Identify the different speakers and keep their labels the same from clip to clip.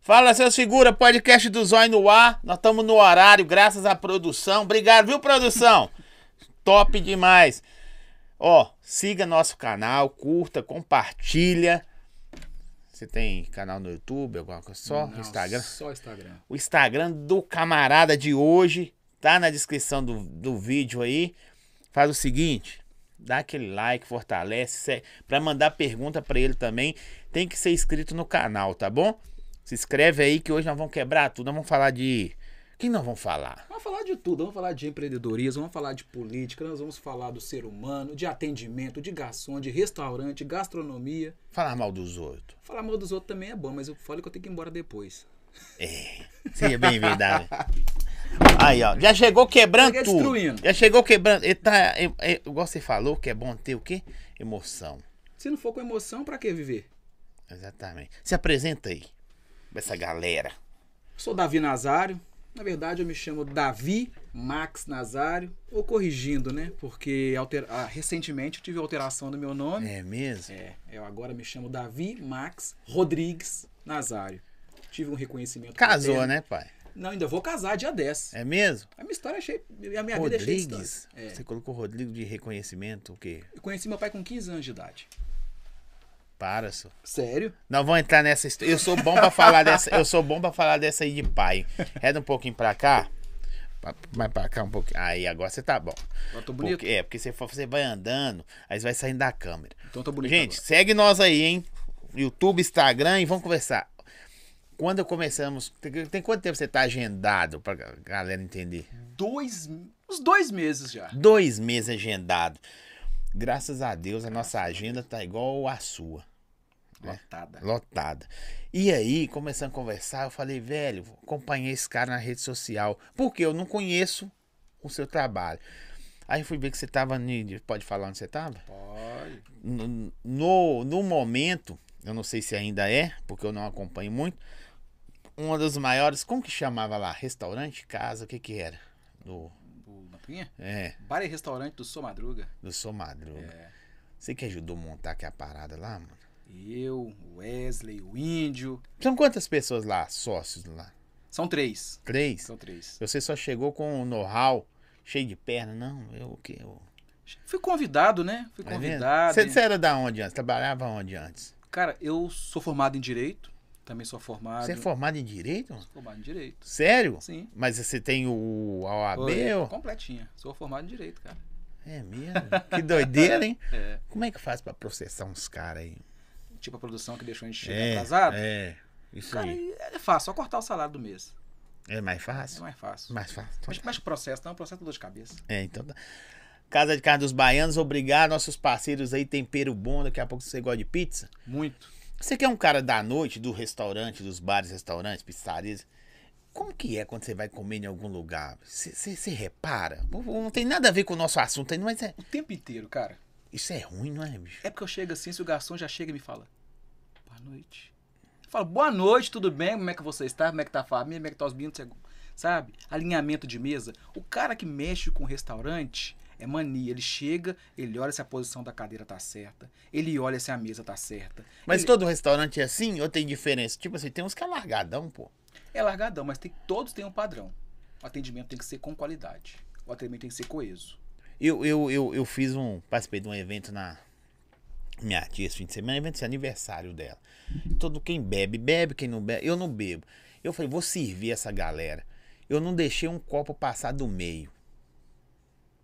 Speaker 1: Fala, seus figuras, podcast do Zóio no ar. Nós estamos no horário, graças à produção. Obrigado, viu, produção? Top demais. Ó, siga nosso canal, curta, compartilha. Você tem canal no YouTube, alguma coisa só?
Speaker 2: Não,
Speaker 1: Instagram?
Speaker 2: Só Instagram.
Speaker 1: O Instagram do camarada de hoje tá na descrição do, do vídeo aí. Faz o seguinte, dá aquele like, fortalece, se- Pra mandar pergunta pra ele também, tem que ser inscrito no canal, tá bom? Se inscreve aí que hoje nós vamos quebrar tudo, nós vamos falar de quem nós vamos falar?
Speaker 2: Vamos falar de tudo, vamos falar de empreendedorismo, vamos falar de política, nós vamos falar do ser humano, de atendimento, de garçom, de restaurante, gastronomia.
Speaker 1: Falar mal dos outros.
Speaker 2: Falar mal dos outros também é bom, mas eu falo que eu tenho que ir embora depois.
Speaker 1: É, Seja bem-vindo. Ale. Aí, ó. Já chegou quebrando
Speaker 2: Cheguei
Speaker 1: tudo.
Speaker 2: destruindo.
Speaker 1: Já chegou quebrando. Ele tá, é, é, igual você falou, que é bom ter o quê? Emoção.
Speaker 2: Se não for com emoção, pra que viver?
Speaker 1: Exatamente. Se apresenta aí. pra Essa galera.
Speaker 2: Sou Davi Nazário. Na verdade, eu me chamo Davi Max Nazário. Ou corrigindo, né? Porque alter- ah, recentemente eu tive alteração do meu nome.
Speaker 1: É mesmo?
Speaker 2: É, eu agora me chamo Davi Max Rodrigues Nazário. Tive um reconhecimento.
Speaker 1: Casou,
Speaker 2: paterno.
Speaker 1: né, pai?
Speaker 2: Não, ainda vou casar dia 10.
Speaker 1: É mesmo?
Speaker 2: A minha história é cheia. A minha vida é cheia de histórias.
Speaker 1: Rodrigues.
Speaker 2: É.
Speaker 1: Você colocou Rodrigo de reconhecimento, o quê?
Speaker 2: Eu conheci meu pai com 15 anos de idade.
Speaker 1: Para, só.
Speaker 2: Sério?
Speaker 1: Não vão entrar nessa história. Eu sou bom pra falar dessa. Eu sou bom para falar dessa aí de pai. Reda um pouquinho pra cá. Pa- Mais pra cá um pouquinho. Aí, agora você tá bom.
Speaker 2: Agora tô bonito.
Speaker 1: Porque- é, porque você, fa- você vai andando, aí você vai saindo da câmera.
Speaker 2: Então tô bonito.
Speaker 1: Gente, segue nós aí, hein? YouTube, Instagram e vamos conversar. Quando começamos. Tem, tem quanto tempo você tá agendado pra ga- galera entender?
Speaker 2: agora. É. dois. Uns dois meses já.
Speaker 1: Dois meses agendado. Graças a Deus, a nossa agenda tá igual a sua,
Speaker 2: Lotada.
Speaker 1: lotada. E aí, começando a conversar, eu falei, velho, acompanhei esse cara na rede social, porque eu não conheço o seu trabalho. Aí fui ver que você tava. ni- Pode falar onde você tava?
Speaker 2: Olha.
Speaker 1: no, no no momento, eu não sei se ainda é, porque eu não acompanho muito, uma das maiores, como que chamava lá? Restaurante, casa, o que que era? Do,
Speaker 2: O Mapinha?
Speaker 1: é,
Speaker 2: Bar e restaurante do Sou Madruga.
Speaker 1: do Sou Madruga.
Speaker 2: É.
Speaker 1: Você que ajudou a montar aquela parada lá, mano?
Speaker 2: Eu, o Wesley, o Índio.
Speaker 1: São quantas pessoas lá, sócios lá?
Speaker 2: São três.
Speaker 1: Três?
Speaker 2: São três.
Speaker 1: Você só chegou com o know-how cheio de perna, não? Eu o que? Eu...
Speaker 2: Fui convidado, né? Fui
Speaker 1: É mesmo?
Speaker 2: convidado.
Speaker 1: Você você era da onde antes? Trabalhava onde antes? é
Speaker 2: Cara, eu sou formado em direito. Também sou formado.
Speaker 1: Você é formado em direito? mano?
Speaker 2: Sou formado em direito.
Speaker 1: Sério?
Speaker 2: Sim.
Speaker 1: Mas você tem o a OAB?
Speaker 2: Oi,
Speaker 1: ou-
Speaker 2: Completinha. Sou formado em direito, cara.
Speaker 1: É mesmo? Que doideira, hein?
Speaker 2: É.
Speaker 1: Como é que faz pra processar uns caras aí?
Speaker 2: Tipo a produção que deixou a gente chegar atrasado.
Speaker 1: É, isso
Speaker 2: Cara,
Speaker 1: aí.
Speaker 2: é fácil, só cortar o salário do mês.
Speaker 1: É mais
Speaker 2: É
Speaker 1: fácil?
Speaker 2: mais fácil.
Speaker 1: Mais fácil. então
Speaker 2: Mas, mas processo, não, processo é dor de cabeça.
Speaker 1: É, então tá. Casa de Carne dos Baianos, obrigado. Nossos parceiros aí, tempero bom. Daqui a pouco você gosta de pizza.
Speaker 2: Muito.
Speaker 1: Você que é um cara da noite, do restaurante, dos bares, restaurantes, pizzarias. Como que é quando você vai comer em algum lugar? Você- Você você repara? Não tem nada a ver com o nosso assunto aí, mas é-
Speaker 2: O tempo inteiro, cara.
Speaker 1: isso é ruim, não é, bicho?
Speaker 2: É porque eu chego assim, se o garçom já chega e me fala: Boa noite. Eu falo, boa noite, tudo bem? Como é que você está? Como é que tá a família? Como é que tá os meninos? Você- Sabe? Alinhamento de mesa. O cara que mexe com restaurante é mania. Ele chega, ele olha se a posição da cadeira tá certa. Ele olha se a mesa tá certa.
Speaker 1: Mas todo restaurante é assim ou tem diferença? Tipo assim, tem uns que é largadão, pô.
Speaker 2: É largadão, mas tem- todos têm um padrão. O atendimento tem que ser com qualidade. O atendimento tem que ser coeso.
Speaker 1: Eu, eu, eu, eu fiz um. Participei de um evento na minha tia esse fim de semana, evento de aniversário dela. Todo quem bebe, bebe, quem não bebe. Eu não bebo. Eu falei, vou servir essa galera. Eu não deixei um copo passar do meio.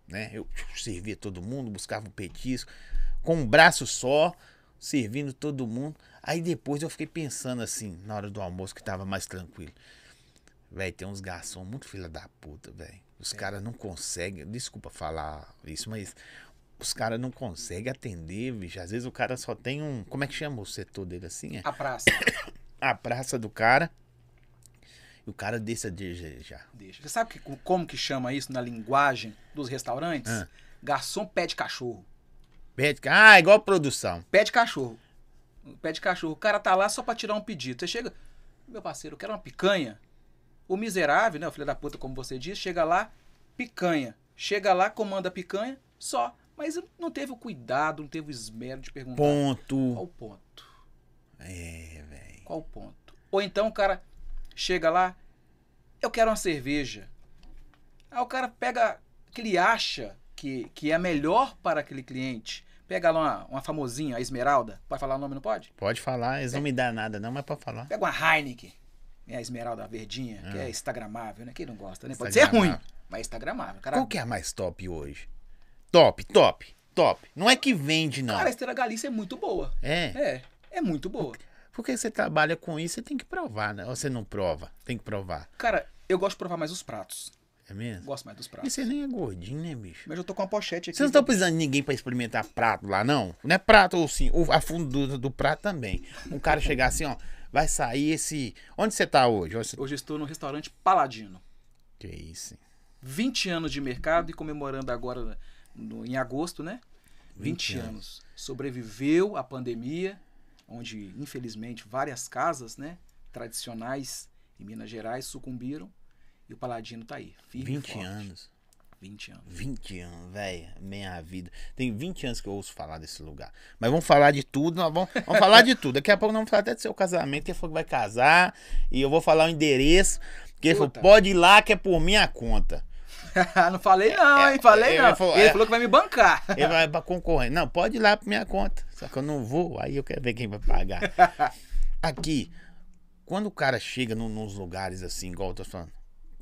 Speaker 1: Né? Eu servia todo mundo, buscava um petisco, com um braço só, servindo todo mundo. Aí depois eu fiquei pensando assim, na hora do almoço, que tava mais tranquilo. Véi, tem uns garçom muito filha da puta, velho. Os caras não conseguem. Desculpa falar isso, mas os caras não conseguem atender, bicho. Às vezes o cara só tem um. Como é que chama o setor dele assim? É?
Speaker 2: A praça.
Speaker 1: A praça do cara. E o cara deixa de de- já.
Speaker 2: Deixa. Você sabe que- como que chama isso na linguagem dos restaurantes?
Speaker 1: Ah.
Speaker 2: Garçom pede cachorro.
Speaker 1: Pede- Ah, igual produção.
Speaker 2: Pede cachorro. Pede cachorro. O cara tá lá só pra tirar um pedido. Você chega, meu parceiro, eu quero uma picanha. O miserável, né? O filho da puta, como você diz, chega lá, picanha. Chega lá, comanda a picanha, só. Mas não teve o cuidado, não teve o esmero de perguntar
Speaker 1: Ponto.
Speaker 2: qual o ponto.
Speaker 1: É, velho.
Speaker 2: Qual o ponto? Ou então o cara, Chega lá, eu quero uma cerveja. Aí o cara pega o que ele acha que, que é a melhor para aquele cliente. Pega lá uma, uma famosinha, a Esmeralda. Pode falar o nome, não pode?
Speaker 1: Pode falar,
Speaker 2: É.
Speaker 1: eles não me dão nada, não, mas pode falar.
Speaker 2: Pega uma Heineken, né, a Esmeralda Verdinha, que é instagramável, né? Quem não gosta, né? Pode ser
Speaker 1: Instagramável.
Speaker 2: ruim, mas é instagramável. Cara,
Speaker 1: Qual que é a mais top hoje? Top, top, top. Não é que vende, não.
Speaker 2: cara, a Estrela Galícia é muito boa.
Speaker 1: É.
Speaker 2: É, é muito boa.
Speaker 1: Porque você trabalha com isso, você tem que provar, né? Ou você não prova? Tem que provar.
Speaker 2: Cara, eu gosto de provar mais os pratos.
Speaker 1: É mesmo?
Speaker 2: Gosto mais dos
Speaker 1: E
Speaker 2: pratos.
Speaker 1: você nem é gordinho, né, bicho?
Speaker 2: Mas eu tô com uma pochete aqui.
Speaker 1: Você não tá precisando de ninguém pra experimentar prato lá, não? Não é prato ou sim, o, a fundo do, do prato também. Um cara chegar assim, ó, vai sair esse. Onde você tá hoje? Onde você...
Speaker 2: Hoje eu estou no restaurante Paladino.
Speaker 1: Que isso, hein?
Speaker 2: 20 anos de mercado e comemorando agora no- em agosto, né? 20, anos. Sobreviveu à pandemia, onde, infelizmente, várias casas né, tradicionais em Minas Gerais sucumbiram. E o Paladino tá aí. Firme e
Speaker 1: 20
Speaker 2: forte.
Speaker 1: anos.
Speaker 2: 20 anos.
Speaker 1: 20 anos, velho. Minha vida. Tem 20 anos que eu ouço falar desse lugar. Mas vamos falar de tudo, nós vamos, vamos falar de tudo. Daqui a pouco nós vamos falar até do seu casamento, que ele falou que vai casar. E eu vou falar o endereço. Que ele falou,
Speaker 2: Puta.
Speaker 1: pode ir lá que é por minha conta.
Speaker 2: não falei não, hein? Falei
Speaker 1: é,
Speaker 2: não.
Speaker 1: ele falou,
Speaker 2: Ele
Speaker 1: é.
Speaker 2: falou que vai me bancar.
Speaker 1: Ele vai pra concorrente. Não, pode ir lá pra minha conta. Só que eu não vou, aí eu quero ver quem vai pagar. Aqui, quando o cara chega num- nos lugares assim, igual eu tô falando,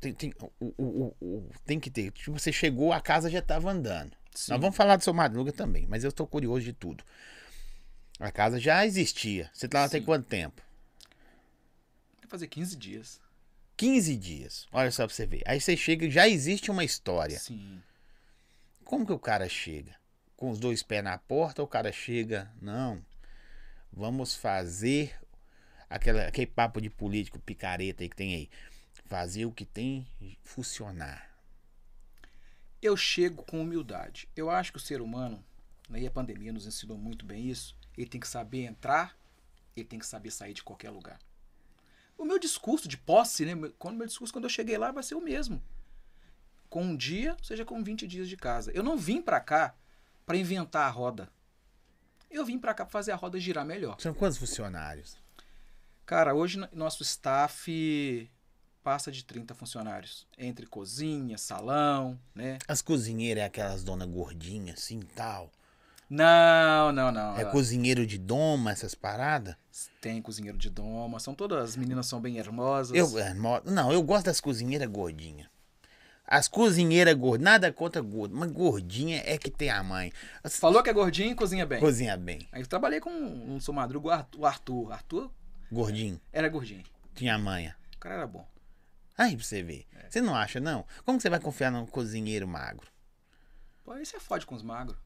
Speaker 1: tem, tem, o, o- o- o- tem que ter. Tipo, você chegou, a casa já tava andando.
Speaker 2: Sim.
Speaker 1: Nós vamos falar do seu Madruga também, mas eu tô curioso de tudo. A casa já existia. Você tá lá tem
Speaker 2: Sim.
Speaker 1: quanto tempo?
Speaker 2: Vai fazer 15 dias.
Speaker 1: 15 dias. Olha só pra você ver. Aí você chega e já existe uma história.
Speaker 2: Sim.
Speaker 1: Como que o cara chega? Com os dois pés na porta, o cara chega, não. Vamos fazer aquela, aquele papo de político picareta aí que tem aí. Fazer o que tem funcionar.
Speaker 2: eu chego com humildade. Eu acho que o ser humano, né, e a pandemia nos ensinou muito bem isso, ele tem que saber entrar, ele tem que saber sair de qualquer lugar. O meu discurso de posse, né, meu- quando meu discurso quando eu cheguei lá vai ser o mesmo. Com um dia, seja com 20 dias de casa. Eu não vim pra cá pra inventar a roda. Eu vim pra cá pra fazer a roda girar melhor.
Speaker 1: São quantos funcionários?
Speaker 2: Cara, hoje no- nosso staff passa de 30 funcionários, entre cozinha, salão, né?
Speaker 1: As cozinheiras é aquelas dona gordinha assim tal.
Speaker 2: Não, não, não.
Speaker 1: É cozinheiro de doma, essas paradas?
Speaker 2: Tem cozinheiro de doma, são todas, as meninas são bem hermosas.
Speaker 1: Eu, é, mo- não, eu gosto das cozinheiras gordinhas. As cozinheiras gordinhas, nada contra gordo, mas gordinha é que tem a mãe. As-
Speaker 2: Falou que é gordinho, cozinha bem.
Speaker 1: Cozinha bem.
Speaker 2: Aí eu trabalhei com um seu madrugo, o Ar- o Arthur. Arthur
Speaker 1: Gordinho,
Speaker 2: era gordinho.
Speaker 1: tinha a manha.
Speaker 2: O cara era bom.
Speaker 1: Aí pra você ver.
Speaker 2: É.
Speaker 1: Você não acha, não? Como que você vai confiar num cozinheiro magro?
Speaker 2: Pô, aí você fode com os magros.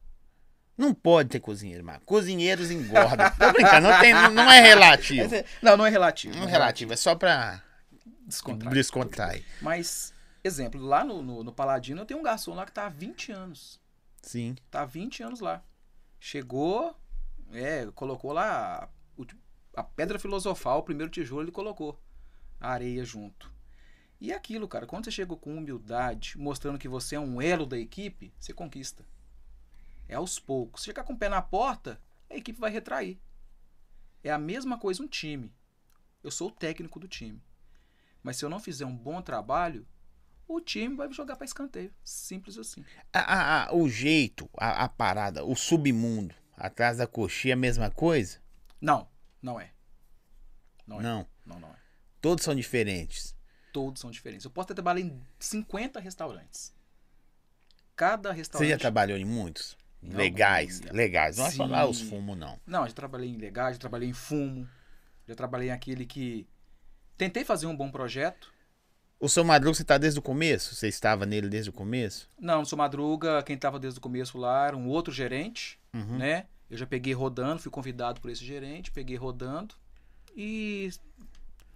Speaker 1: Não pode ter cozinheiro magro. Cozinheiros engordam. Tô brincando, não, tem, não, não é relativo.
Speaker 2: Aí você- Não, não é relativo.
Speaker 1: Não é relativo, é só pra
Speaker 2: Descontrar.
Speaker 1: descontrair.
Speaker 2: Mas, exemplo, lá no, no, no Paladino eu tenho um garçom lá que tá há 20 anos.
Speaker 1: Sim.
Speaker 2: Tá há 20 anos lá. Chegou, é, colocou lá o ti- a pedra filosofal, o primeiro tijolo ele colocou. A areia junto. E é aquilo, cara, quando você chega com humildade, mostrando que você é um elo da equipe, você conquista. É aos poucos. Se chegar com o pé na porta, a equipe vai retrair. É a mesma coisa um time. Eu sou o técnico do time. Mas se eu não fizer um bom trabalho, o time vai me jogar para escanteio. Simples assim.
Speaker 1: A- a- a- o jeito, a, a parada, o submundo, atrás da coxinha é a mesma coisa?
Speaker 2: Não, não é. Não é.
Speaker 1: Não.
Speaker 2: Não, não é.
Speaker 1: Todos são diferentes.
Speaker 2: Todos são diferentes. Eu posso ter trabalhado em 50 restaurantes. Cada
Speaker 1: Você
Speaker 2: restaurante.
Speaker 1: já trabalhou em muitos?
Speaker 2: Não,
Speaker 1: legais,
Speaker 2: não.
Speaker 1: legais. Não é
Speaker 2: Sim.
Speaker 1: falar os fumos, não.
Speaker 2: Não, eu já trabalhei em legais, já trabalhei em fumo, já trabalhei naquele que. Tentei fazer um bom projeto.
Speaker 1: O seu Madruga, você tá desde o começo? Você estava nele desde o começo?
Speaker 2: Não, não sou madruga, quem estava desde o começo lá era um outro gerente,
Speaker 1: Uhum.
Speaker 2: né? Eu já peguei rodando, fui convidado por esse gerente, peguei rodando e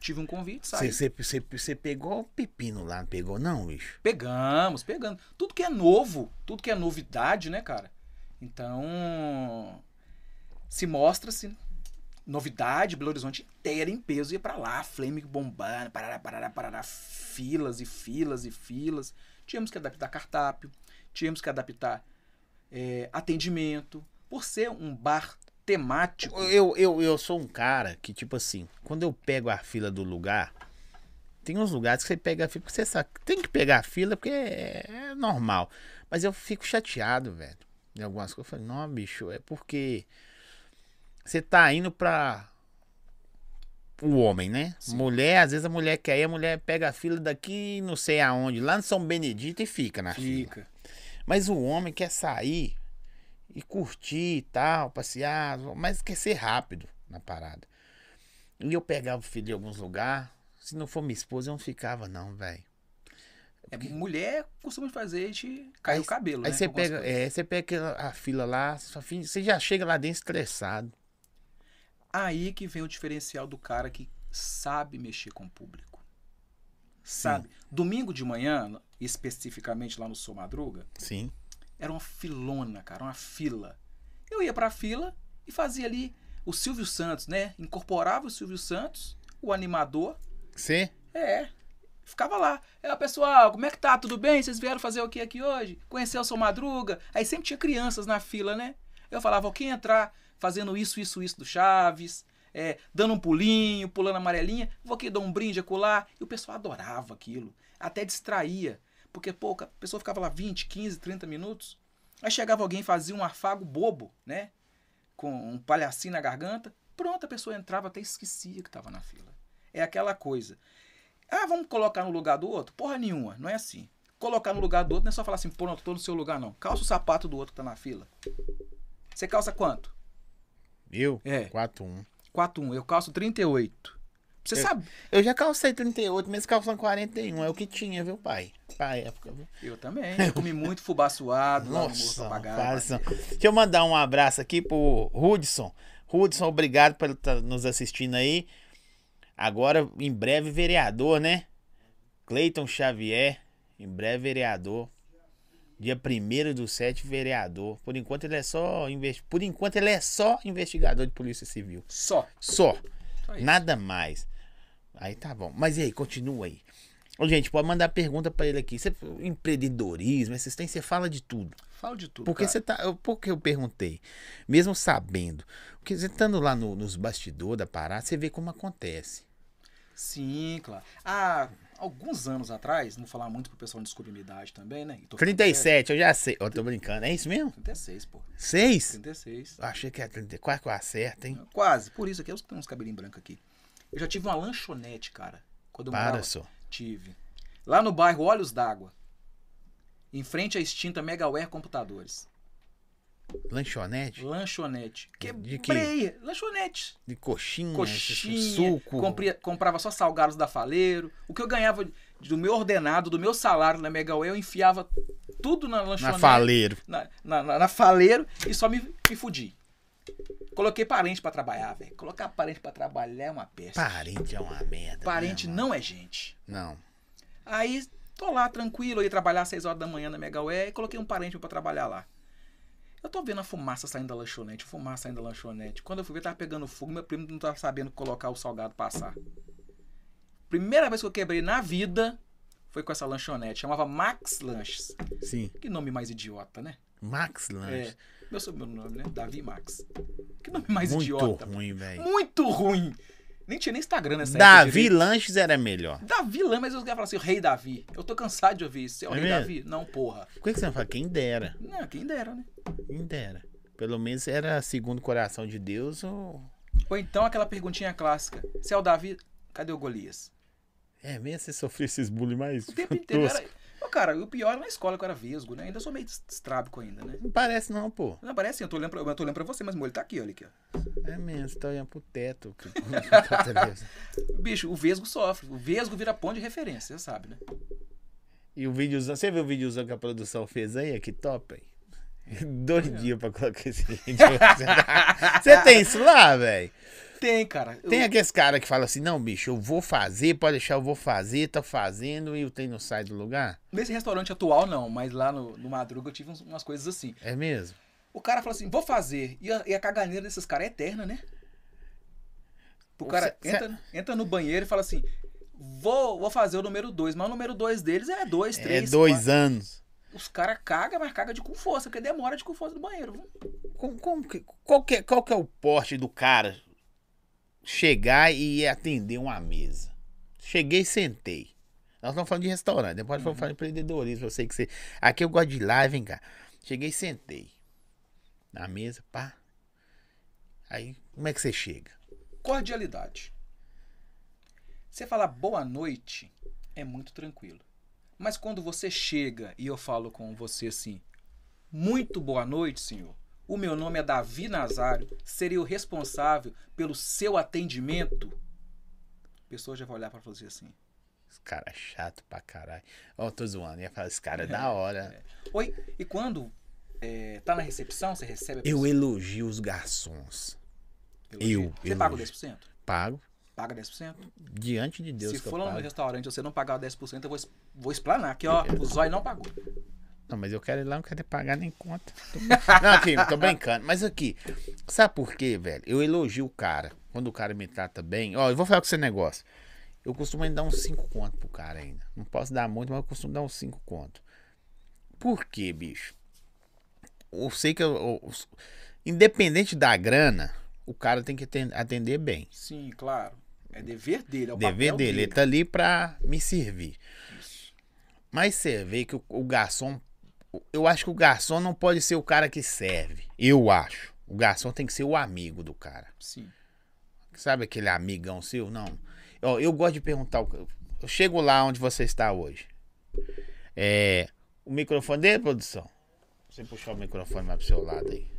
Speaker 2: tive um convite, saí.
Speaker 1: Você pegou o pepino lá, não pegou, não, bicho?
Speaker 2: Pegamos, pegando. Tudo que é novo, tudo que é novidade, né, cara? Então, se mostra-se novidade, Belo Horizonte inteira em peso ia pra lá, Flamengo bombando, parará, parará, parará, filas e filas e filas. Tínhamos que adaptar cardápio, tínhamos que adaptar eh, atendimento. Por ser um bar temático,
Speaker 1: Eu, eu, eu sou um cara que, tipo assim, quando eu pego a fila do lugar, Tem uns lugares que você pega a fila, porque você sabe, que tem que pegar a fila porque é, é normal. Mas eu fico chateado, velho. Em algumas coisas, eu falei, não, bicho, é porque você tá indo pra o homem, né?
Speaker 2: Sim.
Speaker 1: Mulher, às vezes a mulher quer ir, a mulher pega a fila daqui, não sei aonde, lá no São Benedito e fica na fila.
Speaker 2: Fica.
Speaker 1: Mas o homem quer sair e curtir e tal, passear, mas quer ser rápido na parada. E eu pegava o filho em alguns lugares, se não for minha esposa, eu não ficava, não, velho.
Speaker 2: É, mulher costuma fazer de cair
Speaker 1: Aí-
Speaker 2: o cabelo,
Speaker 1: Aí
Speaker 2: né?
Speaker 1: você
Speaker 2: com algumas
Speaker 1: pega,
Speaker 2: coisas.
Speaker 1: é, você pega aquela, a fila lá, só fi- você já chega lá dentro estressado.
Speaker 2: Aí que vem o diferencial do cara que sabe mexer com o público. Sabe? Domingo de manhã, especificamente lá no Sou Madruga,
Speaker 1: Sim.
Speaker 2: era uma filona, cara, uma fila. Eu ia pra fila e fazia ali o Silvio Santos, né? Incorporava o Silvio Santos, o animador,
Speaker 1: Você?
Speaker 2: é. Ficava lá. É, pessoal, como é que tá? Tudo bem? Vocês vieram fazer o que aqui hoje? Conheceu o seu Madruga? Aí sempre tinha crianças na fila, né? Eu falava, ó, quem entrar fazendo isso, isso, isso do Chaves, é, dando um pulinho, pulando amarelinha, vou aqui dar um brinde acolá. E o pessoal adorava aquilo. Até distraía. Porque, pô, a pessoa ficava lá 20, 15, 30 minutos. Aí chegava alguém, fazia um afago bobo, né? Com um palhacinho na garganta. Pronto, a pessoa entrava, até esquecia que estava na fila. É aquela coisa. Ah, vamos colocar no lugar do outro? Porra nenhuma, não é assim. Colocar no lugar do outro não é só falar assim, pronto, tô no seu lugar, não. Calça o sapato do outro que tá na fila. Você calça quanto?
Speaker 1: Eu?
Speaker 2: É.
Speaker 1: 4-1.
Speaker 2: 4-1, eu calço 38. Você
Speaker 1: É.
Speaker 2: sabe?
Speaker 1: Eu já calcei 38, mesmo calçando 41. É o que tinha, viu, pai? Pra época, viu?
Speaker 2: Eu também. Eu comi muito fubá suado, lá no Morro
Speaker 1: Nossa,
Speaker 2: Papagaio.
Speaker 1: faz isso. Deixa eu mandar um abraço aqui pro Hudson. Hudson, obrigado por estar nos assistindo aí. Agora, em breve, vereador, né? Cleiton Xavier, em breve, vereador. Dia 1 do 7, vereador. Por enquanto, ele é só investi... Por enquanto, ele é só investigador de polícia civil.
Speaker 2: Só.
Speaker 1: Só.
Speaker 2: Só isso.
Speaker 1: Nada mais. Aí tá bom. Mas e aí, continua aí. Ô, gente, pode mandar pergunta pra ele aqui. Você, empreendedorismo, assistência, você fala de tudo.
Speaker 2: Falo de tudo.
Speaker 1: Porque
Speaker 2: cara.
Speaker 1: você tá. eu- Por que eu perguntei? Mesmo sabendo. Porque você estando lá no- nos bastidores da parada, você vê como acontece.
Speaker 2: Sim, claro. Há alguns anos atrás, não vou falar muito pro pessoal não descobrir minha idade também, né? E tô ficando velho.
Speaker 1: 37, eu já sei. Eu tô brincando. É isso mesmo?
Speaker 2: 36, pô.
Speaker 1: 6?
Speaker 2: 36.
Speaker 1: Eu achei que era 34, que eu acerto, hein?
Speaker 2: Quase. Por isso aqui é eu tenho uns cabelinhos brancos aqui. Eu já tive uma lanchonete, cara. Quando eu
Speaker 1: Para
Speaker 2: morava.
Speaker 1: só.
Speaker 2: Tive. Lá no bairro Olhos d'Água. Em frente à extinta Megaware Computadores.
Speaker 1: Lanchonete?
Speaker 2: Lanchonete.
Speaker 1: De quê?
Speaker 2: Quebrei. Lanchonete.
Speaker 1: De coxinha,
Speaker 2: coxinha,
Speaker 1: esse é suco.
Speaker 2: compria- comprava só salgados da Faleiro. O que eu ganhava do meu ordenado, do meu salário na Megaway, eu enfiava tudo na lanchonete.
Speaker 1: na é faleiro.
Speaker 2: Na, na, na- na Faleiro e só me, me fudi. Coloquei parente pra trabalhar, velho. Colocar parente pra trabalhar é uma peste.
Speaker 1: Parente é uma merda.
Speaker 2: parente
Speaker 1: né,
Speaker 2: não é gente.
Speaker 1: mano? Não.
Speaker 2: Aí tô lá tranquilo, eu ia trabalhar às 6 horas da manhã na Megaway e coloquei um parente meu pra trabalhar lá. Eu tô vendo a fumaça saindo da lanchonete, fumaça saindo da lanchonete. Quando eu fui ver, tava pegando fogo, meu primo não tava sabendo colocar o salgado passar. Primeira vez que eu quebrei na vida foi com essa lanchonete. Chamava Max Lanches.
Speaker 1: Sim.
Speaker 2: Que nome mais idiota, né?
Speaker 1: Max Lanche.
Speaker 2: É, meu sobrenome, né? Davi Max. Que nome mais
Speaker 1: Muito
Speaker 2: idiota.
Speaker 1: ruim, velho.
Speaker 2: Muito ruim. Nem tinha nem Instagram nessa época
Speaker 1: Davi
Speaker 2: direito.
Speaker 1: Lanches era melhor.
Speaker 2: Davi Lã, mas os caras falam assim, o rei Davi. Eu tô cansado de ouvir isso. Você é o
Speaker 1: É
Speaker 2: rei
Speaker 1: mesmo?
Speaker 2: Davi? Não, porra.
Speaker 1: Por que que você não fala? Quem dera.
Speaker 2: Não, quem dera, né?
Speaker 1: Quem dera. Pelo menos era segundo o coração de Deus ou.
Speaker 2: Ou então aquela perguntinha clássica. Você é o Davi? Cadê o Golias?
Speaker 1: É mesmo você sofreu esses bullying mais.
Speaker 2: O tempo inteiro
Speaker 1: tosco?
Speaker 2: era... Ô, cara, o pior era na escola que eu era vesgo, né? Ainda sou meio estrábico ainda, né?
Speaker 1: Não parece não, pô.
Speaker 2: Não, parece assim, eu tô olhando pra, eu tô olhando pra você, mas meu olho tá aqui, olha aqui, ó.
Speaker 1: É mesmo, você tá olhando pro teto. que- que-
Speaker 2: Bicho, o vesgo sofre. O vesgo vira ponto de referência, você sabe, né?
Speaker 1: e o vídeozão. Você viu o vídeozão que a produção fez aí? É Que top, hein?
Speaker 2: É.
Speaker 1: Dois dias pra colocar esse vídeo. Você tem isso lá, velho?
Speaker 2: Tem, cara. Eu-
Speaker 1: Tem aqueles caras que falam assim: não, bicho, eu vou fazer, pode deixar, eu vou fazer, tá fazendo e o trem não sai do lugar?
Speaker 2: Nesse restaurante atual, não, mas lá no, no Madruga eu tive uns- umas coisas assim.
Speaker 1: É mesmo?
Speaker 2: O cara fala assim, vou fazer. E a, e a caganeira desses caras é eterna, né? O
Speaker 1: Ô,
Speaker 2: cara
Speaker 1: cê-
Speaker 2: entra, entra no banheiro e fala assim, vou, vou fazer o número 2. Mas o número 2 deles é 2, 3,
Speaker 1: É dois anos.
Speaker 2: Os caras cagam, mas cagam de com força, porque demora de com força no banheiro.
Speaker 1: Como, como que- qual, que é, qual que é o porte do cara chegar e atender uma mesa? Cheguei e sentei. Nós estamos falando de restaurante, depois
Speaker 2: Uhum.
Speaker 1: vamos falar de empreendedorismo. Eu sei que você. Aqui eu gosto de ir lá, vem cá. Cheguei e sentei. Na mesa, pá. Aí, como é que você chega?
Speaker 2: Cordialidade. Você falar boa noite é muito tranquilo. Mas quando você chega e eu falo com você assim, muito boa noite, senhor. O meu nome é Davi Nazário. Seria o responsável pelo seu atendimento? A pessoa já vai olhar para você assim.
Speaker 1: Esse cara é chato pra caralho. Ó, tô zoando. Ia falar, esse cara é da hora.
Speaker 2: Oi. E quando é, tá na recepção, você recebe
Speaker 1: Eu
Speaker 2: a pessoa?
Speaker 1: elogio os garçons. eu-
Speaker 2: Você
Speaker 1: eu-
Speaker 2: paga o 10%?
Speaker 1: Pago.
Speaker 2: Paga 10%?
Speaker 1: Diante de Deus
Speaker 2: Se
Speaker 1: que eu
Speaker 2: for lá no
Speaker 1: pago. É.
Speaker 2: restaurante e você não pagar o 10%, eu vou, es- vou explanar aqui, ó. O zóio não pagou.
Speaker 1: Não, mas eu quero ir lá, não quero pagar nem conta. Tô- Não, aqui, tô brincando. Mas aqui, sabe por quê, velho? Eu elogio o cara. Quando o cara me trata bem. Ó, eu vou falar com esse negócio. Eu costumo ainda dar uns 5 conto pro cara ainda. Não posso dar muito, mas eu costumo dar uns 5 conto. Por quê, bicho? Eu sei que eu- eu- independente da grana, o cara tem que aten- atender bem.
Speaker 2: Sim, claro. É dever dele, é o
Speaker 1: dever
Speaker 2: papel
Speaker 1: dele. Ele tá ali pra me servir.
Speaker 2: Isso.
Speaker 1: Mas você vê que o, o garçom. Eu acho que o garçom não pode ser o cara que serve. Eu acho. O garçom tem que ser o amigo do cara.
Speaker 2: Sim.
Speaker 1: Sabe aquele amigão seu? Não. Ó, eu gosto de perguntar. o- Eu chego lá onde você está hoje. É. O microfone dele, produção? Você puxar o microfone mais pro seu lado aí.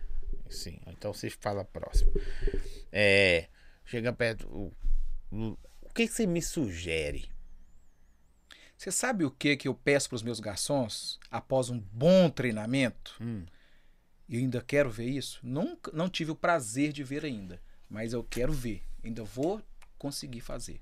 Speaker 1: Sim. ou Então você fala próximo. É. Chega perto. O, o- o que, que você me sugere?
Speaker 2: Você sabe o que que eu peço para os meus garçons após um bom treinamento?
Speaker 1: Hum.
Speaker 2: E eu ainda quero ver isso? Nunca, não tive o prazer de ver ainda, mas eu quero ver. Ainda vou conseguir fazer.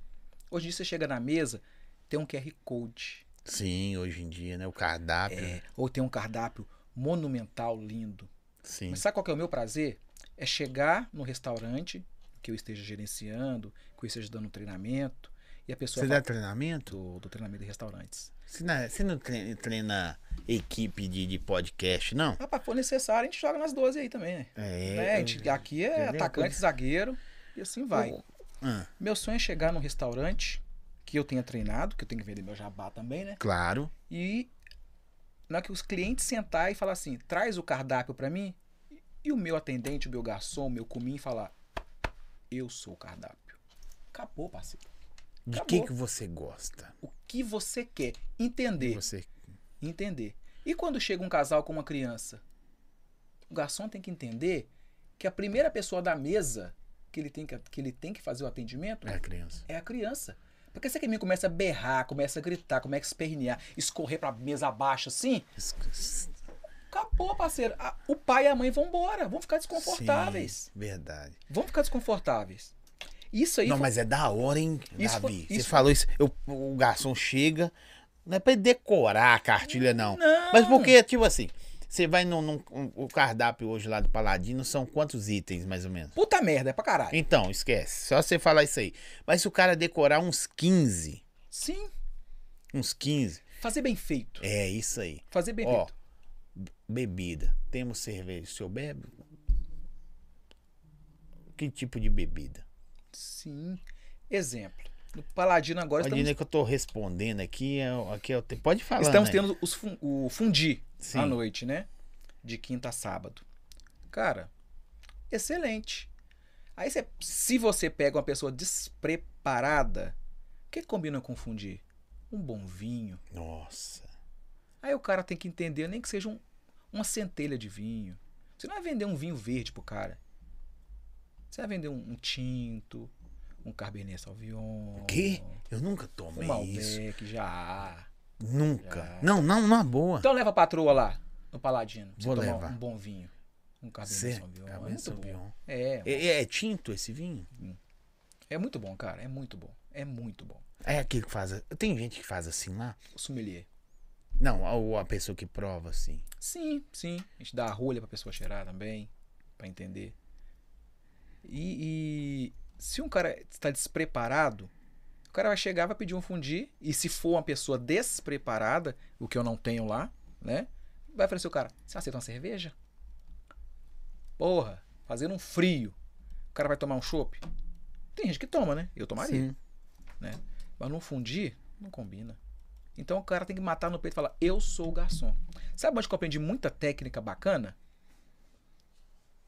Speaker 2: Hoje em dia você chega na mesa, tem um QR Code,
Speaker 1: Sim, hoje em dia, né? O cardápio.
Speaker 2: é, ou tem um cardápio monumental, lindo.
Speaker 1: Sim.
Speaker 2: Mas sabe qual que é o meu prazer? É chegar no restaurante que eu esteja gerenciando, que eu esteja dando um treinamento, e a pessoa
Speaker 1: Você
Speaker 2: fala
Speaker 1: dá treinamento?
Speaker 2: do, do treinamento de restaurantes.
Speaker 1: Você não, é, você não treina, treina equipe de, de podcast, não?
Speaker 2: Rapaz, Ah, for necessário, a gente joga nas 12 aí também, né? Né? A
Speaker 1: É.
Speaker 2: gente- aqui é
Speaker 1: Entendeu?
Speaker 2: atacante, zagueiro, e assim vai.
Speaker 1: Ah,
Speaker 2: Meu sonho é chegar num restaurante que eu tenha treinado, que eu tenho que vender meu jabá também, né?
Speaker 1: claro.
Speaker 2: E na hora que os clientes sentar e falar assim, traz o cardápio pra mim, e o meu atendente, o meu garçom, o meu cumim falar, eu sou o cardápio. Acabou, parceiro.
Speaker 1: De
Speaker 2: Acabou.
Speaker 1: que, que você gosta?
Speaker 2: O que você quer?
Speaker 1: Que
Speaker 2: Entender.
Speaker 1: Você...
Speaker 2: Entender. E quando chega um casal com uma criança? O garçom tem que entender que a primeira pessoa da mesa que ele tem que, que, ele tem que fazer o atendimento
Speaker 1: É, criança.
Speaker 2: é a criança. Porque se a criança começa a berrar, começa a gritar, começa a espernear, escorrer pra mesa abaixo assim,
Speaker 1: Esqueci.
Speaker 2: acabou, parceiro. A- o pai e a mãe vão embora, vão ficar desconfortáveis.
Speaker 1: Sim, verdade.
Speaker 2: Vão ficar desconfortáveis. Isso aí
Speaker 1: Não,
Speaker 2: foi-
Speaker 1: mas é da hora, hein,
Speaker 2: Isso foi-
Speaker 1: Davi? você
Speaker 2: isso-
Speaker 1: falou isso. Eu, o garçom chega. Não é pra ele decorar a cartilha, não.
Speaker 2: Não.
Speaker 1: Mas porque, tipo assim, você vai num, num- um- o cardápio hoje lá do Paladino, são quantos itens, mais ou menos?
Speaker 2: Puta merda, é pra caralho.
Speaker 1: Então, esquece. Só você falar isso aí. Mas se o cara decorar uns 15,
Speaker 2: Sim,
Speaker 1: uns 15,
Speaker 2: fazer bem feito.
Speaker 1: é isso aí.
Speaker 2: Fazer bem
Speaker 1: Ó,
Speaker 2: feito.
Speaker 1: bebida. Temos cerveja. O senhor bebe? Que tipo de bebida?
Speaker 2: Sim. Exemplo. No Paladino agora
Speaker 1: Pode
Speaker 2: estamos
Speaker 1: ir que eu tô respondendo aqui. é o- aqui é o te- Pode falar.
Speaker 2: Estamos
Speaker 1: né?
Speaker 2: tendo os fun- o fundi
Speaker 1: Sim.
Speaker 2: à noite, né? De quinta a sábado. Cara, excelente. Aí você, se você pega uma pessoa despreparada, o que combina com fundir? Um bom vinho.
Speaker 1: Nossa.
Speaker 2: Aí o cara tem que entender, nem que seja um- uma centelha de vinho. Você não vai vender um vinho verde pro cara. Você vai vender um, um tinto, um Cabernet Sauvignon.
Speaker 1: Quê? Eu nunca
Speaker 2: Um
Speaker 1: tomei isso.
Speaker 2: Malbec, já há.
Speaker 1: Nunca.
Speaker 2: Já.
Speaker 1: Não, não, na boa.
Speaker 2: Então leva a patroa lá, no Paladino. pra Você
Speaker 1: Vou
Speaker 2: tomar
Speaker 1: levar.
Speaker 2: um bom vinho. Um Cabernet
Speaker 1: Cê- tá
Speaker 2: Sauvignon. É
Speaker 1: Cabernet
Speaker 2: muito bom.
Speaker 1: Sauvignon.
Speaker 2: É,
Speaker 1: É, é- é tinto esse vinho?
Speaker 2: é muito bom, cara. É muito bom. É muito bom.
Speaker 1: É aquele que faz. a- Tem gente que faz assim lá?
Speaker 2: O sommelier.
Speaker 1: Não, ou a pessoa que prova assim.
Speaker 2: Sim, sim. A gente dá a rolha pra pessoa cheirar também, pra entender. E, e se um cara está despreparado, o cara vai chegar, vai pedir um fundi. E se for uma pessoa despreparada, o que eu não tenho lá, né? Vai oferecer o cara, você aceita uma cerveja? Porra, fazendo um frio. O cara vai tomar um chopp? Tem gente que toma, né? Eu tomaria.
Speaker 1: Sim.
Speaker 2: Mas não fundir, não combina. Então o cara tem que matar no peito e falar, eu sou o garçom. Sabe onde que eu aprendi muita técnica bacana?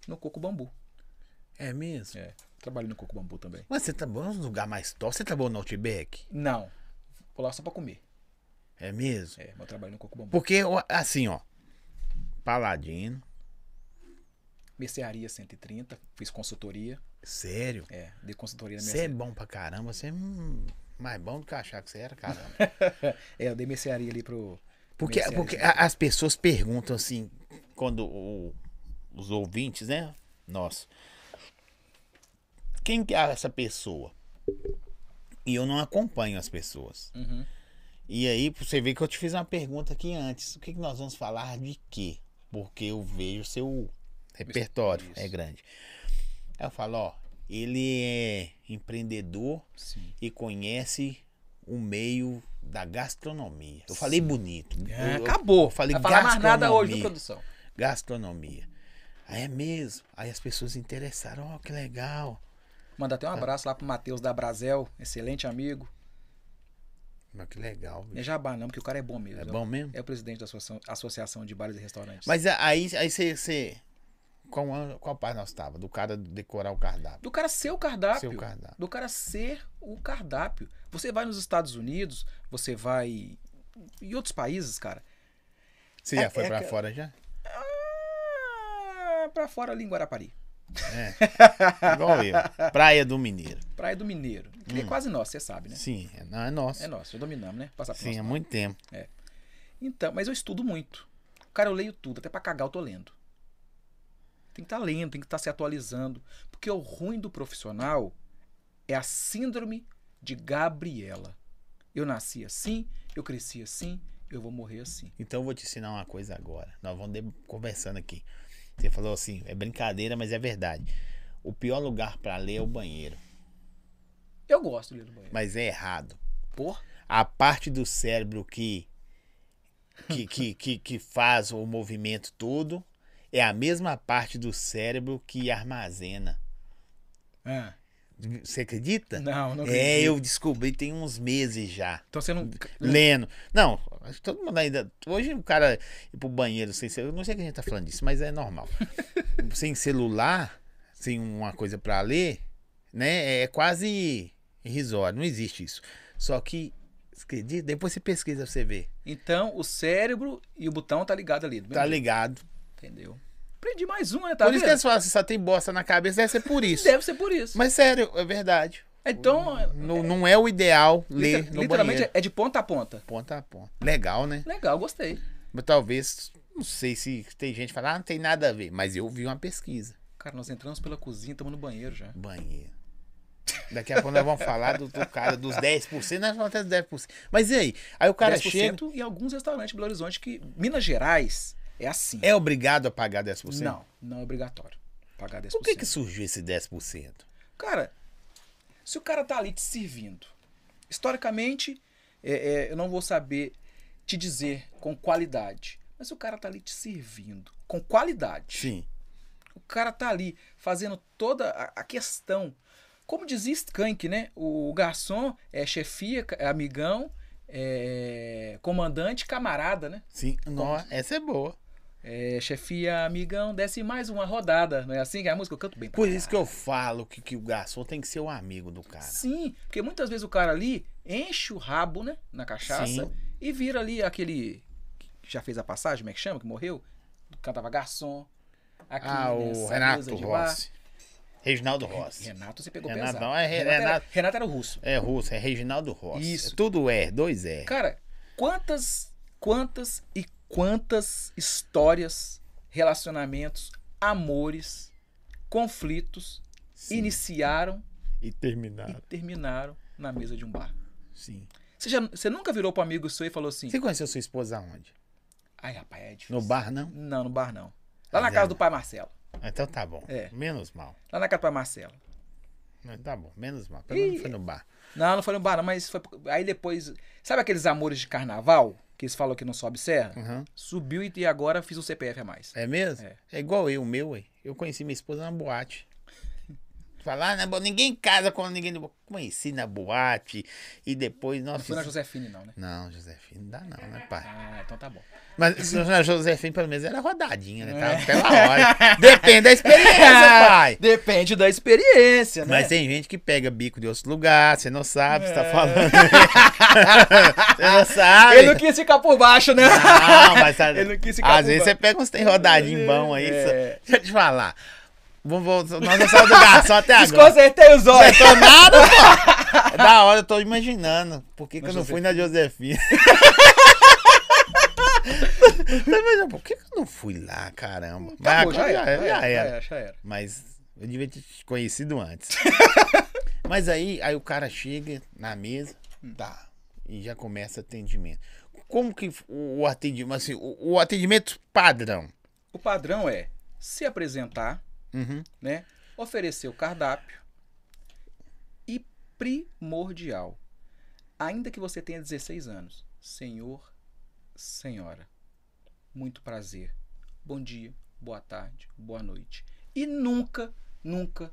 Speaker 2: No coco bambu.
Speaker 1: É mesmo?
Speaker 2: É, trabalhei no coco bambu também.
Speaker 1: Mas você tá bom num lugar mais top? Você tá bom no Outback?
Speaker 2: Não, vou lá só pra comer.
Speaker 1: É mesmo?
Speaker 2: É, mas eu trabalho no coco bambu.
Speaker 1: Porque, ó, assim, ó. Paladino.
Speaker 2: Mercearia 130, fiz consultoria.
Speaker 1: Sério?
Speaker 2: É, dei consultoria na
Speaker 1: Você é
Speaker 2: mercearia.
Speaker 1: bom pra caramba. Você é hum, mais bom do que eu achava que você era, caramba.
Speaker 2: É, eu dei mercearia ali pro.
Speaker 1: Porque,
Speaker 2: mercearia.
Speaker 1: porque a- as pessoas perguntam assim, quando o- os ouvintes, né? Nossa. Quem que é essa pessoa? E eu não acompanho as pessoas.
Speaker 2: Uhum.
Speaker 1: E aí, pra você ver que eu te fiz uma pergunta aqui antes. O que, que nós vamos falar de quê? Porque eu vejo seu repertório,
Speaker 2: Isso.
Speaker 1: é grande. Aí eu falo, ó, ele é empreendedor
Speaker 2: Sim.
Speaker 1: e conhece o meio da gastronomia. Eu
Speaker 2: Sim.
Speaker 1: falei bonito.
Speaker 2: É,
Speaker 1: Eu- eu-
Speaker 2: acabou.
Speaker 1: eu falei
Speaker 2: Não vai falar mais nada hoje,
Speaker 1: gastronomia.
Speaker 2: viu, produção?
Speaker 1: gastronomia. Aí é mesmo. Aí as pessoas interessaram, ó, que legal.
Speaker 2: Mandar até um
Speaker 1: Tá.
Speaker 2: abraço lá pro Matheus da Brasel, excelente amigo.
Speaker 1: Mas que legal.
Speaker 2: Não é
Speaker 1: bicho.
Speaker 2: jabá, não, porque o cara é bom mesmo.
Speaker 1: É bom mesmo?
Speaker 2: É o presidente da associação, associação de bares e restaurantes.
Speaker 1: Mas a- aí aí você. você- qual, ano- qual parte nós tava? Do cara decorar o cardápio.
Speaker 2: Do cara ser o cardápio.
Speaker 1: Seu cardápio.
Speaker 2: Do cara ser o cardápio. Você vai nos Estados Unidos, você vai em outros países, cara.
Speaker 1: Você
Speaker 2: É-
Speaker 1: já foi
Speaker 2: é
Speaker 1: pra
Speaker 2: que-
Speaker 1: fora já?
Speaker 2: Ah, pra fora ali em Guarapari.
Speaker 1: É. Igual eu. Praia do Mineiro.
Speaker 2: Praia do Mineiro. Que é quase nosso, você sabe, né?
Speaker 1: Sim, é- não é
Speaker 2: É
Speaker 1: nosso.
Speaker 2: nosso, já dominamos, né? Passar por
Speaker 1: Sim,
Speaker 2: nosso
Speaker 1: há
Speaker 2: lado.
Speaker 1: muito tempo.
Speaker 2: Então, mas eu estudo muito. Cara, eu leio tudo, até pra cagar eu tô lendo. Tem que estar lendo, tem que estar se atualizando. Porque o ruim do profissional é a síndrome de Gabriela. Eu nasci assim, eu cresci assim, eu vou morrer assim.
Speaker 1: Então eu vou te ensinar uma coisa agora. Nós vamos de- conversando aqui. Você falou assim, é brincadeira, mas é verdade. O pior lugar pra ler é o banheiro.
Speaker 2: Eu gosto de ler no banheiro.
Speaker 1: Mas é errado.
Speaker 2: Por?
Speaker 1: a parte do cérebro que que, que, que, que faz o movimento todo é a mesma parte do cérebro que armazena.
Speaker 2: Ah,
Speaker 1: Você acredita?
Speaker 2: não, não
Speaker 1: É,
Speaker 2: acredito.
Speaker 1: eu descobri tem uns meses já.
Speaker 2: Então você não.
Speaker 1: Lendo. Não, acho que todo mundo ainda. Hoje o cara ir pro banheiro sem celular. Eu não sei que a gente tá falando disso, mas é normal. sem celular, sem uma coisa pra ler, né? É quase irrisório. Não existe isso. Só que, você acredita? depois você pesquisa pra você ver.
Speaker 2: Então o cérebro e o botão tá ligado ali. do
Speaker 1: Tá
Speaker 2: mesmo
Speaker 1: ligado.
Speaker 2: jeito. Entendeu? Aprendi mais uma, né? Tá
Speaker 1: por isso que
Speaker 2: vendo?
Speaker 1: eles falam, você só tem bosta na cabeça, deve ser por isso.
Speaker 2: Deve ser por isso.
Speaker 1: Mas sério, é verdade.
Speaker 2: então,
Speaker 1: Não, não é o ideal ler
Speaker 2: Liter-
Speaker 1: no
Speaker 2: literalmente
Speaker 1: banheiro.
Speaker 2: é de ponta a ponta.
Speaker 1: Ponta a ponta. Legal, né?
Speaker 2: Legal, gostei.
Speaker 1: Mas talvez, não sei se tem gente que fala, ah, não tem nada a ver. Mas eu vi uma pesquisa.
Speaker 2: Cara, nós entramos pela cozinha, estamos no banheiro já.
Speaker 1: Banheiro. Daqui a pouco nós vamos falar do, do cara dos 10%, nós vamos até dos 10%. Mas e aí? Aí o cara chega,
Speaker 2: e alguns restaurantes de Belo Horizonte que Minas Gerais é assim.
Speaker 1: é obrigado a pagar 10%?
Speaker 2: Não, não é obrigatório pagar 10%.
Speaker 1: Por que que surgiu esse 10%?
Speaker 2: Cara, se o cara tá ali te servindo, historicamente, é, é, eu não vou saber te dizer com qualidade, mas o cara tá ali te servindo com qualidade.
Speaker 1: Sim.
Speaker 2: O cara tá ali fazendo toda a, a questão. Como dizia Skank, né? O, garçom é chefia, ca- é amigão, é comandante, camarada, né?
Speaker 1: Sim. Não, essa é boa.
Speaker 2: É chefia, amigão, desce mais uma rodada. Não é assim que é a música? Eu canto bem. pra
Speaker 1: Por isso que eu falo que, que o garçom tem que ser o amigo do
Speaker 2: caralho.
Speaker 1: cara.
Speaker 2: Sim, porque muitas vezes o cara ali enche o rabo, né? Na cachaça
Speaker 1: Sim.
Speaker 2: e vira ali aquele que já fez a passagem, como é que chama? Que morreu? Cantava garçom. Aqui,
Speaker 1: ah, o
Speaker 2: nessa
Speaker 1: Renato
Speaker 2: mesa de bar.
Speaker 1: Rossi. Reginaldo Rossi.
Speaker 2: Renato, você pegou
Speaker 1: Renato
Speaker 2: pesado.
Speaker 1: não, é Re-
Speaker 2: era,
Speaker 1: Renato-
Speaker 2: Renato era o russo.
Speaker 1: É russo, é Reginaldo Rossi.
Speaker 2: Isso.
Speaker 1: É tudo é, dois é.
Speaker 2: Cara, quantas, quantas e quantas histórias, relacionamentos, amores, conflitos iniciaram
Speaker 1: E
Speaker 2: e
Speaker 1: terminado.
Speaker 2: terminaram na mesa de um bar?
Speaker 1: Sim.
Speaker 2: Você, já, você nunca virou pro amigo seu e falou assim:
Speaker 1: Você conheceu sua esposa onde?
Speaker 2: ai rapaz, é difícil.
Speaker 1: No bar, não?
Speaker 2: Não, no bar não. Lá na
Speaker 1: Mas é.
Speaker 2: casa do pai Marcelo.
Speaker 1: Então tá bom.
Speaker 2: É.
Speaker 1: Menos mal.
Speaker 2: Lá na casa do pai Marcelo.
Speaker 1: Não, Tá bom, menos mal. Pelo menos
Speaker 2: Ih.
Speaker 1: não foi no bar.
Speaker 2: Não, não foi no bar, não, mas foi. Aí depois. Sabe aqueles amores de carnaval que eles falam que não sobe serra?
Speaker 1: Uhum.
Speaker 2: Subiu e- e agora fiz um CPF a mais.
Speaker 1: É mesmo?
Speaker 2: É.
Speaker 1: É. igual eu, o meu, ué. Eu conheci minha esposa na boate. falar, né? Bom, ninguém casa com ninguém. Conheci na boate e depois
Speaker 2: Não
Speaker 1: nós
Speaker 2: foi na
Speaker 1: fizemos.
Speaker 2: Josefine, não, né?
Speaker 1: Não, Josefina, não dá não, né, pai?
Speaker 2: Ah, então tá bom.
Speaker 1: Mas na Josefina, pelo menos, era rodadinha, né?
Speaker 2: É.
Speaker 1: Tava pela hora. Depende da experiência, pai.
Speaker 2: Depende da experiência, né?
Speaker 1: Mas tem gente que pega bico de outro lugar, você não sabe, você tá falando. você não sabe.
Speaker 2: É. Ele não quis ficar por baixo, né?
Speaker 1: Não, mas a-
Speaker 2: Ele não quis ficar
Speaker 1: às vezes
Speaker 2: com-
Speaker 1: você pega uns tem rodadinho bom aí.
Speaker 2: É.
Speaker 1: só- Deixa eu te falar. Vamos, vamos, nós não saímos do garçom até agora.
Speaker 2: Desconcertei os
Speaker 1: Não
Speaker 2: olhos.
Speaker 1: acertou nada, pô. É Da hora, eu tô imaginando. Por que, que
Speaker 2: Na
Speaker 1: eu não fui na Josefina? Tô imaginando, Por que, que eu não fui lá, caramba? Mas
Speaker 2: Acabou,
Speaker 1: agora já, era, já era.
Speaker 2: Já era.
Speaker 1: Mas eu devia ter te conhecido antes. Mas aí, aí o cara chega na mesa, tá, e já começa atendimento. Como que o, o atendimento, assim, o, o atendimento padrão?
Speaker 2: O padrão é se apresentar,
Speaker 1: Uhum.
Speaker 2: né? Oferecer o cardápio. E primordial, ainda que você tenha 16 anos, senhor, senhora, muito prazer. Bom dia, boa tarde, boa noite. E nunca, nunca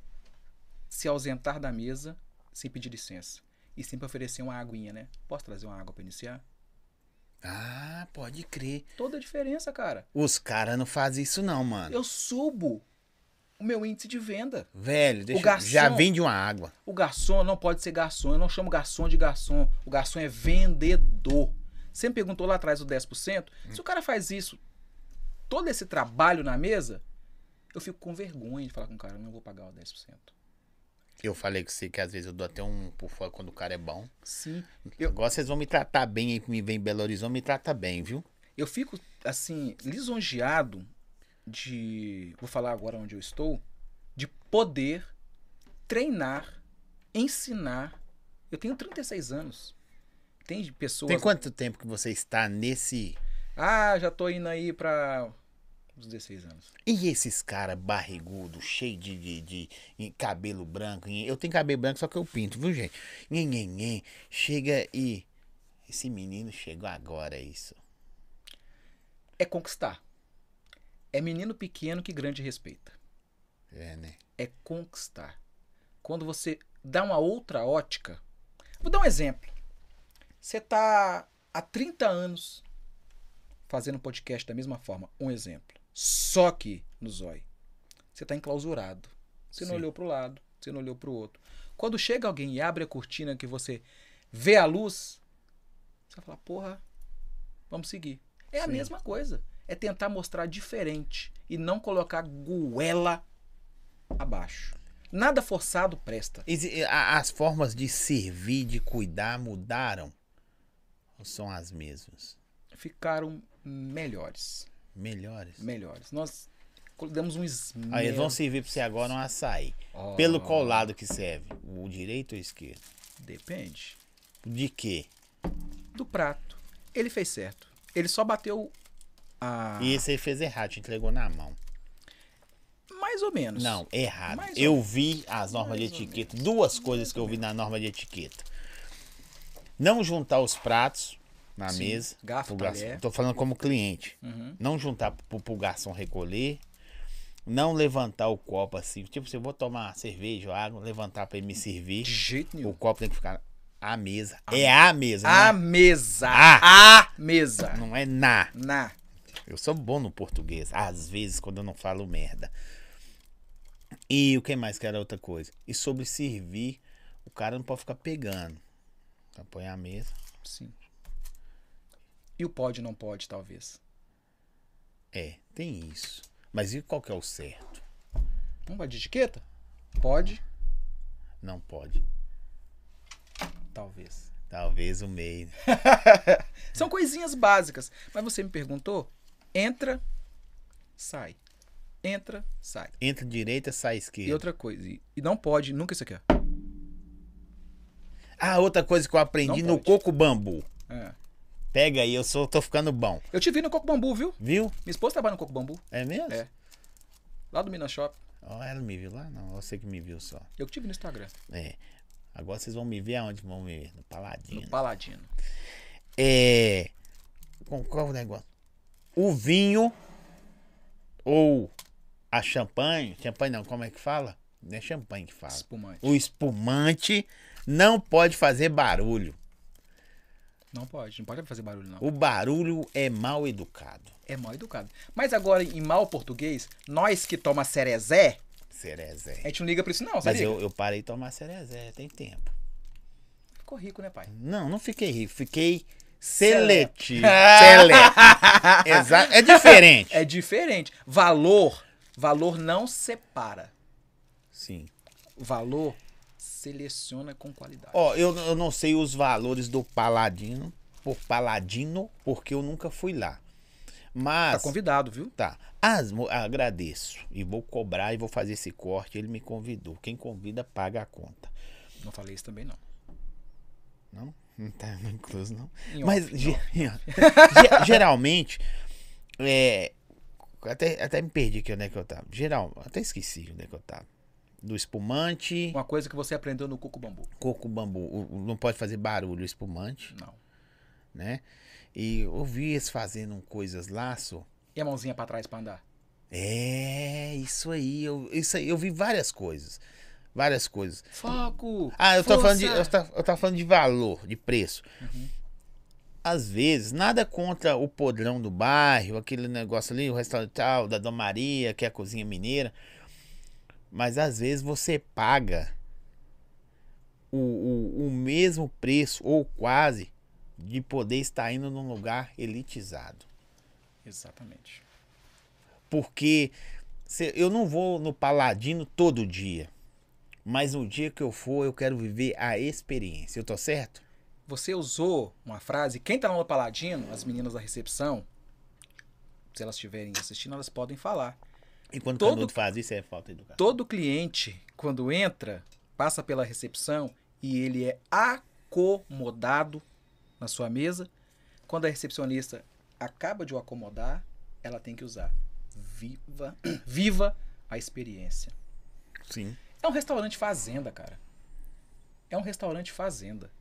Speaker 2: se ausentar da mesa sem pedir licença. E sempre oferecer uma aguinha, né? Posso trazer uma água para iniciar?
Speaker 1: Ah, pode crer.
Speaker 2: Toda a diferença, cara.
Speaker 1: Os caras não fazem isso não, mano.
Speaker 2: Eu subo o meu índice de venda.
Speaker 1: Velho, deixa,
Speaker 2: garçom-
Speaker 1: já vende uma água.
Speaker 2: O garçom não pode ser garçom. Eu não chamo garçom de garçom. O garçom é vendedor. Você me perguntou lá atrás o 10%. Se o cara faz isso, todo esse trabalho na mesa, eu fico com vergonha de falar com o cara, não vou pagar o 10%.
Speaker 1: Eu falei com você que às vezes eu dou até um por fora quando o cara é bom.
Speaker 2: Sim.
Speaker 1: Agora vocês vão me tratar bem aí, que me vem em Belo Horizonte, me trata bem, viu?
Speaker 2: Eu fico, assim, lisonjeado de. Vou falar agora onde eu estou. De poder treinar, ensinar. Eu tenho 36 anos. Tem pessoas.
Speaker 1: Tem quanto tempo que você está nesse...
Speaker 2: Ah, já tô indo aí pra uns 16 anos.
Speaker 1: E esses caras barrigudo, cheio de, de, de- em cabelo branco. em- Eu tenho cabelo branco, só que eu pinto, viu, gente? Nhen, nhen, nhen. Chega e. Esse menino chegou agora, é isso.
Speaker 2: É conquistar. É menino pequeno que grande respeita.
Speaker 1: É, né?
Speaker 2: É conquistar. Quando você dá uma outra ótica. Vou dar um exemplo. Você tá há 30 anos fazendo um podcast da mesma forma. Um exemplo. Só que no Zói. Você tá enclausurado. Você não
Speaker 1: Sim.
Speaker 2: olhou pro lado, você não olhou pro outro. Quando chega alguém e abre a cortina que você vê a luz, você vai falar, porra, vamos seguir. É a
Speaker 1: Sim.
Speaker 2: mesma coisa. É tentar mostrar diferente e não colocar goela abaixo. Nada forçado presta.
Speaker 1: Exi- a- As formas de servir, de cuidar mudaram? Ou são as mesmas?
Speaker 2: Ficaram melhores.
Speaker 1: Melhores?
Speaker 2: Melhores. Nós demos um esmero.
Speaker 1: Aí eles vão servir pra você agora um açaí.
Speaker 2: Ó,
Speaker 1: Pelo qual lado que serve? O direito ou o esquerdo?
Speaker 2: Depende.
Speaker 1: De quê?
Speaker 2: Do prato. Ele fez certo. Ele só bateu a.
Speaker 1: E esse aí fez errado, te entregou na mão.
Speaker 2: Mais ou menos.
Speaker 1: Não, errado.
Speaker 2: Mais um. ou
Speaker 1: eu vi as normas de etiqueta. Duas coisas que eu vi na norma de etiqueta. Não juntar os pratos na
Speaker 2: Sim.
Speaker 1: mesa.
Speaker 2: Garfo,
Speaker 1: pro garçom.
Speaker 2: talher.
Speaker 1: Tô falando como cliente.
Speaker 2: Uhum.
Speaker 1: Não juntar pro, pro garçom recolher. Não levantar o copo assim. Tipo, se eu vou tomar cerveja ou água, levantar pra ele me
Speaker 2: De
Speaker 1: servir.
Speaker 2: jeito nenhum.
Speaker 1: O copo tem que ficar à mesa. É à mesa,
Speaker 2: A
Speaker 1: não,
Speaker 2: mesa.
Speaker 1: Ah.
Speaker 2: A mesa.
Speaker 1: é, não é na.
Speaker 2: Na.
Speaker 1: Eu sou bom no português, às vezes, quando eu não falo merda. E o que mais que era outra coisa? E sobre servir, o cara não pode ficar pegando. Então, Põe a mesa.
Speaker 2: Sim. E o pode não pode, talvez.
Speaker 1: É, tem isso. Mas e qual que é o certo?
Speaker 2: Vamos para de etiqueta? Pode,
Speaker 1: Não pode.
Speaker 2: talvez.
Speaker 1: Talvez o meio.
Speaker 2: São coisinhas básicas. Mas você me perguntou, entra, sai. Entra, sai.
Speaker 1: Entra direita, sai
Speaker 2: E
Speaker 1: esquerda.
Speaker 2: outra coisa, e e não pode, nunca isso aqui, ó.
Speaker 1: Ah, outra coisa que eu aprendi
Speaker 2: Não
Speaker 1: no
Speaker 2: pode.
Speaker 1: coco bambu.
Speaker 2: É.
Speaker 1: Pega aí, eu sou, tô ficando bom.
Speaker 2: Eu te vi no Coco Bambu, viu?
Speaker 1: Viu?
Speaker 2: Minha esposa trabalha no Coco Bambu,
Speaker 1: É mesmo?
Speaker 2: É. lá do Minas Shop.
Speaker 1: Ó, ela não me viu lá? Não, você que me viu só.
Speaker 2: Eu que te vi no Instagram,
Speaker 1: É. Agora vocês vão me ver aonde vão me ver? No Paladino.
Speaker 2: no Paladino.
Speaker 1: É. com- Qual é o negócio? O vinho ou a champanhe. Champanhe não, como é que fala? Não é champanhe que fala.
Speaker 2: Espumante.
Speaker 1: O espumante não pode fazer barulho.
Speaker 2: Não pode, não pode fazer barulho, não.
Speaker 1: O barulho é mal educado.
Speaker 2: É mal educado. Mas agora, em mau português, nós que toma cerezé,
Speaker 1: Cerezé.
Speaker 2: a gente não liga pra isso, não. Você
Speaker 1: Mas
Speaker 2: liga?
Speaker 1: eu, eu parei de tomar cerezé, tem tempo.
Speaker 2: Ficou rico, né, pai?
Speaker 1: Não, não fiquei rico, fiquei seletivo. Seletivo. Exa- É diferente.
Speaker 2: É diferente. Valor, valor não separa.
Speaker 1: Sim.
Speaker 2: Valor seleciona com qualidade.
Speaker 1: Ó, eu, eu não sei os valores do Paladino, por Paladino, porque eu nunca fui lá.
Speaker 2: Tá
Speaker 1: Mas,
Speaker 2: convidado, viu?
Speaker 1: tá. As mo- agradeço. E vou cobrar e vou fazer esse corte. Ele me convidou. Quem convida, paga a conta.
Speaker 2: Não falei isso também, não.
Speaker 1: Não? Não tá incluso, não.
Speaker 2: Em
Speaker 1: Mas
Speaker 2: off,
Speaker 1: ge-
Speaker 2: não.
Speaker 1: ge- geralmente. É, até, até me perdi aqui onde é que eu tava. Geral, até esqueci onde é que eu tava. Do espumante,
Speaker 2: Uma coisa que você aprendeu no Cuco Bambu.
Speaker 1: coco bambu. O- o- Não pode fazer barulho, o espumante,
Speaker 2: Não.
Speaker 1: né? E eu vi eles fazendo coisas lá, só.
Speaker 2: E a mãozinha pra trás pra andar?
Speaker 1: É, isso aí. Eu, isso aí, eu vi várias coisas. Várias coisas.
Speaker 2: Foco!
Speaker 1: Ah, eu tô falando de,
Speaker 2: força!
Speaker 1: eu tá- eu tava falando de valor, de preço. Às vezes, nada contra o podrão do bairro, aquele negócio ali, o restaurante tal, da Dona Maria, que é a cozinha mineira. Mas às vezes você paga o, o, o mesmo preço, ou quase, de poder estar indo num lugar elitizado.
Speaker 2: Exatamente.
Speaker 1: Porque cê- eu não vou no Paladino todo dia. Mas no dia que eu for, eu quero viver a experiência. Eu tô certo?
Speaker 2: Você usou uma frase. Quem tá lá no Paladino, as meninas da recepção, se elas estiverem assistindo, elas podem falar.
Speaker 1: E quando
Speaker 2: Todo-
Speaker 1: o Canudo faz isso, é falta de educação.
Speaker 2: Todo cliente, quando entra, passa pela recepção e ele é acomodado na sua mesa. Quando a recepcionista acaba de o acomodar, ela tem que usar. Viva, viva a experiência.
Speaker 1: Sim.
Speaker 2: É um restaurante fazenda, cara. É um restaurante fazenda.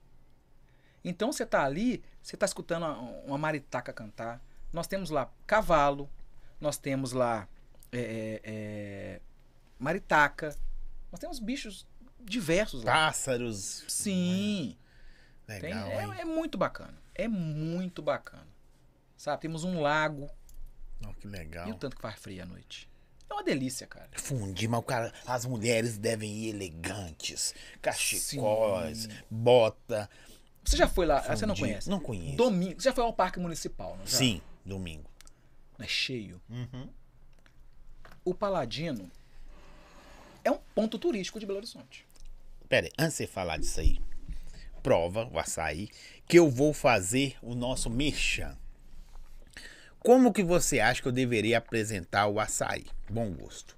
Speaker 2: Então você tá ali, você tá escutando uma, uma maritaca cantar. Nós temos lá cavalo, nós temos lá é, é, é, maritaca, nós temos bichos diversos lá.
Speaker 1: Pássaros.
Speaker 2: Sim, tem-
Speaker 1: Tá. Legal,
Speaker 2: é-
Speaker 1: hein?
Speaker 2: é muito bacana. É muito bacana. Sabe, temos um lago.
Speaker 1: Não, que legal.
Speaker 2: E o tanto que faz frio à noite. É uma delícia, cara.
Speaker 1: Fundir, mas o cara, as mulheres devem ir elegantes. Cachecóis,
Speaker 2: Sim.
Speaker 1: bota.
Speaker 2: Você já foi lá, ah, você não
Speaker 1: fundir.
Speaker 2: conhece?
Speaker 1: um Não conheço.
Speaker 2: Domingo, você já foi ao Parque Municipal, não já?
Speaker 1: Sim, domingo.
Speaker 2: É cheio.
Speaker 1: Uhum.
Speaker 2: o Paladino é um ponto turístico de Belo Horizonte.
Speaker 1: Pera aí, antes de você falar disso aí, prova o açaí que eu vou fazer o nosso merchan. Como que você acha que eu deveria apresentar o açaí? Bom gosto.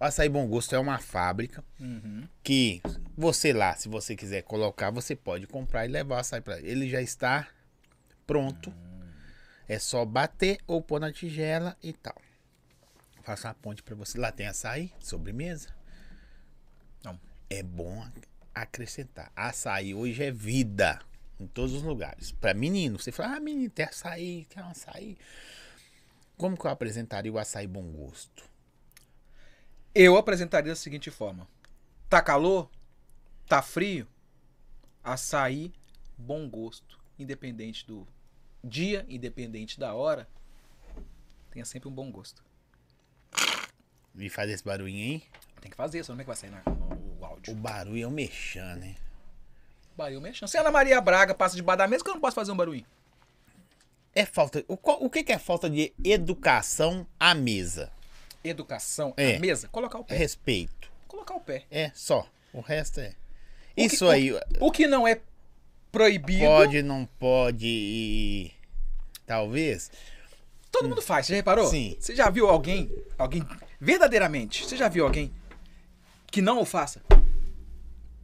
Speaker 1: O açaí Bom Gosto é uma fábrica Uhum. que você lá, se você quiser colocar, você pode comprar e levar o açaí para ele. já está pronto. É só bater ou pôr na tigela e tal. Faço uma ponte para você. Lá tem açaí, sobremesa.
Speaker 2: Não.
Speaker 1: É bom acrescentar. Açaí hoje é vida em todos os lugares. Para menino, você fala, ah, menino, tem açaí, tem um açaí. Como que eu apresentaria o açaí bom gosto?
Speaker 2: Eu apresentaria da seguinte forma: tá calor, tá frio, açaí, bom gosto, independente do dia, independente da hora, tenha sempre um bom gosto.
Speaker 1: E fazer esse barulhinho aí?
Speaker 2: Tem que fazer, senão como é que vai sair na- no, o
Speaker 1: O
Speaker 2: áudio?
Speaker 1: barulho é o mexã, né?
Speaker 2: Barulho mexendo. Se a Ana Maria Braga passa debaixo da mesa, que eu não posso fazer um barulhinho.
Speaker 1: É falta. O, qual- o que, que é falta de educação à mesa?
Speaker 2: Educação,
Speaker 1: É.
Speaker 2: a mesa, colocar o
Speaker 1: É
Speaker 2: pé.
Speaker 1: respeito.
Speaker 2: Colocar o pé.
Speaker 1: É só. O resto é.
Speaker 2: que-
Speaker 1: Isso
Speaker 2: o-
Speaker 1: aí
Speaker 2: O que não é proibido,
Speaker 1: pode, não pode e. Talvez.
Speaker 2: Todo mundo faz, você já reparou?
Speaker 1: Sim.
Speaker 2: Você já viu alguém, alguém, verdadeiramente, você já viu alguém que não o faça?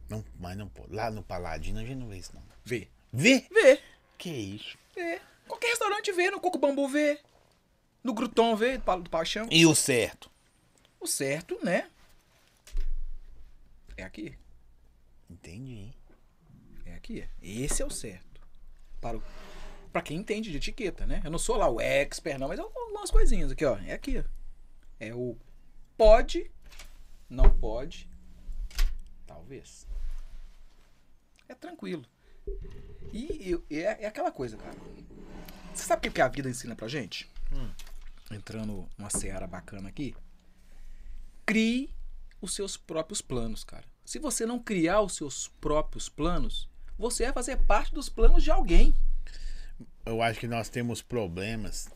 Speaker 1: Não, mas não pode. Lá no Paladino a gente não vê isso, não.
Speaker 2: Vê.
Speaker 1: Vê?
Speaker 2: Vê,
Speaker 1: Que isso?
Speaker 2: vê. Qualquer restaurante vê, no Coco Bambu vê, no Gruton vê, do, pa- do Paixão.
Speaker 1: E o certo?
Speaker 2: O certo, né? É aqui,
Speaker 1: Entendi.
Speaker 2: é aqui. Esse é o certo. Para, o, para quem entende de etiqueta, né? Eu não sou lá o expert não, mas eu dou umas coisinhas aqui, ó. É aqui, ó. É o pode, não pode,
Speaker 1: talvez.
Speaker 2: É tranquilo. E, eu- e é, é aquela coisa, cara. Você sabe o que que a vida ensina pra gente? Entrando numa seara bacana aqui. Crie os seus próprios planos, cara. Se você não criar os seus próprios planos, você vai fazer parte dos planos de alguém.
Speaker 1: Eu acho que nós temos problemas.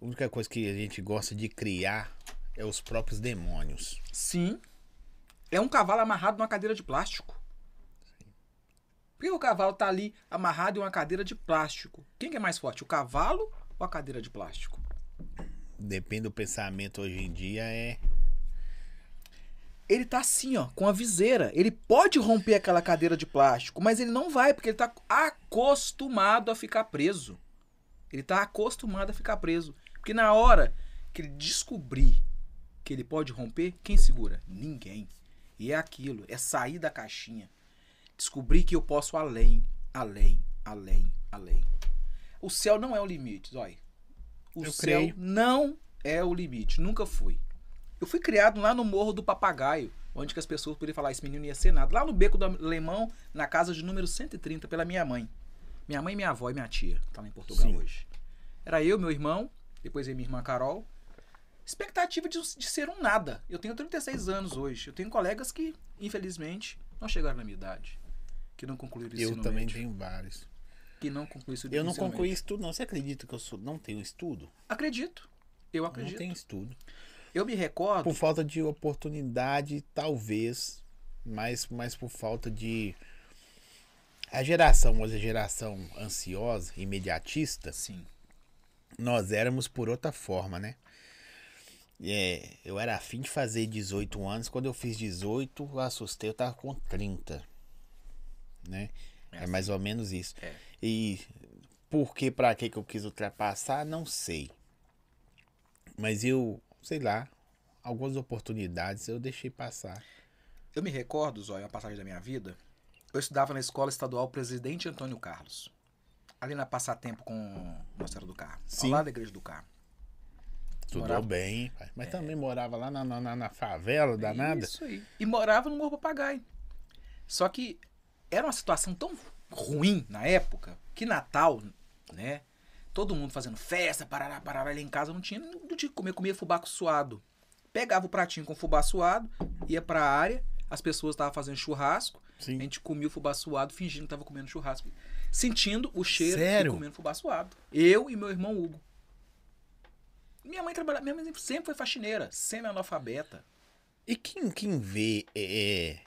Speaker 1: A única coisa que a gente gosta de criar é os próprios demônios.
Speaker 2: Sim. É um cavalo amarrado numa cadeira de plástico. Por que o cavalo tá ali amarrado em uma cadeira de plástico? Quem que é mais forte, o cavalo ou a cadeira de plástico?
Speaker 1: Depende do pensamento hoje em dia, é.
Speaker 2: Ele tá assim, ó, com a viseira. Ele pode romper aquela cadeira de plástico, mas ele não vai, porque ele tá acostumado a ficar preso. Ele tá acostumado a ficar preso. Porque na hora que ele descobrir que ele pode romper, quem segura? Ninguém. E é aquilo, é sair da caixinha. Descobrir que eu posso além, além, além, além. O céu não é o limite, olha. O
Speaker 1: Eu
Speaker 2: céu
Speaker 1: creio.
Speaker 2: não é o limite, nunca foi. Eu fui criado lá no Morro do Papagaio, onde que as pessoas podiam falar, esse menino ia ser nada. Lá no Beco do Alemão, na casa de número 130, pela minha mãe. Minha mãe, minha avó e minha tia, que tá lá em Portugal
Speaker 1: Sim.
Speaker 2: hoje. Era eu, meu irmão, depois veio minha irmã Carol. Expectativa de, de ser um nada. Eu tenho 36 anos hoje. Eu tenho colegas que, infelizmente, não chegaram na minha idade. Que não concluíram o
Speaker 1: Eu
Speaker 2: ensino
Speaker 1: também
Speaker 2: médio,
Speaker 1: tenho vários.
Speaker 2: Que não concluíram o ensino
Speaker 1: Eu não
Speaker 2: médio.
Speaker 1: concluí estudo, não. Você acredita que eu sou- não tenho estudo?
Speaker 2: Acredito. Eu
Speaker 1: Eu Não
Speaker 2: acredito.
Speaker 1: tenho estudo.
Speaker 2: Eu me recordo...
Speaker 1: Por falta de oportunidade, talvez, mas, mas por falta de. A geração, hoje a geração ansiosa, imediatista,
Speaker 2: Sim.
Speaker 1: nós éramos por outra forma, né? É, eu era afim de fazer 18 anos, quando eu fiz 18, eu assustei, eu tava com 30. Né? É mais ou menos isso.
Speaker 2: É.
Speaker 1: E por que, pra que que eu quis ultrapassar, não sei. Mas eu, sei lá, algumas oportunidades eu deixei passar.
Speaker 2: Eu me recordo, Zóia, uma passagem da minha vida. Eu estudava na escola estadual Presidente Antônio Carlos. Ali na Passatempo com Nossa Senhora do Carmo. ao
Speaker 1: Sim.
Speaker 2: lado da Igreja do Carmo.
Speaker 1: Estudou
Speaker 2: Morava-
Speaker 1: bem, hein, pai? mas também morava lá na, na, na- na favela danada.
Speaker 2: É Isso aí. E morava no Morro Papagaio. Só que era uma situação tão ruim na época que Natal, né? Todo mundo fazendo festa, parará, parará, ali em casa não tinha, não tinha o que comer, comia fubá suado. Pegava o pratinho com fubá suado, ia pra área, as pessoas estavam fazendo churrasco, a
Speaker 1: Sim.
Speaker 2: gente comia o fubá suado fingindo que tava comendo churrasco, sentindo o cheiro
Speaker 1: Sério?
Speaker 2: e comendo fubá suado. Eu e meu irmão Hugo. Minha mãe trabalhava, minha mãe sempre foi faxineira, semi-analfabeta.
Speaker 1: E quem, quem vê é, é,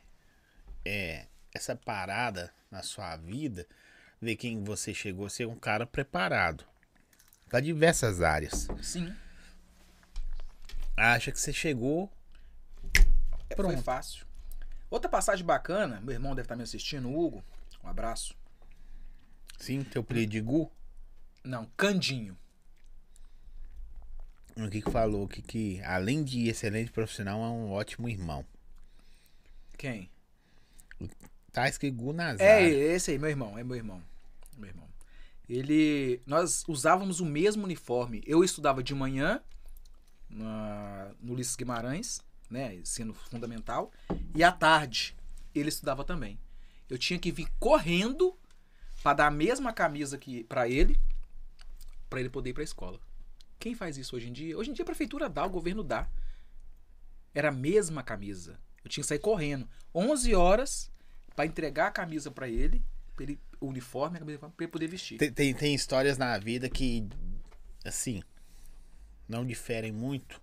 Speaker 1: é, essa parada na sua vida, vê quem você chegou a ser um cara preparado para diversas áreas.
Speaker 2: Sim.
Speaker 1: Acha que você chegou.
Speaker 2: É,
Speaker 1: Pronto.
Speaker 2: Foi fácil. Outra passagem bacana, meu irmão deve estar me assistindo, o Hugo. Um abraço.
Speaker 1: Sim, teu predigu.
Speaker 2: Não, Candinho.
Speaker 1: O que, que falou que, que, além de excelente profissional, é um ótimo irmão.
Speaker 2: Quem?
Speaker 1: Tá escrito Gu Nazar.
Speaker 2: É, esse aí, meu irmão, é meu irmão. Meu irmão. Ele. Nós usávamos o mesmo uniforme. Eu estudava de manhã na, no Ulisses Guimarães, né? Ensino fundamental. E à tarde ele estudava também. Eu tinha que vir correndo pra dar a mesma camisa que para ele, pra ele poder ir pra escola. Quem faz isso hoje em dia? Hoje em dia a prefeitura dá, o governo dá. Era a mesma camisa. Eu tinha que sair correndo. 11 horas Pra entregar a camisa pra ele, pra ele o uniforme, a camisa pra ele poder vestir.
Speaker 1: Tem, tem, tem histórias na vida que, assim, não diferem muito.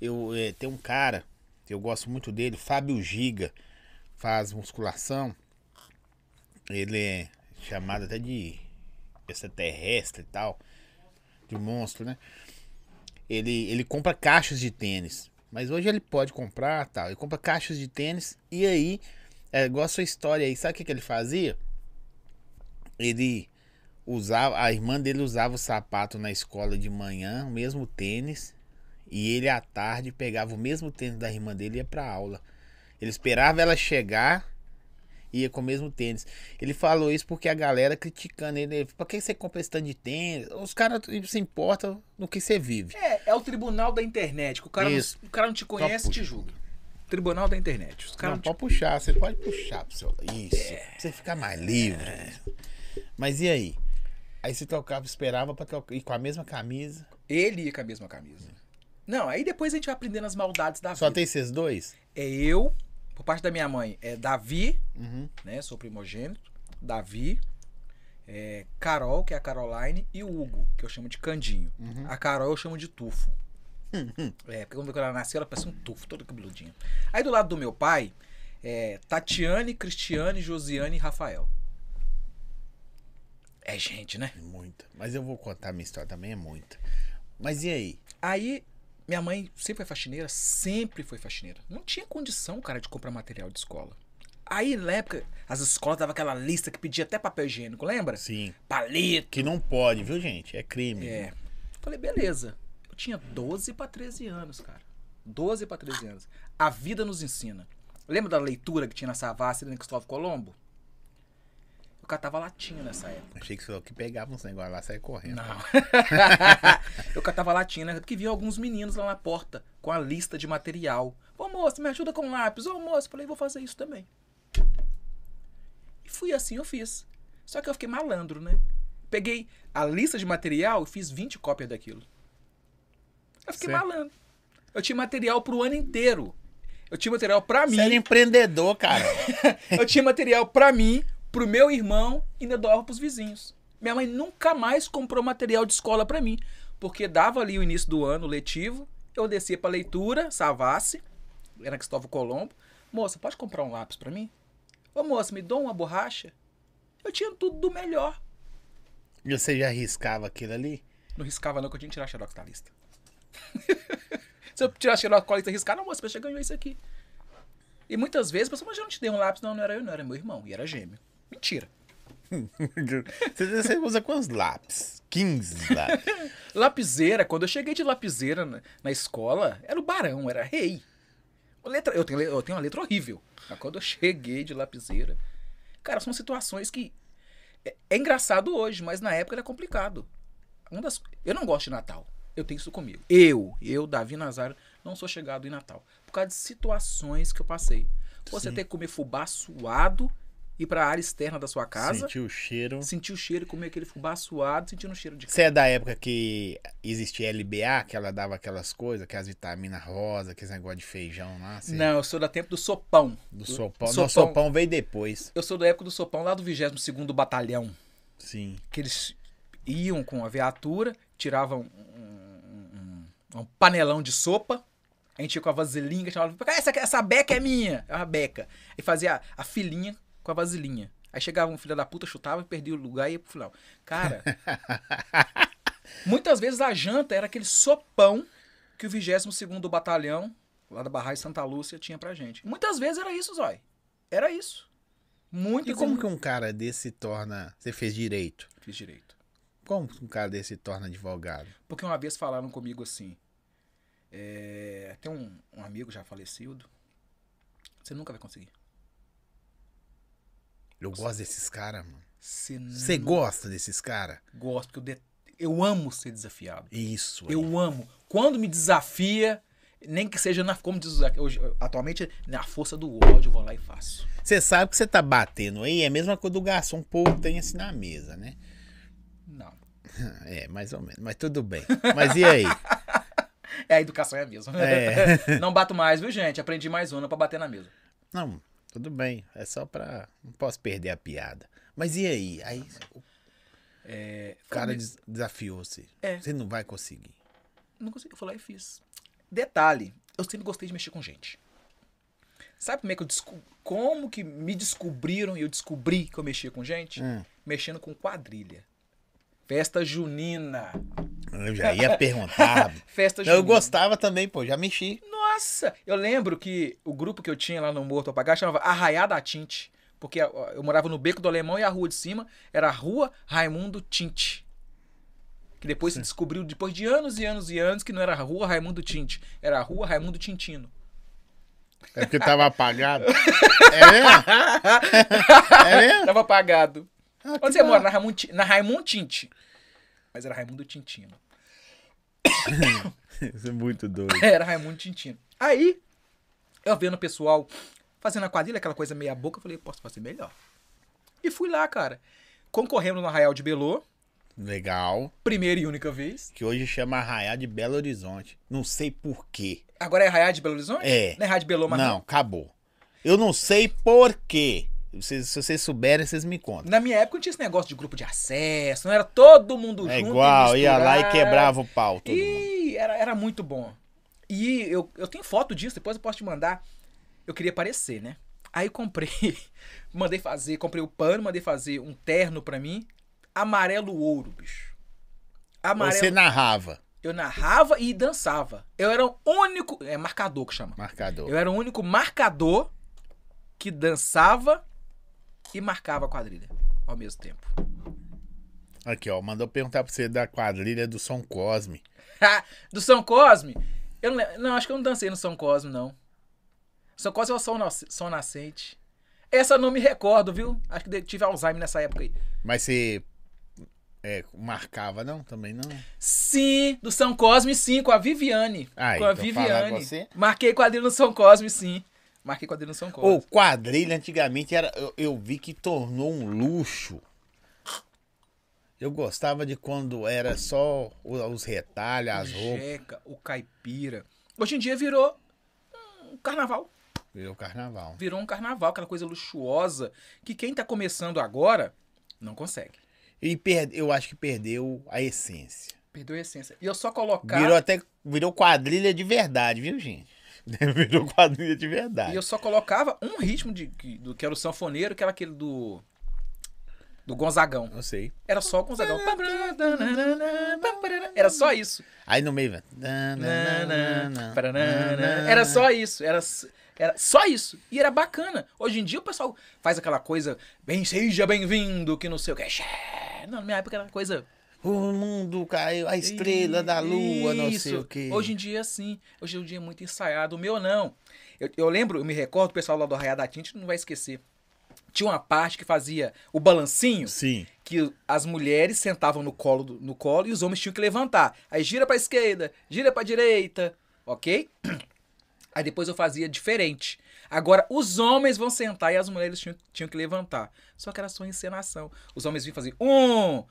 Speaker 1: Eu eh, Tem um cara, eu gosto muito dele, Fábio Giga, faz musculação. Ele é chamado até de extraterrestre e tal, de monstro, né? Ele, ele compra caixas de tênis, mas hoje ele pode comprar tal. Ele compra caixas de tênis e aí, é igual a sua história aí, sabe o que, que ele fazia? Ele usava, a irmã dele usava o sapato na escola de manhã, o mesmo tênis, e ele à tarde pegava o mesmo tênis da irmã dele e ia pra aula. Ele esperava ela chegar e ia com o mesmo tênis. Ele falou isso porque a galera criticando ele, ele pra que você compra esse tanto de tênis? Os caras se importam no que você vive.
Speaker 2: É, é o tribunal da internet, que o cara,
Speaker 1: Isso.
Speaker 2: não, o cara não te conhece,
Speaker 1: Só puxa.
Speaker 2: te julga. Tribunal da internet. Os caras.
Speaker 1: não, pode puxar, você pode puxar pro seu Isso.
Speaker 2: É.
Speaker 1: Pra você ficar mais livre. Mas e aí? Aí você trocava, esperava pra trocar, ir com a mesma camisa.
Speaker 2: Ele ia com a mesma camisa. Não, aí depois a gente vai aprendendo as maldades da
Speaker 1: Só
Speaker 2: vida.
Speaker 1: tem esses dois?
Speaker 2: É eu, por parte da minha mãe, é Davi,
Speaker 1: Uhum.
Speaker 2: né? Sou primogênito. Davi, é Carol, que é a Caroline, e o Hugo, que eu chamo de Candinho.
Speaker 1: Uhum.
Speaker 2: A Carol eu chamo de Tufo. É, porque quando ela nasceu, ela parecia um tufo, toda cabeludinha. Aí do lado do meu pai, é Tatiane, Cristiane, Josiane e Rafael. É gente, né?
Speaker 1: Muita. Mas eu vou contar minha história também, é muita. Mas e aí?
Speaker 2: Aí, minha mãe sempre foi faxineira, sempre foi faxineira. Não tinha condição, cara, de comprar material de escola. Aí, na época, as escolas davam aquela lista que pedia até papel higiênico, lembra?
Speaker 1: Sim.
Speaker 2: Palito.
Speaker 1: Que não pode, viu, gente? É crime.
Speaker 2: É. Falei, beleza. Eu tinha 12 pra 13 anos, cara. 12 pra 13 anos. A vida nos ensina. Lembra da leitura que tinha na Savassi e na Cristóvão Colombo? Eu catava latinha nessa época.
Speaker 1: Achei que você falou que pegava uns negócios lá e saia correndo.
Speaker 2: Não. eu catava latinha, né? Porque vi alguns meninos lá na porta com a lista de material. Ô moço, me ajuda com lápis. Ô moço, falei, vou fazer isso também. E fui assim, eu fiz. Só que eu fiquei malandro, né? Peguei a lista de material e fiz 20 cópias daquilo. Eu fiquei
Speaker 1: Certo.
Speaker 2: malandro. Eu tinha material pro ano inteiro. Eu tinha material pra mim.
Speaker 1: Você era empreendedor, cara.
Speaker 2: Eu tinha material pra mim, pro meu irmão e ainda doava pros vizinhos. Minha mãe nunca mais comprou material de escola pra mim, porque dava ali o início do ano letivo, eu descia pra leitura, Savassi, era Cristóvão Colombo. Moça, pode comprar um lápis pra mim? Ô moça, me dou uma borracha? Eu tinha tudo do melhor.
Speaker 1: E você já arriscava aquilo ali?
Speaker 2: Não riscava não, que eu tinha que tirar xerox da lista. Se eu tirar xerox da lista e riscar, não, moça, você ganhou isso aqui. E muitas vezes, a pessoa, mas eu não te dei um lápis. Não, não era eu, não, era meu irmão. E era gêmeo. Mentira.
Speaker 1: você, você usa quantos lápis? 15 lápis.
Speaker 2: Lapiseira, quando eu cheguei de lapiseira na, na escola, era o barão, era rei. Uma Letra, eu, tenho, le- eu tenho uma letra horrível. Mas quando eu cheguei de lapiseira. Cara, são situações que. É, é engraçado hoje, mas na época era complicado. Uma das, eu não gosto de Natal. Eu tenho isso comigo. Eu, eu, Davi Nazário, não sou chegado em Natal. Por causa de situações que eu passei. Pô, Você
Speaker 1: Sim.
Speaker 2: ter que comer fubá suado, ir pra área externa da sua casa,
Speaker 1: Sentiu o cheiro.
Speaker 2: sentir o cheiro e comer aquele fubá suado, sentindo o cheiro de
Speaker 1: Você é da época que existia LBA, que ela dava aquelas coisas, que as vitaminas rosa, aqueles negócio de feijão lá, assim,
Speaker 2: Não, eu sou da tempo do sopão.
Speaker 1: do sopão.
Speaker 2: Sopão.
Speaker 1: Não, sopão veio depois.
Speaker 2: Eu sou da época do sopão lá do 22º Batalhão,
Speaker 1: Sim.
Speaker 2: que eles iam com a viatura, tiravam um, um- um panelão de sopa, a gente ia com a vaselinha, chamava, "Ah, essa, essa beca é minha, é uma beca. E fazia a, a filinha com a vaselinha. Aí chegava um filho da puta, chutava, perdia o lugar e ia pro final. Cara, muitas vezes a janta era aquele sopão que o 22º Batalhão, lá da Barragem Santa Lúcia, tinha pra gente. Muitas vezes era isso, Zói. Era isso. Muito
Speaker 1: E como que um cara desse se torna. Você fez direito?
Speaker 2: Fiz direito.
Speaker 1: Como que um cara desse se torna advogado?
Speaker 2: Porque uma vez falaram comigo assim. É, tem um, um amigo já falecido. Você nunca vai conseguir.
Speaker 1: Eu gosto desses caras, mano.
Speaker 2: Você
Speaker 1: Você
Speaker 2: não
Speaker 1: gosta desses caras?
Speaker 2: gosta, porque eu, det- eu amo ser desafiado.
Speaker 1: Isso. é. aí.
Speaker 2: Eu amo. Quando me desafia, nem que seja na. Como diz hoje, atualmente, na força do ódio, eu vou lá e faço.
Speaker 1: Você sabe que você tá batendo aí, é a mesma coisa do garçom pouco tem assim na mesa, né?
Speaker 2: Não.
Speaker 1: É, mais ou menos. Mas tudo bem. Mas e aí?
Speaker 2: É, a educação é a mesma.
Speaker 1: É.
Speaker 2: não bato mais, viu, gente? Aprendi mais uma pra bater na mesa.
Speaker 1: Não, tudo bem. É só pra. Não posso perder a piada. Mas e aí? Aí o
Speaker 2: É, foi
Speaker 1: cara
Speaker 2: um-
Speaker 1: des- desafiou você.
Speaker 2: É.
Speaker 1: Você não vai conseguir.
Speaker 2: Não consegui. Eu fui lá e fiz. Detalhe, eu sempre gostei de mexer com gente. Sabe como é que eu desco- como que me descobriram e eu descobri que eu mexia com gente?
Speaker 1: Hum.
Speaker 2: Mexendo com quadrilha. Festa junina.
Speaker 1: Eu já ia perguntar.
Speaker 2: Festa junina.
Speaker 1: eu gostava também, pô. Já mexi.
Speaker 2: Nossa! Eu lembro que o grupo que eu tinha lá no Morto Apagar chamava Arraiá da Tinte. Porque a- a- eu morava no Beco do Alemão e a rua de cima era a Rua Raimundo Tinte. Que depois se descobriu, depois de anos e anos e anos, que não era a Rua Raimundo Tinte, era a Rua Raimundo Tintino.
Speaker 1: É porque tava apagado. É mesmo? É mesmo?
Speaker 2: Tava apagado.
Speaker 1: Ah, que
Speaker 2: Onde você
Speaker 1: da-
Speaker 2: mora? Na Raimundo, Ti- na Raimundo Tinte. Mas era Raimundo Tintino.
Speaker 1: Isso é muito doido.
Speaker 2: Era Raimundo Tintino. Aí, Eu vendo o pessoal fazendo a quadrilha, aquela coisa meia boca, eu falei, posso fazer melhor. E fui lá, cara. Concorremos no Arraial de Belô,
Speaker 1: Legal.
Speaker 2: primeira e única vez.
Speaker 1: Que hoje chama Arraiá de Belo Horizonte. Não sei por quê.
Speaker 2: Agora é Arraial de Belo Horizonte?
Speaker 1: É.
Speaker 2: Não é Arraial de Belô, mas
Speaker 1: Não, acabou. Eu não sei por quê. Vocês- se vocês souberem, vocês me contam.
Speaker 2: Na minha época não tinha esse negócio de grupo de acesso, não era todo mundo
Speaker 1: É
Speaker 2: junto. e
Speaker 1: igual, ia lá e
Speaker 2: misturado.
Speaker 1: quebrava o pau todo mundo.
Speaker 2: Ih, era, era muito bom. E eu, eu tenho foto disso, depois eu posso te mandar. Eu queria aparecer, né? Aí comprei, mandei fazer, comprei o pano, mandei fazer um terno pra mim, amarelo ouro, bicho. Amarelo.
Speaker 1: Você narrava,
Speaker 2: Eu narrava e dançava. Eu era o único. É marcador que chama.
Speaker 1: marcador.
Speaker 2: Eu era o único marcador que dançava e marcava a quadrilha ao mesmo tempo.
Speaker 1: Aqui, ó, mandou perguntar pra você da quadrilha do Som Cosme.
Speaker 2: Ha! do São Cosme? Eu não, lembro- não, acho que eu não dancei no São Cosme, não. São Cosme é o Sol, Nas- Sol Nascente. Essa eu não me recordo, viu? Acho que de- tive Alzheimer nessa época aí.
Speaker 1: Mas você é, marcava, não? Também não?
Speaker 2: Sim, do São Cosme, sim, com a Viviane.
Speaker 1: Ah,
Speaker 2: com a
Speaker 1: então fala
Speaker 2: Viviane.
Speaker 1: você.
Speaker 2: Marquei quadrilha no São Cosme, sim. Marquei quadrilha no São Cosme.
Speaker 1: Ou quadrilha, antigamente era, eu, eu vi que tornou um luxo. Eu gostava de quando era só o- os retalhos,
Speaker 2: o
Speaker 1: as roupas.
Speaker 2: Jeca, o Caipira. Hoje em dia virou um carnaval.
Speaker 1: Virou carnaval.
Speaker 2: Virou um carnaval, aquela coisa luxuosa que quem tá começando agora não consegue.
Speaker 1: E perde, eu acho que perdeu a essência.
Speaker 2: Perdeu a essência. E eu só colocar.
Speaker 1: Virou até. Virou quadrilha de verdade, viu, gente? Virou quadrilha de
Speaker 2: E
Speaker 1: verdade.
Speaker 2: eu só colocava um ritmo de, que- do que era o sanfoneiro, que era aquele do. Do Gonzagão.
Speaker 1: Não sei.
Speaker 2: Era só o Gonzagão. Era só isso.
Speaker 1: Aí no meio, velho.
Speaker 2: Era só isso. Era, s- era só isso. E era bacana. Hoje em dia o pessoal faz aquela coisa. Bem, seja bem-vindo, que não sei o que. Não, na minha época era coisa.
Speaker 1: O mundo caiu, a estrela da lua, não sei o
Speaker 2: Isso.
Speaker 1: quê.
Speaker 2: Hoje em dia, sim. Hoje em dia é muito ensaiado. O meu, não. Eu, eu lembro, eu me recordo, o pessoal lá do Arraiá da Tinta não vai esquecer. Tinha uma parte que fazia o balancinho,
Speaker 1: Sim.
Speaker 2: que as mulheres sentavam no colo, do- no colo e os homens tinham que levantar. Aí gira pra esquerda, gira pra direita, ok? Aí depois eu fazia diferente. Agora, os homens vão sentar e as mulheres tinham, tinham que levantar. Só que era só encenação. Os homens vinham fazer um,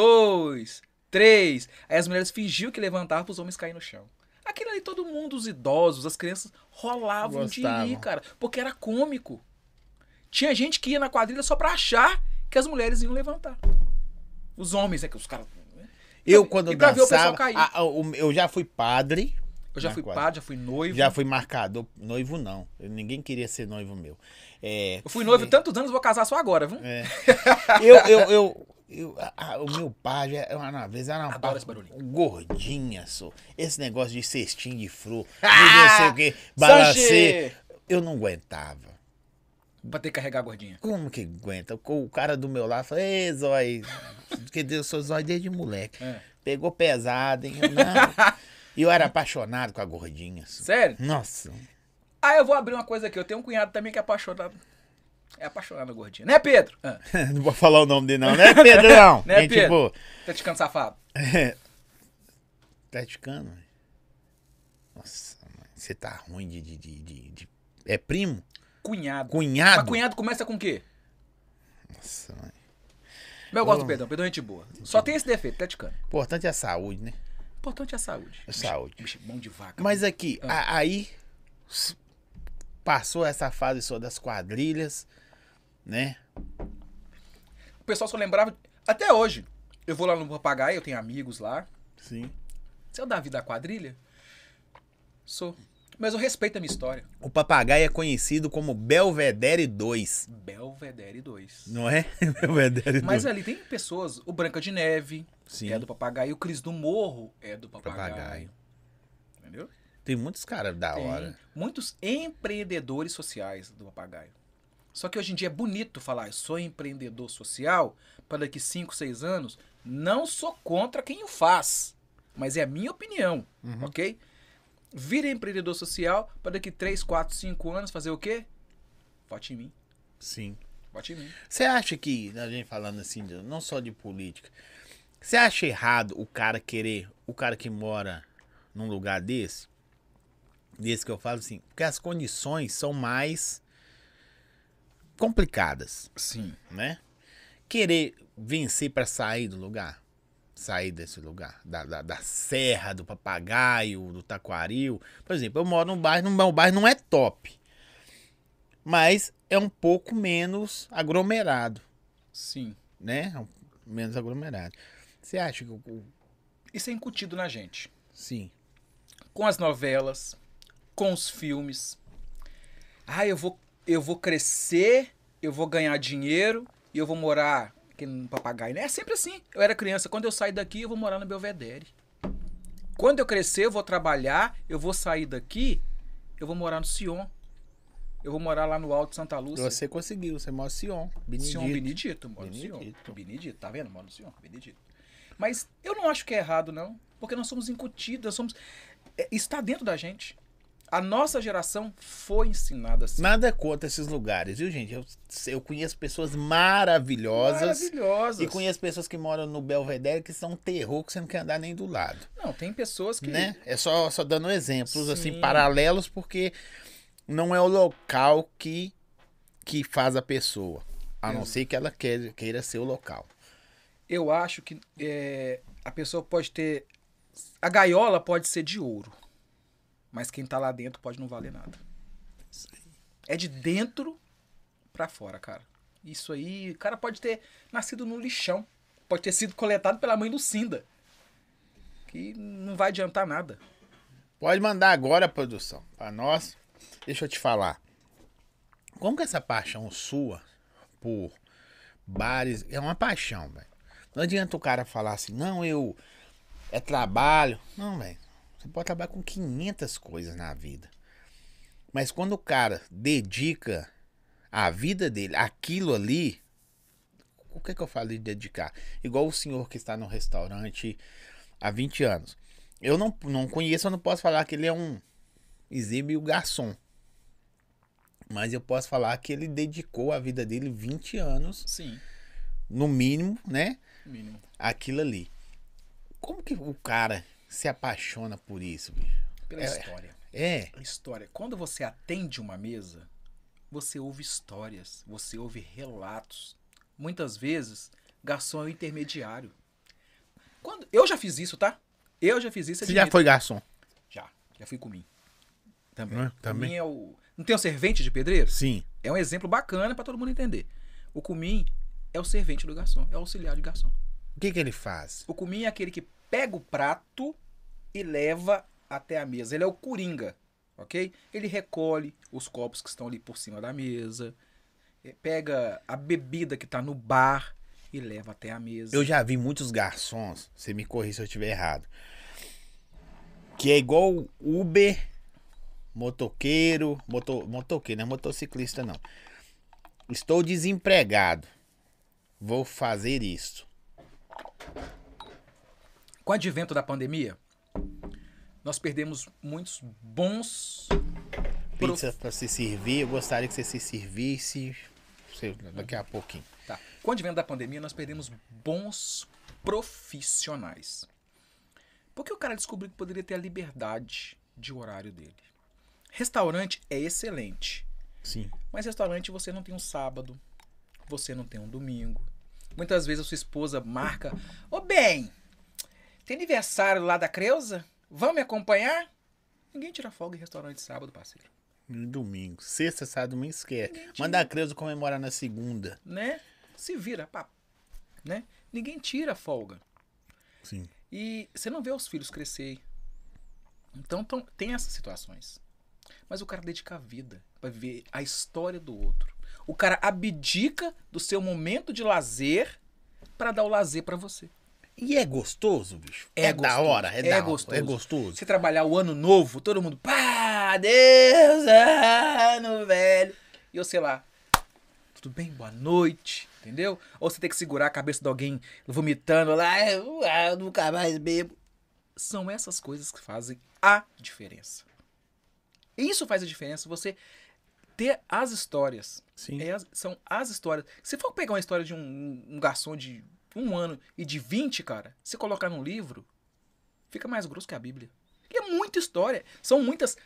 Speaker 2: dois, três. Aí as mulheres fingiam que levantavam para os homens caírem no chão. Aquilo ali, todo mundo, os idosos, as crianças, rolavam de rir,
Speaker 1: Gostavam.
Speaker 2: cara. Porque era cômico. Tinha gente que ia na quadrilha só pra achar que as mulheres iam levantar. Os homens, é que os caras... Então,
Speaker 1: Eu, quando
Speaker 2: E pra ver o pessoal
Speaker 1: dançava, ah,
Speaker 2: cair.
Speaker 1: a- a- o- eu já fui padre,
Speaker 2: Eu já
Speaker 1: Na
Speaker 2: fui
Speaker 1: quadra.
Speaker 2: padre, já fui noivo.
Speaker 1: já fui marcador. Noivo não. Eu- ninguém queria ser noivo meu. É,
Speaker 2: Eu fui noivo tantos anos, vou casar só agora, viu?
Speaker 1: Eu, eu, eu, eu- a- a- o meu pai, já, eu- uma vez era uma
Speaker 2: Adoro
Speaker 1: pá
Speaker 2: esse barulhinho.
Speaker 1: gordinha, só. Esse negócio de cestinho de fru,
Speaker 2: Ah,
Speaker 1: de não sei o quê, balancê. Eu não aguentava.
Speaker 2: Pra ter que carregar a gordinha.
Speaker 1: Como que aguenta? O cara do meu lado falou, ei, Zói, que Deus, eu sou Zói desde moleque.
Speaker 2: É.
Speaker 1: Pegou pesado, hein? Eu, não. E eu era apaixonado com a gordinha. assim.
Speaker 2: Sério?
Speaker 1: Nossa.
Speaker 2: Ah, eu vou abrir uma coisa aqui. Eu tenho um cunhado também que é apaixonado. É apaixonado a gordinha. Né, Pedro? Ah,
Speaker 1: Não vou falar o nome dele, não, né, Pedrão?
Speaker 2: Né,
Speaker 1: Gente
Speaker 2: Pedro?
Speaker 1: boa.
Speaker 2: tá te ficando safado.
Speaker 1: Atleticano, velho. né? Nossa, mãe, você tá ruim de, de, de, de- de- É primo?
Speaker 2: Cunhado.
Speaker 1: Cunhado?
Speaker 2: Mas cunhado começa com o quê?
Speaker 1: Nossa, mãe.
Speaker 2: Mas Eu gosto
Speaker 1: Oh.
Speaker 2: do Pedrão. Pedrão é gente boa. Só tem esse defeito, atleticano.
Speaker 1: Importante é a saúde, né?
Speaker 2: O importante é a saúde.
Speaker 1: A saúde.
Speaker 2: Bicho, mão de vaca.
Speaker 1: Mas aqui,
Speaker 2: Ah.
Speaker 1: a- aí s- passou essa fase só das quadrilhas, né?
Speaker 2: O pessoal só lembrava... Até hoje. Eu vou lá no Papagaio, eu tenho amigos lá.
Speaker 1: Sim.
Speaker 2: Você é o Davi da quadrilha? Sou. Mas eu respeito a minha história.
Speaker 1: O papagaio é conhecido como Belvedere 2,
Speaker 2: Belvedere 2.
Speaker 1: não é? Belvedere 2.
Speaker 2: Mas é ali tem pessoas, o Branca de Neve
Speaker 1: Sim.
Speaker 2: é do papagaio, o Cris do Morro é do papagaio.
Speaker 1: Papagaio.
Speaker 2: Entendeu?
Speaker 1: Tem muitos caras da
Speaker 2: Tem
Speaker 1: hora.
Speaker 2: muitos empreendedores sociais do papagaio. Só que hoje em dia é bonito falar, eu sou empreendedor social, para daqui 5, 6 anos, não sou contra quem o faz, mas é a minha opinião,
Speaker 1: Uhum.
Speaker 2: ok? Vira empreendedor social, para daqui 3, 4, 5 anos fazer o quê? Vote em mim,
Speaker 1: Sim.
Speaker 2: vote em mim.
Speaker 1: Você acha que, a gente falando assim, de- não só de política, você acha errado o cara querer, o cara que mora num lugar desse, Desse que eu falo assim, porque as condições são mais complicadas,
Speaker 2: Sim.
Speaker 1: né? Querer vencer para sair do lugar, sair desse lugar, da, da, da serra, do papagaio, do taquaril. Por exemplo, eu moro num bairro, no meu bairro não é top, mas é um pouco menos aglomerado
Speaker 2: Sim.
Speaker 1: né? Menos aglomerado. Você acha que o. o-
Speaker 2: Isso é incutido na gente.
Speaker 1: Sim.
Speaker 2: Com as novelas, com os filmes. Ah, eu vou, eu vou crescer, eu vou ganhar dinheiro e eu vou morar aqui no papagaio. né? É sempre assim. Eu era criança. Quando eu sair daqui, eu vou morar no Belvedere. Quando eu crescer, eu vou trabalhar, eu vou sair daqui, eu vou morar no Sion. Eu vou morar lá no Alto de Santa Lúcia.
Speaker 1: Você conseguiu, você mora em Sion. Benedito.
Speaker 2: Sion Benedito, mora no Sion.
Speaker 1: Benedito.
Speaker 2: Benedito, tá vendo? Mora no Sion, Benedito. Mas eu não acho que é errado, não. Porque nós somos incutidos, nós somos. é, Está dentro da gente. A nossa geração foi ensinada assim.
Speaker 1: Nada contra esses lugares, viu, gente? Eu, eu conheço pessoas maravilhosas.
Speaker 2: Maravilhosas.
Speaker 1: E conheço pessoas que moram no Belvedere que são um terror que você não quer andar nem do lado.
Speaker 2: Não, tem pessoas que.
Speaker 1: Né? É só, só dando exemplos,
Speaker 2: Sim.
Speaker 1: assim, paralelos, porque não é o local que, que faz a pessoa. A não
Speaker 2: Exato.
Speaker 1: ser que ela queira, queira ser o local.
Speaker 2: Eu acho que é, a pessoa pode ter. A gaiola pode ser de ouro. Mas quem tá lá dentro pode não valer nada. É de dentro pra fora, cara. Isso aí, o cara pode ter nascido no lixão. Pode ter sido coletado pela mãe Lucinda. Que não vai adiantar nada.
Speaker 1: Pode mandar agora, produção, para nós. Deixa eu te falar. Como que essa paixão sua por bares é uma paixão, velho? Não adianta o cara falar assim, não, eu é trabalho. Não, velho. Você pode trabalhar com 500 coisas na vida. Mas quando o cara dedica a vida dele, aquilo ali, o que é que eu falo de dedicar? Igual o senhor que está no restaurante há 20 anos. Eu não, não conheço, eu não posso falar que ele é um exibe o garçom. Mas eu posso falar que ele dedicou a vida dele 20 anos,
Speaker 2: Sim,
Speaker 1: no mínimo, né?
Speaker 2: mínimo.
Speaker 1: Aquilo ali. Como que o cara se apaixona por isso, bicho?
Speaker 2: Pela
Speaker 1: É.
Speaker 2: história.
Speaker 1: É,
Speaker 2: História. Quando você atende uma mesa, você ouve histórias, você ouve relatos. Muitas vezes, garçom é o intermediário. Quando eu já fiz isso, tá? Eu já fiz isso.
Speaker 1: você já
Speaker 2: admito.
Speaker 1: foi garçom?
Speaker 2: Já. Já fui comim. Também.
Speaker 1: Hã? Também?
Speaker 2: Comim é o... Não tem o servente de pedreiro?
Speaker 1: Sim.
Speaker 2: É um exemplo bacana pra todo mundo entender. O cumim é o servente do garçom, é o auxiliar de garçom.
Speaker 1: O que que ele faz?
Speaker 2: O cumim é aquele que pega o prato e leva até a mesa. Ele é o coringa, ok? Ele recolhe os copos que estão ali por cima da mesa, eh, pega a bebida que tá no bar e leva até a mesa.
Speaker 1: Eu já vi muitos garçons, você me corri se eu estiver errado, que é igual Uber, motoqueiro, moto, motoqueiro, não é motociclista não. Estou desempregado, vou fazer isso.
Speaker 2: Com o advento da pandemia, nós perdemos muitos bons. Pro-
Speaker 1: Pizza para se servir, eu gostaria que você se servisse sei, daqui a pouquinho.
Speaker 2: Tá. Com o advento da pandemia, nós perdemos bons profissionais. Porque o cara descobriu que poderia ter a liberdade de horário dele. Restaurante é excelente.
Speaker 1: Sim.
Speaker 2: Mas restaurante você não tem um sábado, você não tem um domingo. Muitas vezes a sua esposa marca: Ô bem, tem aniversário lá da Creuza? Vão me acompanhar? Ninguém tira folga em restaurante sábado, parceiro.
Speaker 1: No domingo, sexta, sábado, domingo, esquece. Manda a Creuza comemorar na segunda.
Speaker 2: Né? Se vira, pá. Né? Ninguém tira folga.
Speaker 1: Sim.
Speaker 2: E você não vê os filhos crescer. Então tão- tem essas situações. Mas o cara dedica a vida pra ver a história do outro. O cara abdica do seu momento de lazer pra dar o lazer pra você.
Speaker 1: E é gostoso, bicho?
Speaker 2: É
Speaker 1: É, da
Speaker 2: gostoso,
Speaker 1: hora, é,
Speaker 2: é
Speaker 1: da hora.
Speaker 2: gostoso.
Speaker 1: É gostoso.
Speaker 2: Você trabalhar o ano novo, todo mundo, pá, Deus, ano velho. E eu sei lá, tudo bem, boa noite, entendeu? Ou você tem que segurar a cabeça de alguém vomitando lá, "Eu, ah, eu nunca mais bebo. São essas coisas que fazem a diferença. Isso faz a diferença, você ter as histórias.
Speaker 1: Sim.
Speaker 2: É as- são as histórias. Se for pegar uma história de um, um garçom de um ano e de 20, cara, se colocar num livro, fica mais grosso que a Bíblia. E é muita história. São muitas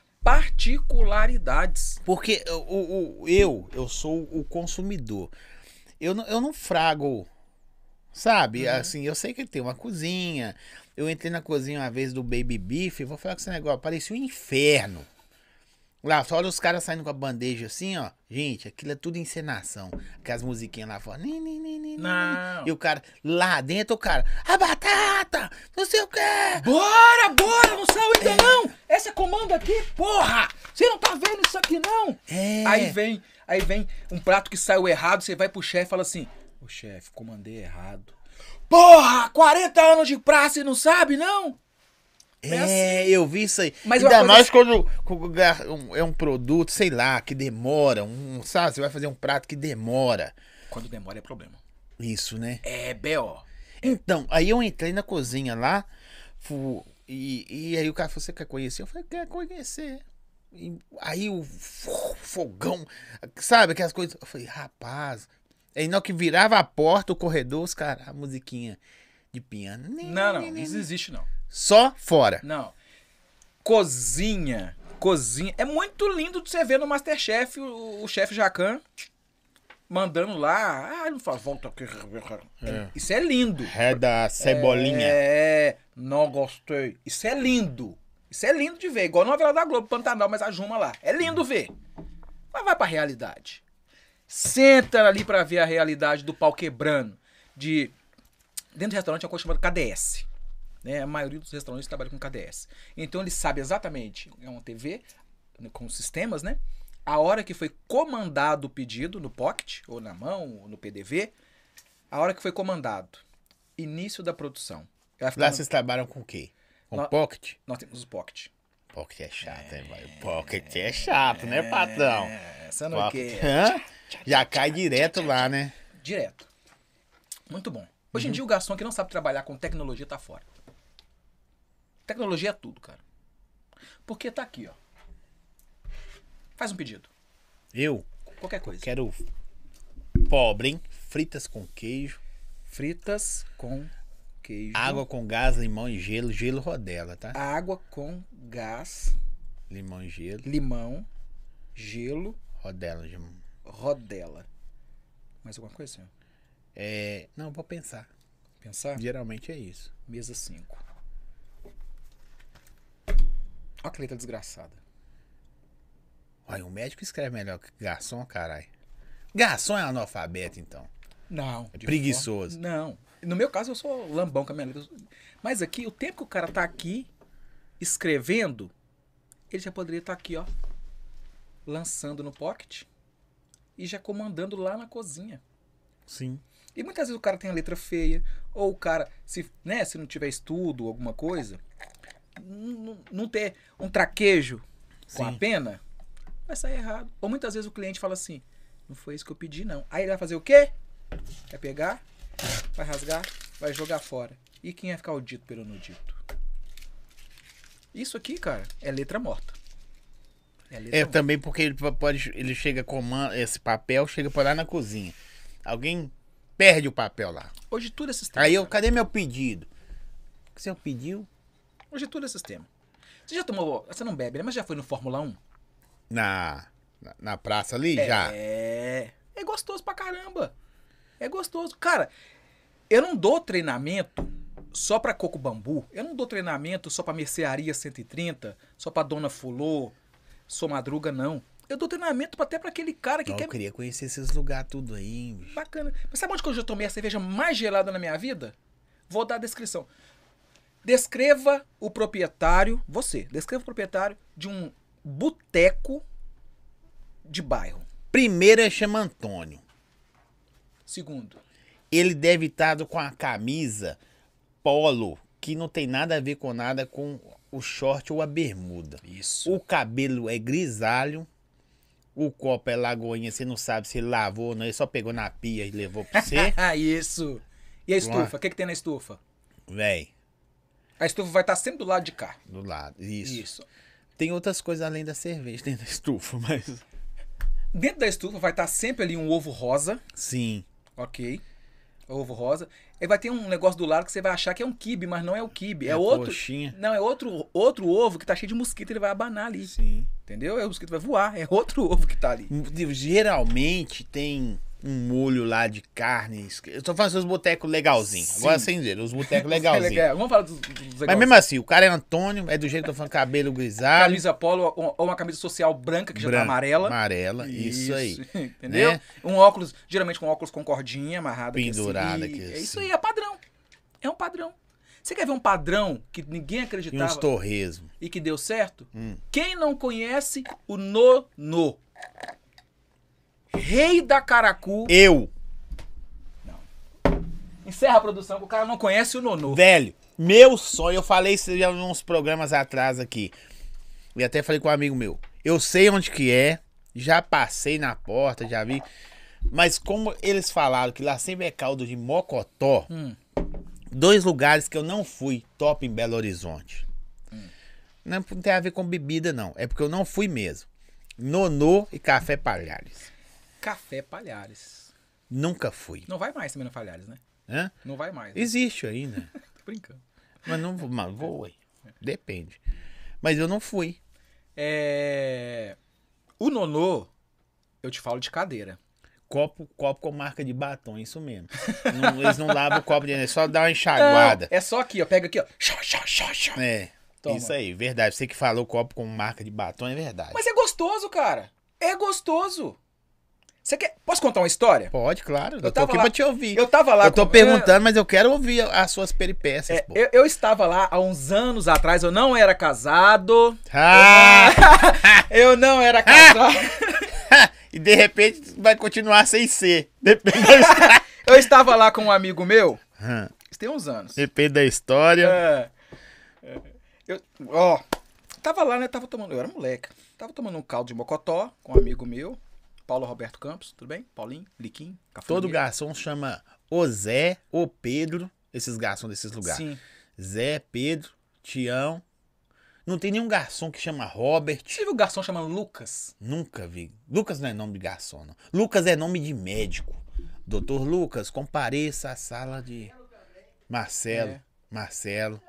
Speaker 2: particularidades.
Speaker 1: Porque o- o- o- eu, eu sou o consumidor. Eu não, eu não frago, sabe?
Speaker 2: Uhum.
Speaker 1: Assim, eu sei que tem uma cozinha. Eu entrei na cozinha uma vez do Baby Beef, vou falar com esse negócio, parecia um inferno. Lá, só olha os caras saindo com a bandeja assim, ó. Gente, aquilo é tudo encenação. Aquelas musiquinhas lá fora. Nin, nin, nin, nin, nin.
Speaker 2: Não.
Speaker 1: E o cara, lá dentro, o cara, a batata, não sei o quê.
Speaker 2: Bora, bora, não saiu ainda não! Esse comando aqui, porra! Você não tá vendo isso aqui não?
Speaker 1: É.
Speaker 2: Aí vem, aí vem um prato que saiu errado, você vai pro chefe e fala assim: Ô chefe, comandei errado. Porra, 40 anos de praça e não sabe não?
Speaker 1: É,
Speaker 2: É assim.
Speaker 1: eu vi isso aí.
Speaker 2: Mas
Speaker 1: Ainda
Speaker 2: uma coisa- é-
Speaker 1: mais quando, quando gar- um- é um produto, sei lá, que demora. Um, sabe, você vai fazer um prato que demora.
Speaker 2: Quando demora é problema.
Speaker 1: Isso, né?
Speaker 2: É B.O.
Speaker 1: Então, aí eu entrei na cozinha lá. fu- e, e aí o cara falou, você quer conhecer? Eu falei, quero conhecer. E aí o fo- fogão, sabe, aquelas coisas. Eu falei, rapaz. Aí na hora que virava a porta, o corredor, os caras, a musiquinha de piano.
Speaker 2: Não, não, isso existe não.
Speaker 1: Só fora.
Speaker 2: Não. Cozinha. Cozinha. É muito lindo de você ver no Masterchef o, o chefe Jacan mandando lá. Ah, ele não fala, volta aqui. Isso é lindo.
Speaker 1: Reda, cebolinha.
Speaker 2: É, não gostei. Isso é lindo. Isso é lindo de ver. Igual a novela da Globo, Pantanal, mas a Juma lá. É lindo ver. Mas vai pra realidade. Senta ali pra ver a realidade do pau quebrando. De... Dentro do restaurante é uma coisa chamada KDS. Né? A maioria dos restaurantes trabalha com KDS. Então ele sabe exatamente, é uma TV com sistemas, né? A hora que foi comandado o pedido, no pocket, ou na mão, ou no PDV, a hora que foi comandado. Início da produção. Ela fica
Speaker 1: Lá
Speaker 2: no-
Speaker 1: vocês trabalham com o quê? Com
Speaker 2: Lá-
Speaker 1: pocket?
Speaker 2: Nós temos o pocket.
Speaker 1: Pocket é chato, hein, vai? Pocket é chato, né, patrão?
Speaker 2: É, essa não é
Speaker 1: Pocket.
Speaker 2: que...
Speaker 1: Hã? Já cai direto lá, né?
Speaker 2: Direto. Muito bom. Hoje em dia o garçom que não sabe trabalhar com tecnologia tá fora. Tecnologia é tudo, cara. Porque tá aqui, ó. Faz um pedido.
Speaker 1: Eu
Speaker 2: Qualquer coisa.
Speaker 1: quero pobre, hein? Fritas com queijo,
Speaker 2: Fritas com queijo.
Speaker 1: água com gás, limão e gelo, gelo rodela, tá?
Speaker 2: Água com gás,
Speaker 1: Limão e gelo,
Speaker 2: limão, gelo,
Speaker 1: rodela. gelo.
Speaker 2: rodela. Mais alguma coisa, senhor?
Speaker 1: É, não, vou pensar.
Speaker 2: Pensar?
Speaker 1: Geralmente é isso.
Speaker 2: Mesa 5. Olha que letra desgraçada.
Speaker 1: Olha, o médico escreve melhor que garçom, caralho. Garçom é analfabeto, então.
Speaker 2: Não.
Speaker 1: É
Speaker 2: de
Speaker 1: preguiçoso.
Speaker 2: forma- Não. No meu caso, eu sou lambão com a minha letra. Mas aqui, o tempo que o cara tá aqui escrevendo, ele já poderia estar aqui, ó. Lançando no pocket e já comandando lá na cozinha.
Speaker 1: Sim.
Speaker 2: E muitas vezes o cara tem a letra feia, ou o cara, se, né, se não tiver estudo, alguma coisa, n- n- não ter um traquejo com a
Speaker 1: Sim.
Speaker 2: pena, vai sair errado. Ou muitas vezes o cliente fala assim, não foi isso que eu pedi, não. Aí ele vai fazer o quê? Vai pegar, vai rasgar, vai jogar fora. E quem vai ficar o dito pelo nudito? Isso aqui, cara, é letra morta. É letra
Speaker 1: É
Speaker 2: morta.
Speaker 1: também porque ele po- pode, ele chega com man- esse papel, chega por lá na cozinha. Alguém perde o papel lá.
Speaker 2: Hoje tudo é sistema.
Speaker 1: Aí
Speaker 2: cara.
Speaker 1: eu, cadê meu pedido? O que você pediu?
Speaker 2: Hoje tudo é sistema. Você já tomou. Você não bebe, né? Mas já foi no Fórmula 1?
Speaker 1: Na, na, na praça ali? Já.
Speaker 2: É. É gostoso pra caramba. É gostoso. Cara, eu não dou treinamento só pra coco bambu. Eu não dou treinamento só pra mercearia 130, só pra dona Fulô, sou madruga, não. Eu dou treinamento pra- até pra aquele cara que
Speaker 1: Não,
Speaker 2: quer.
Speaker 1: eu queria conhecer esses lugares tudo aí, hein, bicho.
Speaker 2: Bacana. Mas sabe onde que eu já tomei a cerveja mais gelada na minha vida? Vou dar a descrição. Descreva o proprietário, você, descreva o proprietário de um boteco de bairro.
Speaker 1: Primeiro ele chama Antônio.
Speaker 2: Segundo,
Speaker 1: Ele deve estar com a camisa polo, que não tem nada a ver com nada com o short ou a bermuda.
Speaker 2: Isso.
Speaker 1: O cabelo é grisalho. O copo é lagoinha, você não sabe se ele lavou ou não. Ele só pegou na pia e levou pra você.
Speaker 2: Ah, Isso. E a
Speaker 1: Vamos
Speaker 2: estufa? O que, que tem na estufa?
Speaker 1: Véi,
Speaker 2: A estufa vai estar sempre do lado de cá.
Speaker 1: do lado. Isso.
Speaker 2: Isso.
Speaker 1: Tem outras coisas além da cerveja dentro da estufa, mas.
Speaker 2: tá Dentro da estufa vai estar sempre ali um ovo rosa,
Speaker 1: Sim.
Speaker 2: ok? ovo rosa. Aí vai ter um negócio do lado que você vai achar que é um quibe, mas não é o quibe. É,
Speaker 1: Uma
Speaker 2: outro.
Speaker 1: Coxinha.
Speaker 2: Não, é outro, outro ovo que tá cheio de mosquito, ele vai abanar ali.
Speaker 1: Sim. Hum,
Speaker 2: Entendeu? Aí o mosquito vai voar. É outro ovo que tá ali.
Speaker 1: Geralmente tem um molho lá de carne. Eu tô falando os botecos legalzinhos.
Speaker 2: Sim.
Speaker 1: Agora sem dizer, os botecos legalzinhos.
Speaker 2: É legal. Vamos falar dos, dos
Speaker 1: Mas
Speaker 2: negócios.
Speaker 1: mesmo assim, o cara é Antônio, é do jeito que eu tô falando, cabelo grisalho,
Speaker 2: Camisa polo ou ou uma camisa social branca que já tá
Speaker 1: branco,
Speaker 2: amarela.
Speaker 1: Amarela, isso, aí.
Speaker 2: Entendeu?
Speaker 1: né?
Speaker 2: Um óculos, geralmente com óculos com cordinha amarrada. aqui
Speaker 1: Pendurada
Speaker 2: assim.
Speaker 1: aqui
Speaker 2: É isso
Speaker 1: assim.
Speaker 2: aí, é padrão. É um padrão. Você quer ver um padrão que ninguém
Speaker 1: E uns
Speaker 2: acreditava
Speaker 1: torresmo.
Speaker 2: e que deu certo?
Speaker 1: Hum.
Speaker 2: Quem não conhece o Nono? Rei da Caracu.
Speaker 1: Eu,
Speaker 2: Encerra a produção que o cara não conhece o Nono.
Speaker 1: velho, meu sonho, eu falei isso em uns programas atrás aqui. E até falei com um amigo meu. Eu sei onde que é, já passei na porta, já vi. Mas como eles falaram que lá sempre é caldo de mocotó,
Speaker 2: Hum.
Speaker 1: dois lugares que eu não fui top em Belo Horizonte.
Speaker 2: Hum.
Speaker 1: Não tem a ver com bebida, não. É porque eu não fui mesmo. Nonô e Café Palhares.
Speaker 2: Café Palhares.
Speaker 1: Nunca fui.
Speaker 2: Não vai mais também no Palhares, né?
Speaker 1: Hã?
Speaker 2: Não vai mais. né?
Speaker 1: Existe ainda.
Speaker 2: Tô brincando.
Speaker 1: Mas não vou, mas vou, ué. Depende. Mas eu não fui.
Speaker 2: É... O Nonô, eu te falo de cadeira.
Speaker 1: Copo, copo com marca de batom, é isso mesmo. Não- eles não lavam o copo de é só dá uma enxaguada.
Speaker 2: Não, é só aqui, ó. Pega aqui, ó. Chá, chá, chá, chá.
Speaker 1: É.
Speaker 2: Toma.
Speaker 1: Isso aí, verdade. Você que falou copo com marca de batom, é verdade.
Speaker 2: Mas é gostoso, cara. É gostoso. Você quer. Posso contar uma história?
Speaker 1: Pode, claro. Eu, tô
Speaker 2: tava
Speaker 1: aqui
Speaker 2: lá-
Speaker 1: pra te ouvir.
Speaker 2: Eu tava lá.
Speaker 1: eu tô
Speaker 2: com-
Speaker 1: perguntando, mas eu quero ouvir as suas peripécias,
Speaker 2: É,
Speaker 1: pô.
Speaker 2: eu, eu estava lá há uns anos atrás, eu não era casado.
Speaker 1: Ah!
Speaker 2: Eu não era casado.
Speaker 1: e de repente vai continuar sem ser. Depende da história.
Speaker 2: Eu estava lá com um amigo meu.
Speaker 1: Hã,
Speaker 2: Isso tem uns anos.
Speaker 1: Depende da história.
Speaker 2: É. É. Eu, ó, tava lá, né? Tava tomando. Eu era moleque. Tava tomando um caldo de mocotó com um amigo meu, Paulo Roberto Campos, tudo bem? Paulinho, Liquim, Cafuné.
Speaker 1: Todo garçom chama o Zé, o Pedro, esses garçons desses lugares.
Speaker 2: Sim.
Speaker 1: Zé, Pedro, Tião. Não tem nenhum garçom que chama Robert.
Speaker 2: Você viu o garçom chamando Lucas?
Speaker 1: Nunca vi. Lucas não é nome de garçom, não. Lucas é nome de médico. Doutor Lucas, compareça à sala de Marcelo.
Speaker 2: É.
Speaker 1: Marcelo.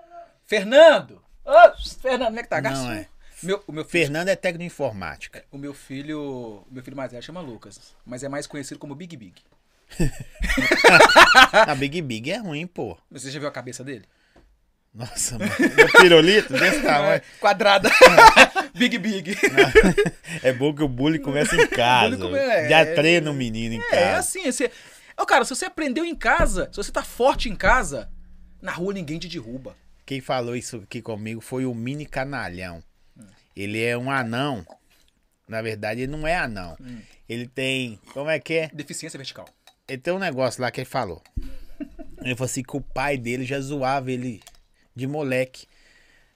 Speaker 2: Fernando! Ô, Fernando, como é que tá? Garçom.
Speaker 1: Não é.
Speaker 2: Meu, o meu filho.
Speaker 1: Fernando é técnico de informática.
Speaker 2: O meu filho. O meu filho mais velho chama Lucas. Mas é mais conhecido como Big Big. Ah.
Speaker 1: A Big Big é ruim, pô.
Speaker 2: Você já viu a cabeça dele?
Speaker 1: Nossa, mano. Uma pirulito
Speaker 2: É.
Speaker 1: desse tamanho.
Speaker 2: Quadrada. Big Big.
Speaker 1: É bom que o bullying começa em casa.
Speaker 2: bullying come-
Speaker 1: Já
Speaker 2: é-
Speaker 1: treina o menino em
Speaker 2: É
Speaker 1: casa.
Speaker 2: assim, você. Ô, cara, se você aprendeu em casa, se você tá forte em casa, na rua ninguém te derruba.
Speaker 1: Quem falou isso aqui comigo foi o mini canalhão. Ele é um anão. Na verdade, ele não é anão. Ele tem. Como é que é?
Speaker 2: Deficiência vertical.
Speaker 1: Ele tem um negócio lá que ele falou. Ele falou assim que o pai dele já zoava ele de moleque.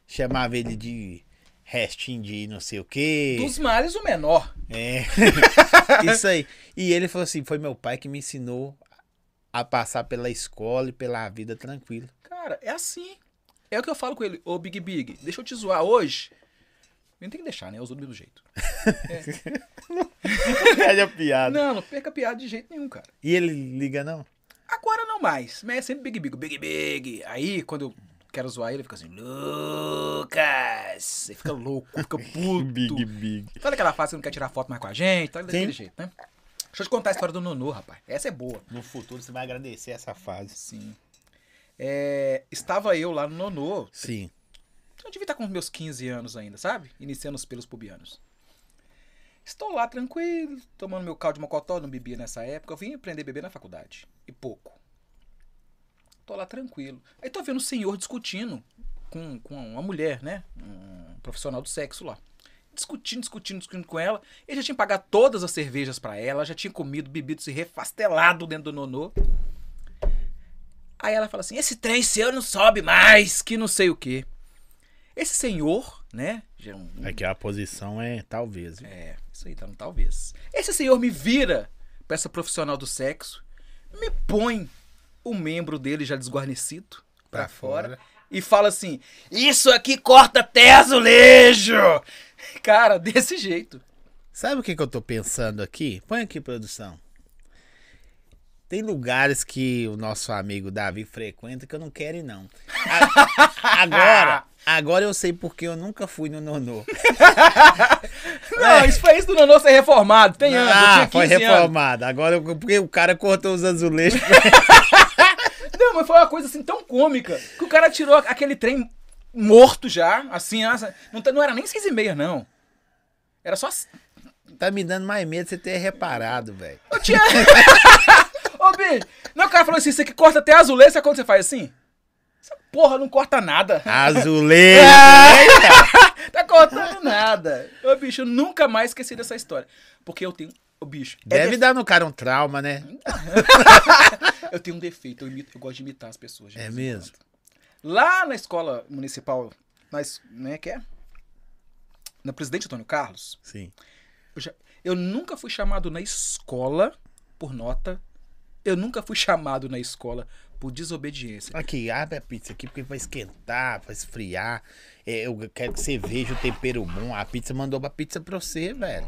Speaker 1: Chamava ele de restinho de não sei o quê.
Speaker 2: Dos males, o menor.
Speaker 1: É. Isso aí. E ele falou assim: foi meu pai que me ensinou a passar pela escola e pela vida tranquila.
Speaker 2: Cara, é assim. É o que eu falo com ele. Ô, Big Big, deixa eu te zoar hoje. Não tem que deixar, né? Eu uso do mesmo jeito.
Speaker 1: Perde a piada.
Speaker 2: Não, não perca a piada de jeito nenhum, cara.
Speaker 1: E ele liga, não?
Speaker 2: Agora não mais. Mas é sempre Big Big, Big Big. Aí, quando eu quero zoar ele, ele fica assim, Lucas. Ele fica louco, fica puto.
Speaker 1: Big.
Speaker 2: Sabe aquela fase que não quer tirar foto mais com a gente? Tá daquele
Speaker 1: Sim.
Speaker 2: jeito, né? Deixa eu te contar a história do Nonô, rapaz. Essa é boa.
Speaker 1: No futuro você vai agradecer essa fase.
Speaker 2: Sim. É, estava eu lá no Nonô.
Speaker 1: Sim.
Speaker 2: Eu devia estar com os meus 15 anos ainda, sabe? Iniciando os pelos pubianos. Estou lá tranquilo, tomando meu caldo de mocotó, não bebia nessa época. Eu vim aprender a beber na faculdade. E pouco. Tô lá tranquilo. Aí tô vendo um senhor discutindo com, com uma mulher, né? Um profissional do sexo lá. Discutindo, discutindo, discutindo com ela. Ele já tinha pagado todas as cervejas pra ela, já tinha comido, bebido, se refastelado dentro do nonô. Aí ela fala assim: esse trem seu não sobe mais, que não sei o quê. Esse senhor, né? Já é um- um-
Speaker 1: Aqui a posição é talvez. viu?
Speaker 2: é, isso aí tá no talvez. Esse senhor me vira pra essa profissional do sexo, me põe o membro dele já desguarnecido pra,
Speaker 1: Pra
Speaker 2: fora,
Speaker 1: fora.
Speaker 2: e fala assim: Isso aqui corta até azulejo! Cara, desse jeito.
Speaker 1: Sabe o que, que eu tô pensando aqui? Põe aqui, produção. Tem lugares que o nosso amigo Davi frequenta que eu não quero ir, não. A- agora, agora eu sei porque eu nunca fui no Nonô.
Speaker 2: Não, isso foi isso do Nonô ser reformado. Tem anos,
Speaker 1: ah,
Speaker 2: eu tinha 15
Speaker 1: foi
Speaker 2: anos.
Speaker 1: reformado. Agora, eu- porque o cara cortou os azulejos.
Speaker 2: Não, mas foi uma coisa assim tão cômica que o cara tirou aquele trem morto já, assim, essa- não, tá- não era nem seis e meia, não. Era só. c-
Speaker 1: tá me dando mais medo de você ter reparado, velho.
Speaker 2: Eu tinha. Ô, bicho! Não, o cara falou assim: isso aqui corta até azulejo, sabe quando você faz assim? Essa porra não corta nada.
Speaker 1: Azulejo.
Speaker 2: Tá cortando nada. Ô, bicho, eu nunca mais esqueci dessa história. Porque eu tenho. Ô, bicho, é
Speaker 1: Deve dar no cara um trauma, né?
Speaker 2: Eu tenho um defeito, eu, imito- eu gosto de imitar as pessoas. de
Speaker 1: É
Speaker 2: vez em
Speaker 1: mesmo?
Speaker 2: quando. Lá na escola municipal, nós, né, que é? Na Presidente Antônio Carlos,
Speaker 1: Sim.
Speaker 2: eu, já- eu nunca fui chamado na escola por nota. Eu nunca fui chamado na escola por desobediência.
Speaker 1: Aqui, abre a pizza aqui porque vai esquentar, vai esfriar. É, eu quero que você veja o tempero bom. A pizza mandou uma pizza pra você, velho.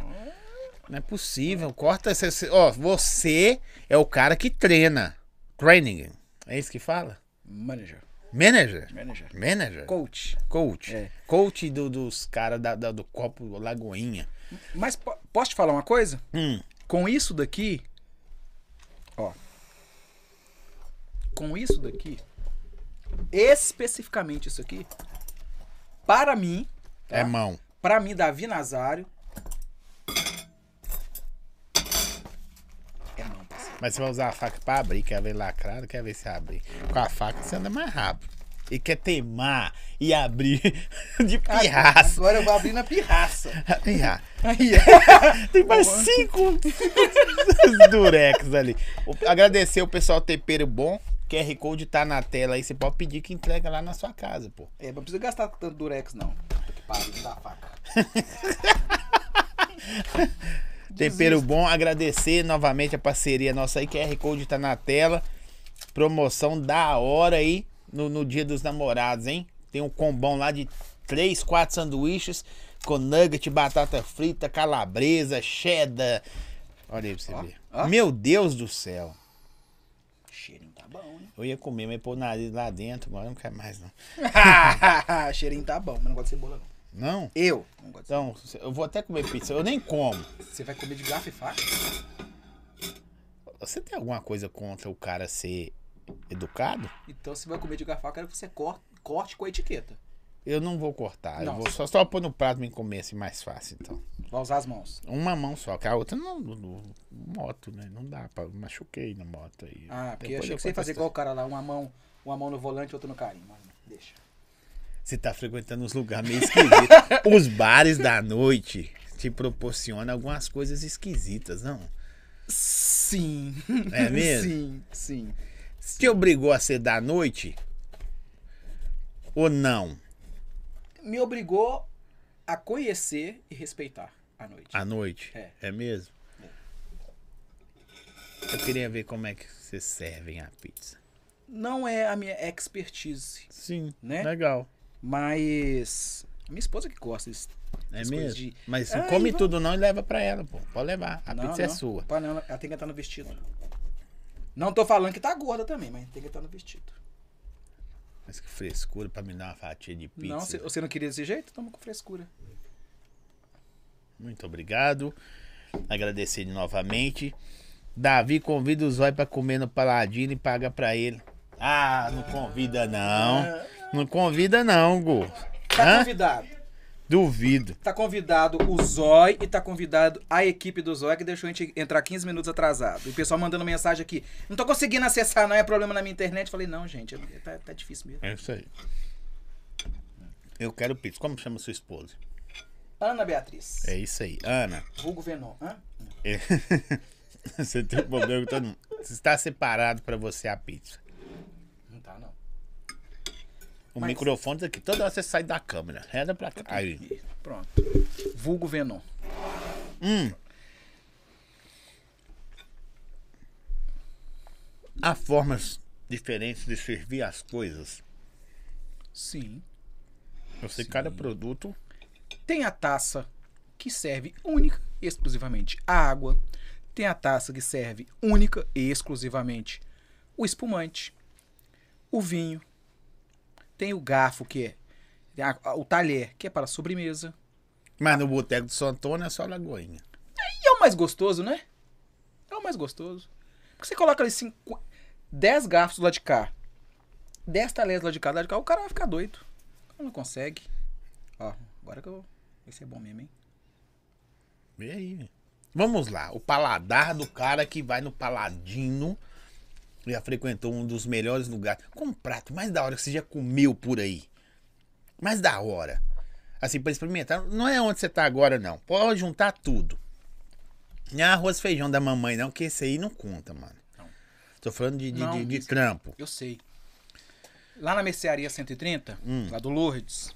Speaker 1: Não é possível. Corta essa. essa- Ó, você é o cara que treina. Training. É isso que fala?
Speaker 2: Manager,
Speaker 1: Manager.
Speaker 2: manager,
Speaker 1: Manager.
Speaker 2: coach.
Speaker 1: Coach.
Speaker 2: É.
Speaker 1: Coach do- dos caras da- da- do copo Lagoinha.
Speaker 2: Mas po- posso te falar uma coisa?
Speaker 1: Hum.
Speaker 2: Com isso daqui, ó. Com isso daqui, especificamente isso aqui, para mim,
Speaker 1: É mão.
Speaker 2: para mim, Davi Nazário, é não, parceiro.
Speaker 1: Mas você vai usar a faca pra abrir, quer ver lacrado, quer ver se abre. Com a faca você anda mais rápido. E quer teimar e abrir de pirraça.
Speaker 2: Agora eu vou abrir na pirraça.
Speaker 1: Pirra.
Speaker 2: Aí,
Speaker 1: Tem mais cinco durex ali. O- Agradecer o pessoal tempero bom. QR Code tá na tela aí. Você pode pedir que entrega lá na sua casa, pô.
Speaker 2: é, não precisa gastar tanto durex, não. Puta que pariu, me dá a faca.
Speaker 1: Tempero bom, agradecer novamente a parceria nossa aí. QR Code tá na tela. Promoção da hora aí no, no Dia dos Namorados, hein? Tem um combão lá de 3, 4 sanduíches com nugget, batata frita, calabresa, cheddar. Olha aí pra você
Speaker 2: Ó,
Speaker 1: ver.
Speaker 2: ó.
Speaker 1: Meu Deus do céu.
Speaker 2: Cheirinho tá bom, hein?
Speaker 1: Eu ia comer, mas pôr o nariz lá dentro, mas eu não quero mais, não.
Speaker 2: Cheirinho tá bom, mas não gosto de cebola, não.
Speaker 1: Não?
Speaker 2: Eu não gosto de
Speaker 1: Então, eu vou até comer pizza. Eu nem como.
Speaker 2: cebola. Você vai comer de garfo e faca?
Speaker 1: Você tem alguma coisa contra o cara ser educado?
Speaker 2: Então, se vai comer de garfo, eu quero que você cor- corte com a etiqueta.
Speaker 1: Eu não vou cortar. Eu
Speaker 2: Não.
Speaker 1: vou só, só pôr no prato e comer assim mais fácil, então.
Speaker 2: Vai usar as mãos.
Speaker 1: Uma mão só, que a outra não. não- não- moto, né? Não dá. Pra, machuquei na moto aí.
Speaker 2: Ah, porque eu
Speaker 1: Depois
Speaker 2: achei
Speaker 1: eu
Speaker 2: que você ia fazer
Speaker 1: conto a
Speaker 2: igual o cara lá, uma mão, uma mão no volante, outra no carinho. Mas não, deixa.
Speaker 1: história. Você tá frequentando uns lugares meio esquisitos. Os bares da noite te proporcionam algumas coisas esquisitas, não?
Speaker 2: Sim.
Speaker 1: É mesmo?
Speaker 2: Sim, sim.
Speaker 1: Te obrigou a ser da noite? Ou não?
Speaker 2: Me obrigou a conhecer e respeitar a noite.
Speaker 1: À noite?
Speaker 2: É.
Speaker 1: mesmo? Eu queria ver como é que vocês servem a pizza.
Speaker 2: Não é a minha expertise,
Speaker 1: Sim,
Speaker 2: Né?
Speaker 1: legal.
Speaker 2: mas. Minha esposa que gosta disso.
Speaker 1: É
Speaker 2: As
Speaker 1: mesmo?
Speaker 2: coisas de-
Speaker 1: Mas não
Speaker 2: Ai,
Speaker 1: come
Speaker 2: vamos-
Speaker 1: tudo não e leva pra ela, pô. Pode levar. A
Speaker 2: Não,
Speaker 1: pizza é
Speaker 2: não.
Speaker 1: sua.
Speaker 2: Pá, não, ela tem que entrar no vestido. Não tô falando que tá gorda também, mas tem que entrar no vestido.
Speaker 1: Mas que frescura pra me dar uma fatia de pizza.
Speaker 2: Não, se- você não queria desse jeito? Toma com frescura.
Speaker 1: Muito obrigado. Agradecer ele novamente. Davi convida o Zói pra comer no Paladino e paga pra ele. Ah, não convida não. Não convida não, Gu.
Speaker 2: Tá
Speaker 1: Hã?
Speaker 2: convidado.
Speaker 1: Duvido.
Speaker 2: Tá convidado o Zói e tá convidado a equipe do Zói que deixou a gente entrar 15 minutos atrasado. E o pessoal mandando mensagem aqui. Não tô conseguindo acessar, não é problema na minha internet. Eu Falei, não, gente, é- tá, tá difícil mesmo.
Speaker 1: É isso aí. Eu quero pizza. Como chama sua esposa?
Speaker 2: Ana Beatriz.
Speaker 1: É isso aí. Ana,
Speaker 2: Vulgo Venom. Hã?
Speaker 1: você tem um problema com todo mundo. Se Está separado pra você a pizza.
Speaker 2: Não tá, não.
Speaker 1: O
Speaker 2: Mas-
Speaker 1: microfone tá aqui. Toda hora você sai da câmera. Reda pra cá. Aí.
Speaker 2: Ih, Pronto. Vulgo Venom.
Speaker 1: Há formas diferentes de servir as coisas.
Speaker 2: Sim.
Speaker 1: Eu sei que cada produto.
Speaker 2: Tem a taça que serve única e exclusivamente a água. Tem a taça que serve única e exclusivamente o espumante, o vinho, tem o garfo, que é a- a- o talher, que é para a sobremesa.
Speaker 1: Mas no boteco do São Antônio é só Lagoinha.
Speaker 2: E é o mais gostoso, né? É o mais gostoso. Porque você coloca ali 5, 10 garfos do lado de cá, 10 talheres do lado de cá, do lado de cá, o cara vai ficar doido. O cara Não consegue. Ó, agora que eu. Esse é bom mesmo, hein?
Speaker 1: E aí? Vamos lá. O paladar do cara que vai no Paladino. Já frequentou um dos melhores lugares. Qual um prato mais da hora que você já comeu por aí? Mais da hora. Assim, pra experimentar. Não é onde você tá agora, não. Pode juntar tudo. Não é arroz e feijão da mamãe, não, que esse aí não conta, mano.
Speaker 2: Não.
Speaker 1: Tô falando de, de,
Speaker 2: Não,
Speaker 1: de- de
Speaker 2: isso-
Speaker 1: trampo.
Speaker 2: Eu sei. Lá na mercearia 130,
Speaker 1: Hum.
Speaker 2: lá do Lourdes,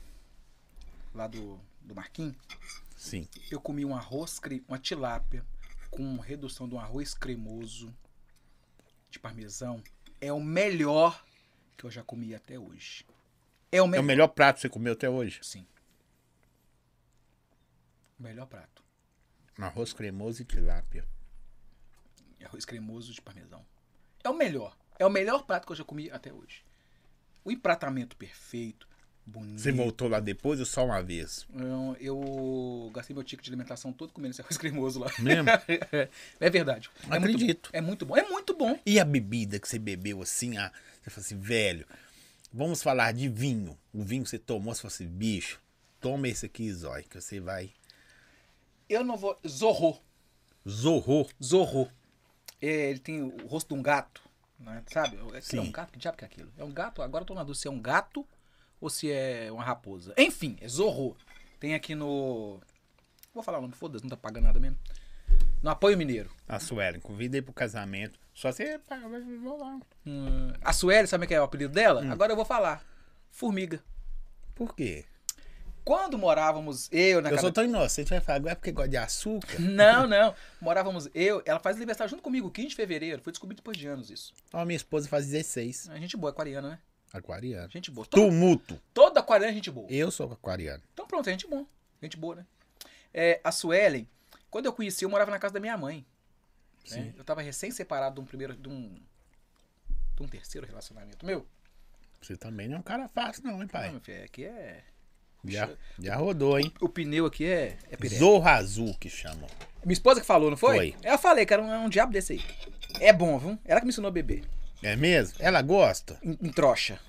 Speaker 2: lá do, do Marquinhos,
Speaker 1: Sim.
Speaker 2: eu comi um arroz, cre- uma tilápia, com redução de um arroz cremoso de parmesão. É o melhor que eu já comi até hoje. É
Speaker 1: É
Speaker 2: o
Speaker 1: o
Speaker 2: melhor.
Speaker 1: melhor prato que você comeu até hoje.
Speaker 2: Sim. O melhor prato.
Speaker 1: Um Arroz cremoso e tilápia.
Speaker 2: É Arroz cremoso de parmesão. É o melhor. É o melhor prato que eu já comi até hoje. O empratamento perfeito, bonito.
Speaker 1: Você voltou lá depois ou só uma vez?
Speaker 2: Eu, eu gastei meu ticket de alimentação todo comendo esse arroz cremoso lá.
Speaker 1: Mesmo?
Speaker 2: é verdade. É muito
Speaker 1: Acredito.
Speaker 2: bom. É muito bom. É muito bom.
Speaker 1: E a bebida que você bebeu assim, ah, você falou assim, velho, vamos falar de vinho. O vinho que você tomou, você falou assim, bicho, toma esse aqui, Zói, que você vai.
Speaker 2: Eu não vou. Zorro.
Speaker 1: Zorro.
Speaker 2: Zorro. É, ele tem o rosto de um gato. Né? Sabe? Aquilo
Speaker 1: Sim.
Speaker 2: é um gato? Que diabo que é aquilo? É um gato? Agora eu tô na dúvida se é um gato ou se é uma raposa. Enfim, é Zorro. Tem aqui no. Vou falar o nome, foda-se, não tá pagando nada mesmo. No Apoio Mineiro.
Speaker 1: A Suelen, convidei pro casamento. Só você, pá, vai- vou lá.
Speaker 2: Hum, a Sueli, sabe que é o apelido dela?
Speaker 1: Hum.
Speaker 2: Agora eu vou falar. Formiga.
Speaker 1: Por quê?
Speaker 2: Quando morávamos, eu na
Speaker 1: eu
Speaker 2: casa
Speaker 1: sou tão inocente, vai falar, agora é porque gosta de açúcar?
Speaker 2: Não, não. Morávamos eu, ela faz aniversário junto comigo, 15 de fevereiro. Foi descobrir depois de anos isso.
Speaker 1: Ó, minha esposa faz 16.
Speaker 2: A gente boa, aquariana, né?
Speaker 1: Aquariano.
Speaker 2: Gente boa. Todo,
Speaker 1: Tumulto.
Speaker 2: todo aquariano é gente boa.
Speaker 1: Eu sou aquariano.
Speaker 2: Então pronto, é gente boa. Gente boa, né? É, a Suelen, quando eu conheci, eu morava na casa da minha mãe. né?
Speaker 1: Sim.
Speaker 2: Eu tava recém-separado de um primeiro. de um. de um terceiro relacionamento meu.
Speaker 1: Você também não é um cara fácil, não, hein,
Speaker 2: Não,
Speaker 1: pai?
Speaker 2: meu filho, aqui é.
Speaker 1: Já, já rodou, hein?
Speaker 2: O pneu aqui é. é piré.
Speaker 1: Zorro azul que chamam.
Speaker 2: Minha esposa que falou, não foi?
Speaker 1: Foi.
Speaker 2: Eu falei que era um, um diabo desse aí. É bom, viu? Ela que me ensinou a beber.
Speaker 1: É mesmo? Ela gosta?
Speaker 2: Em, em trocha.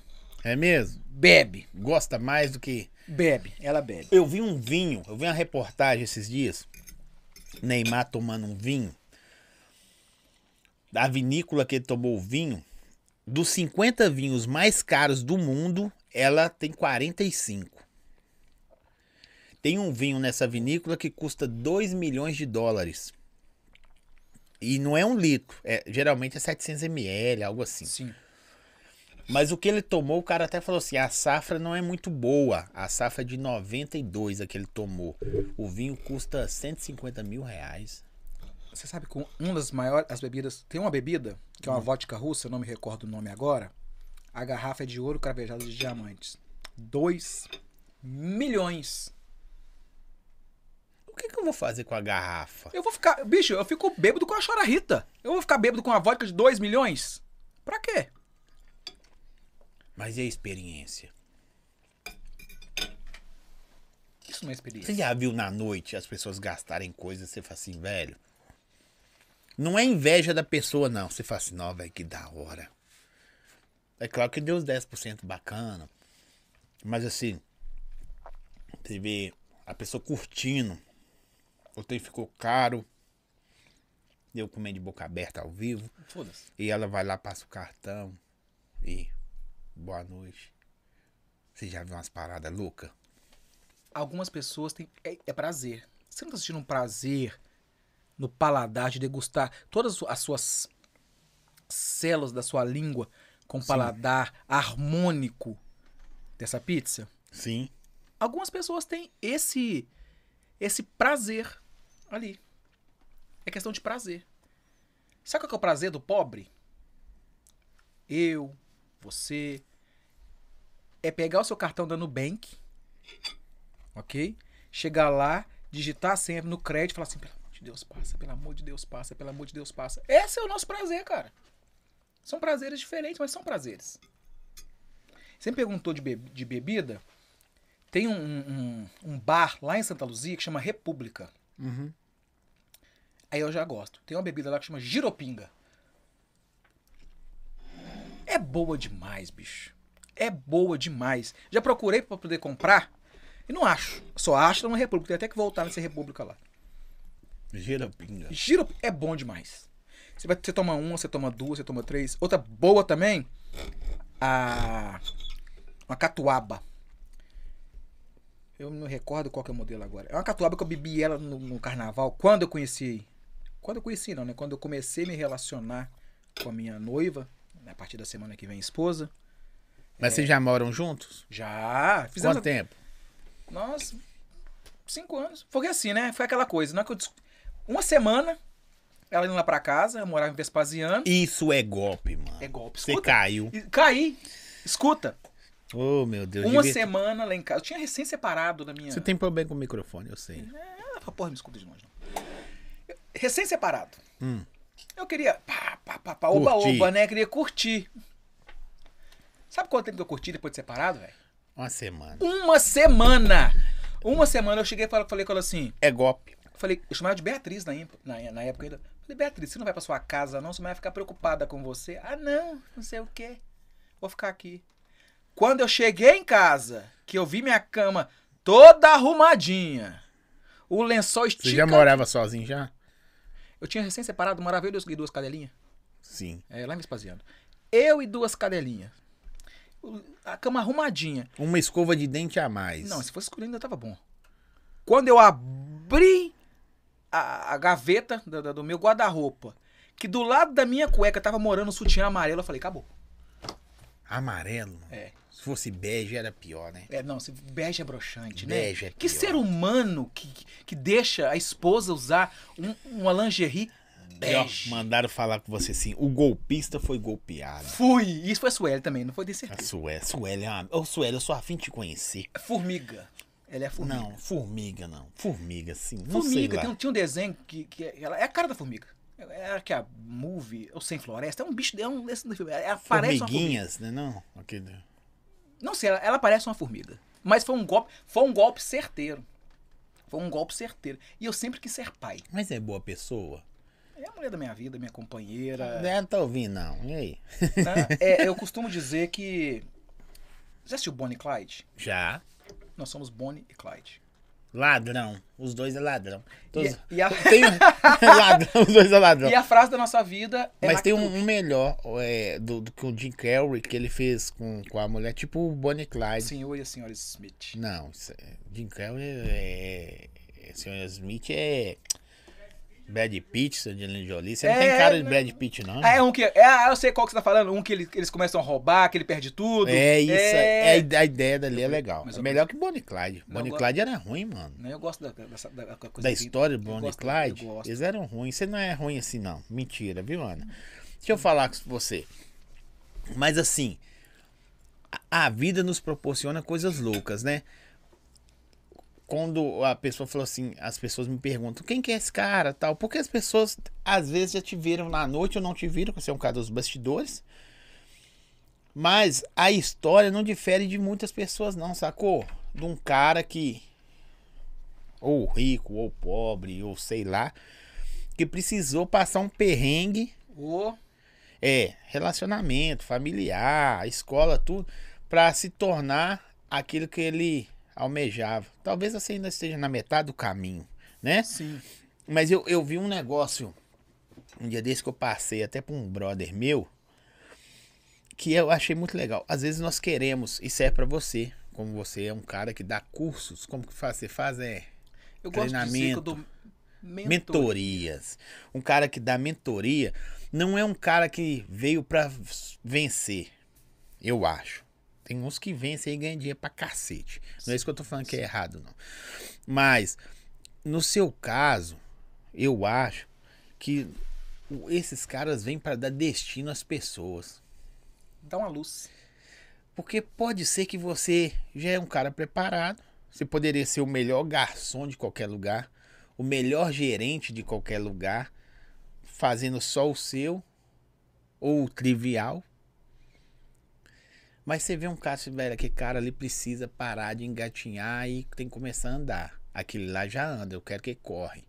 Speaker 1: É mesmo?
Speaker 2: Bebe.
Speaker 1: Gosta mais do que.
Speaker 2: Bebe. Ela bebe.
Speaker 1: Eu vi um vinho, eu vi uma reportagem esses dias. Neymar tomando um vinho. Da vinícola que ele tomou o vinho. Dos 50 vinhos mais caros do mundo, ela tem 45. Tem um vinho nessa vinícola que custa 2 milhões de dólares. E não é um litro. É, geralmente é 700 ml, algo assim.
Speaker 2: Sim.
Speaker 1: Mas o que ele tomou, o cara até falou assim: a safra não é muito boa. A safra é de 92 a que ele tomou. O vinho custa 150 mil reais.
Speaker 2: Você sabe que uma das maiores as bebidas. Tem uma bebida, que é uma vodka russa, eu não me recordo o nome agora. A garrafa é de ouro cravejado de diamantes. 2 milhões.
Speaker 1: O que, que eu vou fazer com a garrafa?
Speaker 2: Eu vou ficar. Bicho, eu fico bêbado com a chora Rita. Eu vou ficar bêbado com uma vodka de 2 milhões? Pra quê?
Speaker 1: Mas e a experiência?
Speaker 2: Isso não é
Speaker 1: Você
Speaker 2: experiência.
Speaker 1: já viu na noite as pessoas gastarem coisas e você fala assim, velho? Não é inveja da pessoa, não. Você fala assim, não, velho, que da hora. É claro que deu uns 10% bacana. Mas assim, você vê a pessoa curtindo. O trem ficou caro. Deu comer de boca aberta ao vivo.
Speaker 2: Foda-se.
Speaker 1: E ela vai lá, passa o cartão. E boa noite. Você já viu umas paradas loucas?
Speaker 2: Algumas pessoas têm. É, é prazer. Você não tá sentindo um prazer no paladar de degustar todas as suas células da sua língua com o paladar harmônico dessa pizza?
Speaker 1: Sim.
Speaker 2: Algumas pessoas têm esse esse prazer ali. É questão de prazer. Sabe qual que é o prazer do pobre? Eu, você. É pegar o seu cartão da Nubank, ok? Chegar lá, digitar sempre no crédito e falar assim, pelo amor de de Deus, passa, pelo amor de Deus, passa, pelo amor de Deus, passa. Esse é o nosso prazer, cara. São prazeres diferentes, mas são prazeres. Você me perguntou de, be- de bebida? Tem um, um- um bar lá em Santa Luzia que chama República.
Speaker 1: Uhum.
Speaker 2: Aí eu já gosto. Tem uma bebida lá que chama giropinga. É boa demais, bicho. É boa demais. Já procurei pra poder comprar e não acho. Só acho na República. Tem até que voltar nessa República lá.
Speaker 1: Gira pinga.
Speaker 2: Giro é bom demais. Você, vai, você toma uma, você toma duas, você toma três. Outra boa também, a uma catuaba. Eu não recordo qual que é o modelo agora. É uma catuaba que eu bebi ela no, no carnaval quando eu conheci. Quando eu conheci não, né? Quando eu comecei a me relacionar com a minha noiva, né? a partir da semana que vem esposa.
Speaker 1: Mas vocês já moram juntos?
Speaker 2: Já
Speaker 1: Quanto
Speaker 2: fizemos
Speaker 1: tempo?
Speaker 2: nós, cinco anos. Foi assim, né? Foi aquela coisa. Não é que eu dis- Uma semana, ela indo lá pra casa, eu morava em Vespasiano.
Speaker 1: Isso é golpe, mano.
Speaker 2: É golpe.
Speaker 1: Você
Speaker 2: Escuta.
Speaker 1: caiu.
Speaker 2: E- Caí. Escuta.
Speaker 1: Oh, meu Deus.
Speaker 2: uma
Speaker 1: devia-
Speaker 2: semana lá em casa. Eu tinha recém separado da minha.
Speaker 1: Você tem problema com o microfone, eu sei.
Speaker 2: Ah, porra, me escuta de longe, não. Eu- Recém separado.
Speaker 1: Hum.
Speaker 2: Eu queria. Pá, pá, pá, pá.
Speaker 1: Curtir.
Speaker 2: Oba, oba, né? Queria curtir. Sabe quanto tempo que eu curti depois de separado, velho?
Speaker 1: Uma semana.
Speaker 2: Uma semana! Uma semana eu cheguei e falei, falei com ela assim.
Speaker 1: É golpe.
Speaker 2: Falei, eu chamava de Beatriz na, imp- na, na época ainda. Falei, Beatriz, você não vai pra sua casa, não? Sua mãe vai ficar preocupada com você. Ah, não, não sei o quê. Vou ficar aqui. Quando eu cheguei em casa, que eu vi minha cama toda arrumadinha, o lençol
Speaker 1: Você
Speaker 2: estica.
Speaker 1: já morava sozinho já?
Speaker 2: Eu tinha recém-separado, morava eu e duas, e duas cadelinhas.
Speaker 1: Sim.
Speaker 2: É, lá em Vespasiano. Eu e duas cadelinhas. O- A cama arrumadinha.
Speaker 1: Uma escova de dente a mais.
Speaker 2: Não, se fosse escuro ainda tava bom. Quando eu abri a, a gaveta da- da- do, meu guarda-roupa, que do lado da minha cueca tava morando um sutiã amarelo, eu falei, acabou.
Speaker 1: Amarelo, mano.
Speaker 2: É.
Speaker 1: Se fosse bege era pior, né?
Speaker 2: É, não, se bege é broxante, né?
Speaker 1: Bege é
Speaker 2: que
Speaker 1: pior.
Speaker 2: ser humano que, que deixa a esposa usar um- uma lingerie
Speaker 1: E, ó,
Speaker 2: bege.
Speaker 1: mandaram falar com você assim, o golpista foi golpeado.
Speaker 2: Fui. Isso foi a Sueli também, não foi de certeza.
Speaker 1: A Sueli, Sueli é uma... Ô, Sueli, eu sou afim de te conhecer.
Speaker 2: Formiga. Ela é a formiga.
Speaker 1: Não, formiga não. Formiga, sim. Não sei
Speaker 2: Formiga,
Speaker 1: lá.
Speaker 2: tem um, tinha um desenho que, que é- ela é a cara da formiga. É a que a movie, ou sem floresta, é um bicho, é um desse do filme. Ela parece uma formiga.
Speaker 1: Formiguinhas, né? Não, Aquele-
Speaker 2: Não sei, ela, ela parece uma formiga. Mas foi um golpe, foi um golpe certeiro. Foi um golpe certeiro. E eu sempre quis ser pai.
Speaker 1: Mas é boa pessoa.
Speaker 2: É a mulher da minha vida, minha companheira.
Speaker 1: Não tá ouvindo, não. E aí?
Speaker 2: tá?
Speaker 1: né?
Speaker 2: É, eu costumo dizer que. Já assistiu Bonnie e Clyde?
Speaker 1: Já.
Speaker 2: Nós somos Bonnie e Clyde.
Speaker 1: Ladrão. Os dois é ladrão. Todos-
Speaker 2: E, e a,
Speaker 1: Tem... um- ladrão, os dois é ladrão.
Speaker 2: e a frase da nossa vida é.
Speaker 1: Mas tem
Speaker 2: Lactu-
Speaker 1: um, um melhor é, do, do que o Jim Carrey que ele fez com, com a mulher, tipo o Bonnie e Clyde.
Speaker 2: Senhor e a senhora Smith.
Speaker 1: Não, isso é- Jim Carrey é. é- Senhora Smith é. Brad Pitt, seu Angelina Jolie. Você não
Speaker 2: É,
Speaker 1: tem cara de
Speaker 2: não.
Speaker 1: Brad Pitt, não.
Speaker 2: Ah,
Speaker 1: né?
Speaker 2: é um que. É, ah, eu sei qual que você tá falando. Um que ele- eles começam a roubar, que ele perde tudo.
Speaker 1: É isso, é... a
Speaker 2: É,
Speaker 1: ide- a ideia dali é legal.
Speaker 2: mas
Speaker 1: É
Speaker 2: eu-
Speaker 1: melhor que Bonnie e Clyde.
Speaker 2: Não,
Speaker 1: Bonnie e
Speaker 2: agora-
Speaker 1: Clyde era ruim, mano.
Speaker 2: Né, Eu gosto da, dessa- da, da coisa
Speaker 1: da
Speaker 2: que-
Speaker 1: história do
Speaker 2: eu
Speaker 1: Bonnie e
Speaker 2: gosto,
Speaker 1: Clyde,
Speaker 2: eu gosto.
Speaker 1: eles eram ruins. Você não é ruim assim, não. Mentira, viu, Ana? Deixa eu falar com você. Mas assim, a, a vida nos proporciona coisas loucas, né? Quando a pessoa falou assim, as pessoas me perguntam, quem que é esse cara, tal? Porque as pessoas, às vezes, já te viram na noite ou não te viram, porque você é um cara dos bastidores. Mas a história não difere de muitas pessoas, não, sacou? De um cara que ou rico, ou pobre, ou sei lá, que precisou passar um perrengue,
Speaker 2: Ô,
Speaker 1: é, relacionamento, familiar, escola, tudo, pra se tornar aquilo que ele almejava. Talvez você ainda esteja na metade do caminho, né?
Speaker 2: sim.
Speaker 1: Mas eu, eu vi um negócio um dia desse que eu passei até pra um brother meu, que eu achei muito legal. Às vezes nós queremos, isso é pra você, como você é um cara que dá cursos, como que faz? Você faz é
Speaker 2: Eu gosto de dizer que eu dou mentor.
Speaker 1: Mentorias. Um cara que dá mentoria não é um cara que veio pra vencer, eu acho. Tem uns que vencem e ganham dinheiro pra cacete. Não é isso que eu tô falando que é errado, não. Mas, no seu caso, eu acho que o- esses caras vêm pra dar destino às pessoas.
Speaker 2: Dá uma luz.
Speaker 1: Porque pode ser que você já é um cara preparado. Você poderia ser o melhor garçom de qualquer lugar. o melhor gerente de qualquer lugar, fazendo só o seu, ou o trivial. Mas você vê um cara, velho, que cara ali precisa parar de engatinhar e tem que começar a andar. Aquele lá já anda, eu quero que ele corre.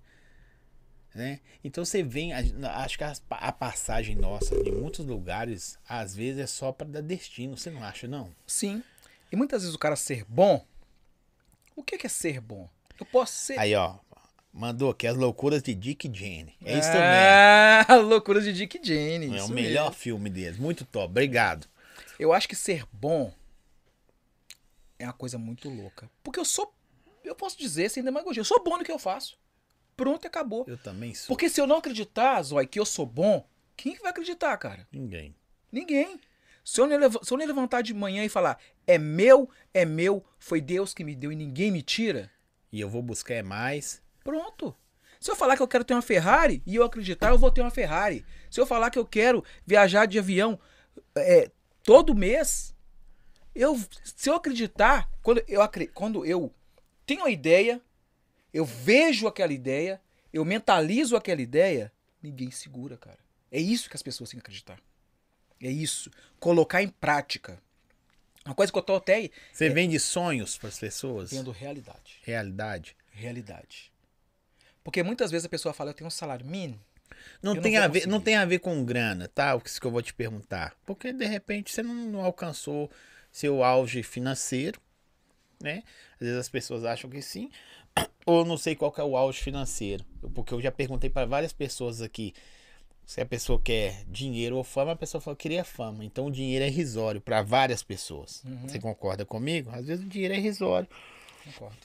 Speaker 1: Né? Então você vem, a- acho que as pa- a passagem nossa de muitos lugares, às vezes é só para dar destino, você não acha, não?
Speaker 2: Sim. E muitas vezes o cara ser bom. O que que é ser bom? Eu posso ser.
Speaker 1: Aí, ó, mandou aqui as loucuras de Dick Jane. É isso
Speaker 2: ah, loucura de Dick Jane.
Speaker 1: também. É o
Speaker 2: isso
Speaker 1: melhor
Speaker 2: mesmo.
Speaker 1: filme deles, muito top, obrigado.
Speaker 2: Eu acho que ser bom é uma coisa muito louca. Porque eu sou. Eu posso dizer sem demagogia. Eu sou bom no que eu faço. Pronto, acabou.
Speaker 1: Eu também sou.
Speaker 2: Porque se eu não acreditar, Zói, que eu sou bom, quem que vai acreditar, cara?
Speaker 1: Ninguém.
Speaker 2: Ninguém. Se eu, não leva- se eu não levantar de manhã e falar, é meu, é meu, foi Deus que me deu e ninguém me tira,
Speaker 1: E eu vou buscar é mais.
Speaker 2: Pronto. Se eu falar que eu quero ter uma Ferrari e eu acreditar, eu vou ter uma Ferrari. Se eu falar que eu quero viajar de avião é, todo mês, eu, se eu acreditar, quando eu, acre- quando eu tenho a ideia, eu vejo aquela ideia, eu mentalizo aquela ideia, ninguém segura, cara. É isso que as pessoas têm que acreditar. É isso. Colocar em prática. Uma coisa que eu tô até
Speaker 1: Você vende sonhos para as pessoas?
Speaker 2: tendo realidade.
Speaker 1: Realidade.
Speaker 2: Realidade. Porque muitas vezes a pessoa fala, eu tenho um salário mínimo.
Speaker 1: Não
Speaker 2: Eu não
Speaker 1: tem,
Speaker 2: vou
Speaker 1: a ver, não
Speaker 2: conseguir.
Speaker 1: tem a ver com grana, tá? O que isso que eu vou te perguntar. Porque de repente você não, não alcançou seu auge financeiro, né? Às vezes as pessoas acham que sim, ou eu não sei qual que é o auge financeiro. Porque eu já perguntei para várias pessoas aqui se a pessoa quer dinheiro ou fama, a pessoa fala que queria fama. Então o dinheiro é irrisório para várias pessoas.
Speaker 2: Uhum.
Speaker 1: Você concorda comigo? Às vezes o dinheiro é irrisório.
Speaker 2: Concordo.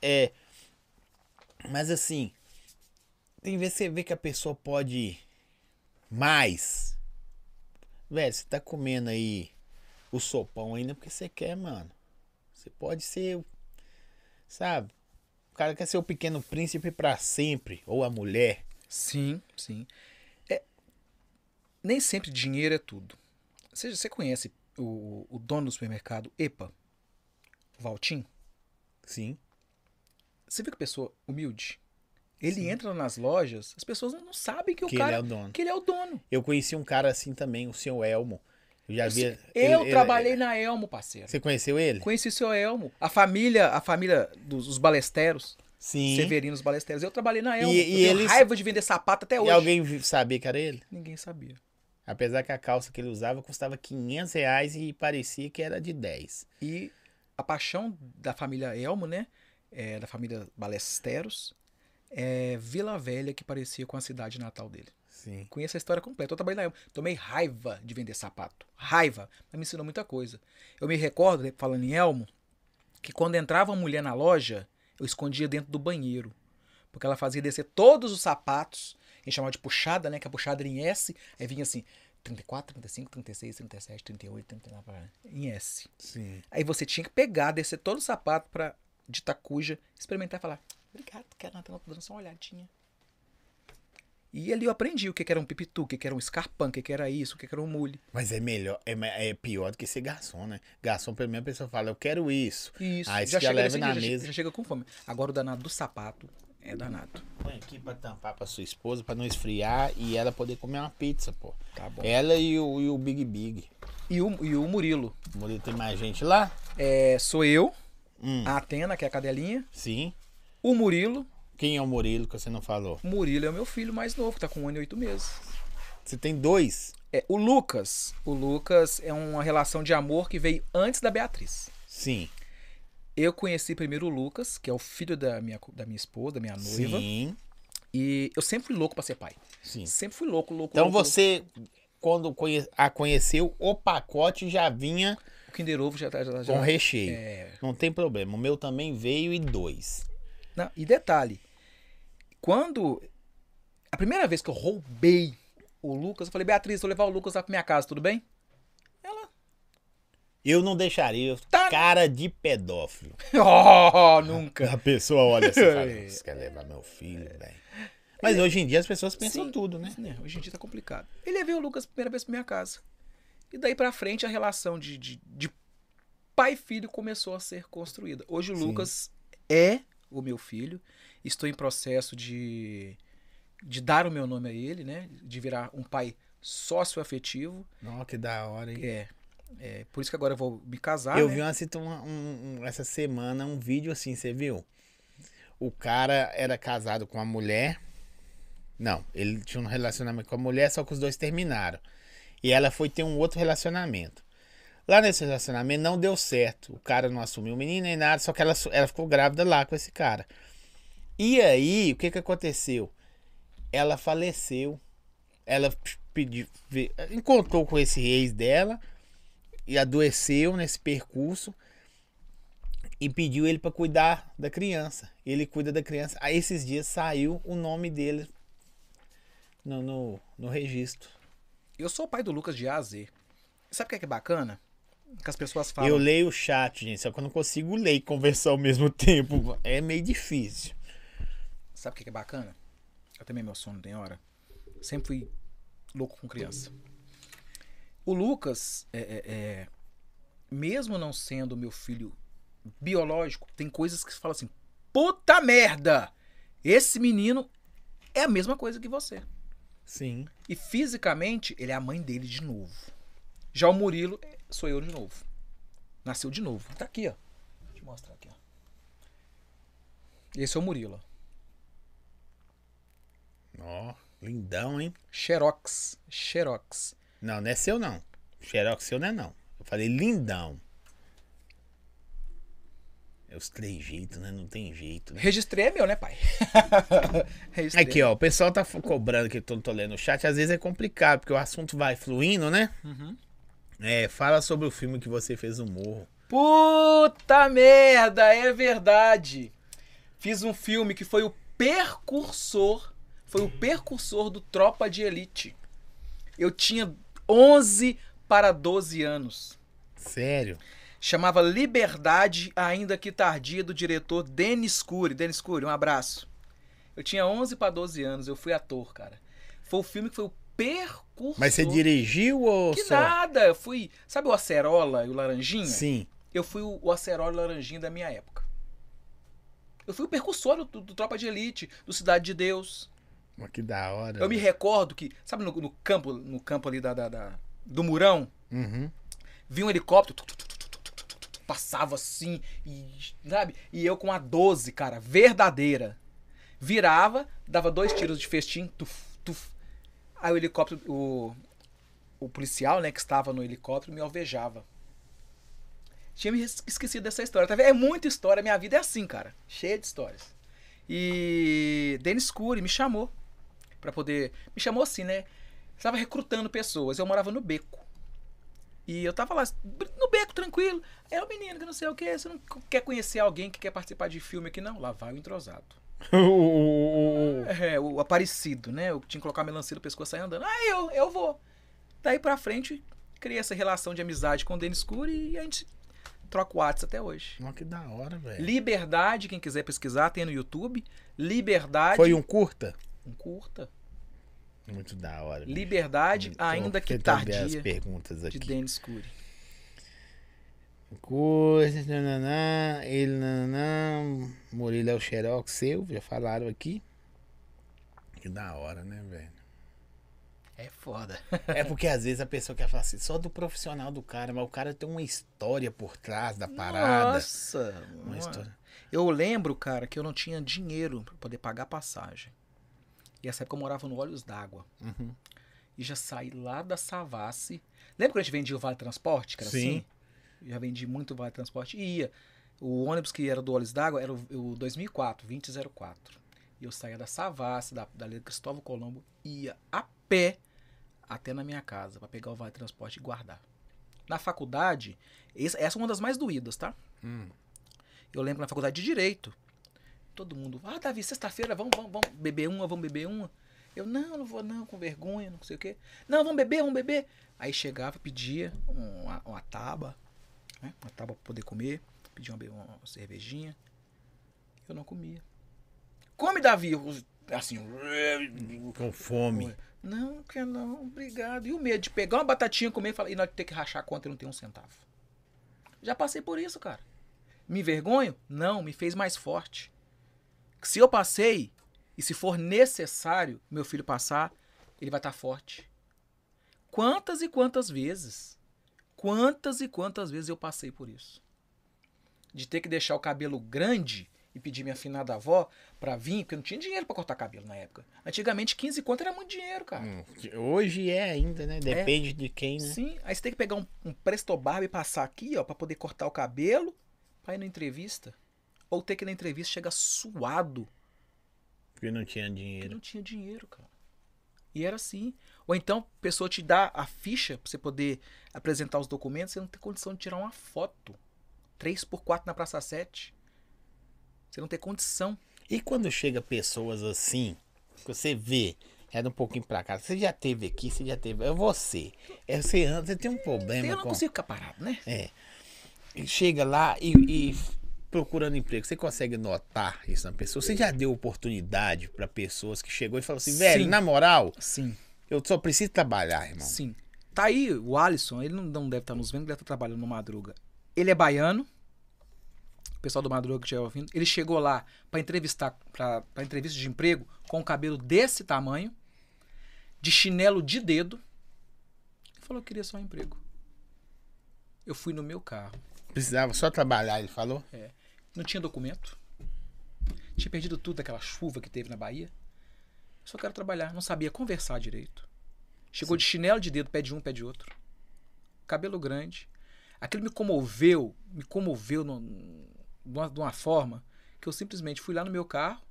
Speaker 1: É. Mas assim, tem vezes que você vê que a pessoa pode mais. Velho, você tá comendo aí o sopão ainda porque você quer, mano. Você pode ser, sabe? O cara quer ser o pequeno príncipe pra sempre, ou a mulher.
Speaker 2: Sim, sim. É, nem sempre dinheiro é tudo. Você, você conhece o, o dono do supermercado, EPA? O Valtim?
Speaker 1: Sim.
Speaker 2: Você viu que pessoa humilde? Ele
Speaker 1: Sim.
Speaker 2: entra nas lojas, as pessoas não sabem que,
Speaker 1: Que
Speaker 2: o
Speaker 1: ele
Speaker 2: cara.
Speaker 1: é o dono.
Speaker 2: Que ele é o dono.
Speaker 1: Eu conheci um cara assim também, o seu Elmo. Eu já vi.
Speaker 2: Eu
Speaker 1: ele- ele-
Speaker 2: trabalhei na Elmo, parceiro.
Speaker 1: Você conheceu ele?
Speaker 2: Conheci o seu Elmo. A família, a família dos os balesteros,
Speaker 1: Sim.
Speaker 2: Severinos Balesteros. Eu trabalhei na Elmo.
Speaker 1: E-
Speaker 2: eu
Speaker 1: e
Speaker 2: tenho
Speaker 1: eles-
Speaker 2: raiva de vender sapato até hoje.
Speaker 1: E alguém vi- sabia que era ele?
Speaker 2: Ninguém sabia.
Speaker 1: Apesar que a calça que ele usava custava 500 reais e parecia que era de 10.
Speaker 2: E a paixão da família Elmo, né? é, da família Balesteros, é Vila Velha, que parecia com a cidade natal dele.
Speaker 1: Sim.
Speaker 2: Conheço a história completa. Eu trabalhei na Elmo. Tomei raiva de vender sapato. Raiva. Mas me ensinou muita coisa. Eu me recordo, né, falando em Elmo, que quando entrava uma mulher na loja, eu escondia dentro do banheiro. Porque ela fazia descer todos os sapatos. A gente chamava de puxada, né? Que a puxada era em S. Aí vinha assim, 34, 35, 36, 37, 38, 39, em S.
Speaker 1: Sim.
Speaker 2: Aí você tinha que pegar, descer todo o sapato pra, de tacuja, experimentar e falar: Obrigado, cara, não tô dando só uma olhadinha. E ali eu aprendi o que que era um pipitu, o que que era um escarpão, o que que era isso, o que que era um mule.
Speaker 1: Mas é melhor, é, me- é pior do que ser garçom, né? Garçom, pelo menos, a pessoa fala, eu quero isso.
Speaker 2: Isso,
Speaker 1: Ah, isso
Speaker 2: já
Speaker 1: já
Speaker 2: chega
Speaker 1: leva
Speaker 2: desse
Speaker 1: na
Speaker 2: jeito, já,
Speaker 1: mesa.
Speaker 2: já chega com fome. Agora o danado do sapato é danado.
Speaker 1: Põe aqui pra tampar pra sua esposa, pra não esfriar e ela poder comer uma pizza, pô.
Speaker 2: Tá bom.
Speaker 1: Ela e o, e o Big Big.
Speaker 2: E, o, e o Murilo.
Speaker 1: O Murilo tem mais gente lá?
Speaker 2: É, sou eu,
Speaker 1: Hum.
Speaker 2: a Atena, que é a cadelinha.
Speaker 1: Sim.
Speaker 2: O Murilo.
Speaker 1: Quem é o Murilo que você não falou?
Speaker 2: O Murilo é o meu filho mais novo, que tá com um ano e oito meses.
Speaker 1: Você tem dois?
Speaker 2: É, o Lucas. O Lucas é uma relação de amor que veio antes da Beatriz.
Speaker 1: Sim.
Speaker 2: Eu conheci primeiro o Lucas, que é o filho da minha, co- da minha esposa, da minha noiva.
Speaker 1: Sim.
Speaker 2: E eu sempre fui louco pra ser pai.
Speaker 1: Sim.
Speaker 2: Sempre fui louco, louco,
Speaker 1: Então
Speaker 2: louco,
Speaker 1: você, quando conhe- a conheceu, o pacote já vinha
Speaker 2: louco. O Kinder Ovo já tá... Já, já-
Speaker 1: com recheio.
Speaker 2: é.
Speaker 1: Não tem problema. O meu também veio e dois.
Speaker 2: Não, e detalhe, quando... A primeira vez que eu roubei o Lucas, eu falei, Beatriz, vou levar o Lucas lá pra minha casa, tudo bem?
Speaker 1: Eu não deixaria. eu-
Speaker 2: Tá.
Speaker 1: Cara de pedófilo.
Speaker 2: oh, nunca.
Speaker 1: A pessoa olha assim e fala, você quer levar meu filho, velho? Mas hoje em dia as pessoas pensam
Speaker 2: Sim.
Speaker 1: tudo, né?
Speaker 2: É, hoje em dia tá complicado. Eu levei o Lucas a primeira vez pra minha casa. E daí pra frente a relação de, de, de pai e filho começou a ser construída. Hoje o
Speaker 1: Sim.
Speaker 2: Lucas é o meu filho. Estou em processo de, de dar o meu nome a ele, né? De virar um pai sócio afetivo.
Speaker 1: Nossa, que da hora, hein?
Speaker 2: É, é, por isso que agora eu vou me casar.
Speaker 1: eu
Speaker 2: né?
Speaker 1: vi uma, situ- uma- um- um- essa semana um vídeo assim, você viu? O cara era casado com a mulher. Não, ele tinha um relacionamento com a mulher, só que os dois terminaram. E ela foi ter um outro relacionamento. Lá nesse relacionamento não deu certo. O cara não assumiu o menino nem nada, só que ela, su- ela ficou grávida lá com esse cara. E aí, o que que aconteceu? Ela faleceu. Ela p- pediu, ve- encontrou com esse ex dela e adoeceu nesse percurso e pediu ele para cuidar da criança. Ele cuida da criança. Aí esses dias saiu o nome dele no, no, no registro.
Speaker 2: Eu sou o pai do Lucas de A a Z. Sabe o que é, que é bacana? Que as pessoas falam.
Speaker 1: Eu leio o chat, gente, só que eu não consigo ler e conversar ao mesmo tempo. É meio difícil.
Speaker 2: Sabe o que que é bacana? Eu também meu sono tem hora. Sempre fui louco com criança. O Lucas, é, é, é, mesmo não sendo meu filho biológico, tem coisas que se fala assim: puta merda! Esse menino é a mesma coisa que você.
Speaker 1: Sim.
Speaker 2: E fisicamente, ele é a mãe dele de novo. Já o Murilo, é- sou eu de novo. Nasceu de novo. Tá aqui, ó. Deixa eu mostrar aqui, ó. Esse é o Murilo, ó.
Speaker 1: Ó, lindão, hein?
Speaker 2: Xerox. Xerox.
Speaker 1: Não, não é seu não. Xerox seu não é não. Eu falei lindão. É os três jeitos, né? Não tem jeito, né?
Speaker 2: Registrei é meu, né, pai? Registrei.
Speaker 1: Aqui, ó, o pessoal tá f- cobrando que eu tô, tô lendo o chat, às vezes é complicado, porque o assunto vai fluindo, né?
Speaker 2: Uhum.
Speaker 1: É, fala sobre o filme que você fez o morro.
Speaker 2: Puta merda, é verdade. Fiz um filme que foi o percursor, foi o percursor do Tropa de Elite. Eu tinha 11 para 12 anos.
Speaker 1: Sério?
Speaker 2: chamava Liberdade, ainda que tardia, do diretor Denis Cury. Denis Cury, um abraço. Eu tinha 11 para 12 anos, eu fui ator, cara. Foi o filme que foi o percurso.
Speaker 1: Mas você dirigiu ou
Speaker 2: Que
Speaker 1: só?
Speaker 2: nada, eu fui... Sabe o Acerola e o Laranjinha?
Speaker 1: Sim.
Speaker 2: Eu fui o o Acerola e o Laranjinha da minha época. Eu fui o percursor do, do Tropa de Elite, do Cidade de Deus.
Speaker 1: Mas que da hora.
Speaker 2: Eu me recordo que, sabe no, no campo no campo ali da, da- da- do Murão?
Speaker 1: Uhum.
Speaker 2: vinha um helicóptero, tu, tu, tu, tu, tu, tu, tu, tu, tu, passava assim, e, sabe? E eu com a 12, cara, verdadeira. Virava, dava dois tiros de festim, tuf, tuf. Aí o helicóptero, o, o policial, né, que estava no helicóptero, me alvejava. Tinha me es- esquecido dessa história, tá vendo? É muita história, minha vida é assim, cara, cheia de histórias. E Denis Cury me chamou pra poder, me chamou assim, né? Estava recrutando pessoas, eu morava no beco. E eu tava lá, no beco, tranquilo. É o menino que não sei o que, você não quer conhecer alguém que quer participar de filme aqui, não? Lá vai o entrosado.
Speaker 1: O- o- o- o-
Speaker 2: É, o Aparecido, né? Eu tinha que colocar melancia no pescoço e sair andando. Ah, eu, eu vou. Daí pra frente, criei essa relação de amizade com o Denis Cury e a gente troca o WhatsApp até hoje.
Speaker 1: Mas que da hora, velho.
Speaker 2: Liberdade, quem quiser pesquisar, tem no YouTube. Liberdade.
Speaker 1: Foi um curta?
Speaker 2: um curta.
Speaker 1: Muito da hora. bicho.
Speaker 2: Liberdade,
Speaker 1: Muito-
Speaker 2: ainda
Speaker 1: Tô
Speaker 2: que
Speaker 1: tentando Então, ver as
Speaker 2: tardia,
Speaker 1: perguntas
Speaker 2: de
Speaker 1: aqui.
Speaker 2: Denis Cury.
Speaker 1: Coisas, nananã, ele, nananã, Murilo é o xerox seu, já falaram aqui. Que da hora, né, velho?
Speaker 2: É foda.
Speaker 1: É porque às vezes a pessoa quer falar assim, só do profissional do cara, mas o cara tem uma história por trás da parada.
Speaker 2: Nossa,
Speaker 1: Uma
Speaker 2: mano.
Speaker 1: história.
Speaker 2: Eu lembro, cara, que eu não tinha dinheiro pra poder pagar a passagem. E essa época eu morava no Olhos d'Água.
Speaker 1: Uhum.
Speaker 2: E já saí lá da Savassi. Lembra quando a gente vendia o Vale Transporte, que era
Speaker 1: Sim.
Speaker 2: assim? Eu Já vendi muito Vale Transporte e ia. O ônibus que era do Olhos d'Água era o o 2004, 2004. E eu saía da Savassi, da, da Lei Cristóvão Colombo, ia a pé até na minha casa pra pegar o Vale Transporte e guardar. Na faculdade, essa essa é uma das mais doídas, tá?
Speaker 1: Hum.
Speaker 2: Eu lembro na faculdade de Direito. Todo mundo, ah, Davi, sexta-feira, vamos, vamos, vamos beber uma, vamos beber uma. Eu, não, não vou não, com vergonha, não sei o quê. Não, vamos beber, vamos beber. Aí chegava, pedia uma, uma tábua, né? Uma tábua pra poder comer, pedia uma, be- uma cervejinha. Eu não comia. Come, Davi! Eu, Assim,
Speaker 1: Com fome.
Speaker 2: não, quer não, obrigado. E o medo de pegar uma batatinha, comer e falar, e nós ter que rachar a conta e não ter um centavo. Já passei por isso, cara. Me envergonho? Não, me fez mais forte. Se eu passei, e se for necessário meu filho passar, ele vai estar forte. Quantas e quantas vezes, quantas e quantas vezes eu passei por isso? De ter que deixar o cabelo grande e pedir minha finada avó pra vir, porque eu não tinha dinheiro pra cortar cabelo na época. Antigamente, 15 conto era muito dinheiro, cara.
Speaker 1: Hum, Hoje é ainda, né? Depende de quem, né?
Speaker 2: Sim, aí você tem que pegar um, um presto barba e passar aqui, ó, pra poder cortar o cabelo, pra ir na entrevista. Ou ter que ir na entrevista chegar suado
Speaker 1: Porque não tinha
Speaker 2: porque
Speaker 1: dinheiro.
Speaker 2: não tinha dinheiro, cara. E era assim. Ou então, a pessoa te dá a ficha pra você poder apresentar os documentos, você não tem condição de tirar uma foto. 3x4 na Praça 7. Você não tem condição.
Speaker 1: E quando chega pessoas assim, que você vê, era um pouquinho pra cá, você já teve aqui, você já teve. É você. É você anda, você tem um problema
Speaker 2: eu não
Speaker 1: com.
Speaker 2: consigo ficar parado, né?
Speaker 1: É. E chega lá e, e procurando emprego, você consegue notar isso na pessoa? Você já deu oportunidade pra pessoas que chegou e falou assim, velho,
Speaker 2: Sim.
Speaker 1: na moral,
Speaker 2: Sim,
Speaker 1: eu só preciso trabalhar, irmão.
Speaker 2: sim. Tá aí o Alisson, ele não, não deve estar nos vendo, ele deve estar trabalhando no Madruga. Ele é baiano. O pessoal do Madruga que estiver ouvindo. Ele chegou lá pra entrevistar, pra pra entrevista de emprego, com o cabelo desse tamanho, de chinelo de dedo. Ele falou que queria só um emprego. Eu fui no meu carro.
Speaker 1: Precisava só trabalhar, ele falou.
Speaker 2: Não tinha documento. Tinha perdido tudo daquela chuva que teve na Bahia. Só quero trabalhar. Não sabia conversar direito. Chegou de chinelo de dedo, pé de um, pé de outro. Cabelo grande. Aquilo me comoveu, me comoveu num- de uma, de uma forma que eu simplesmente fui lá no meu carro,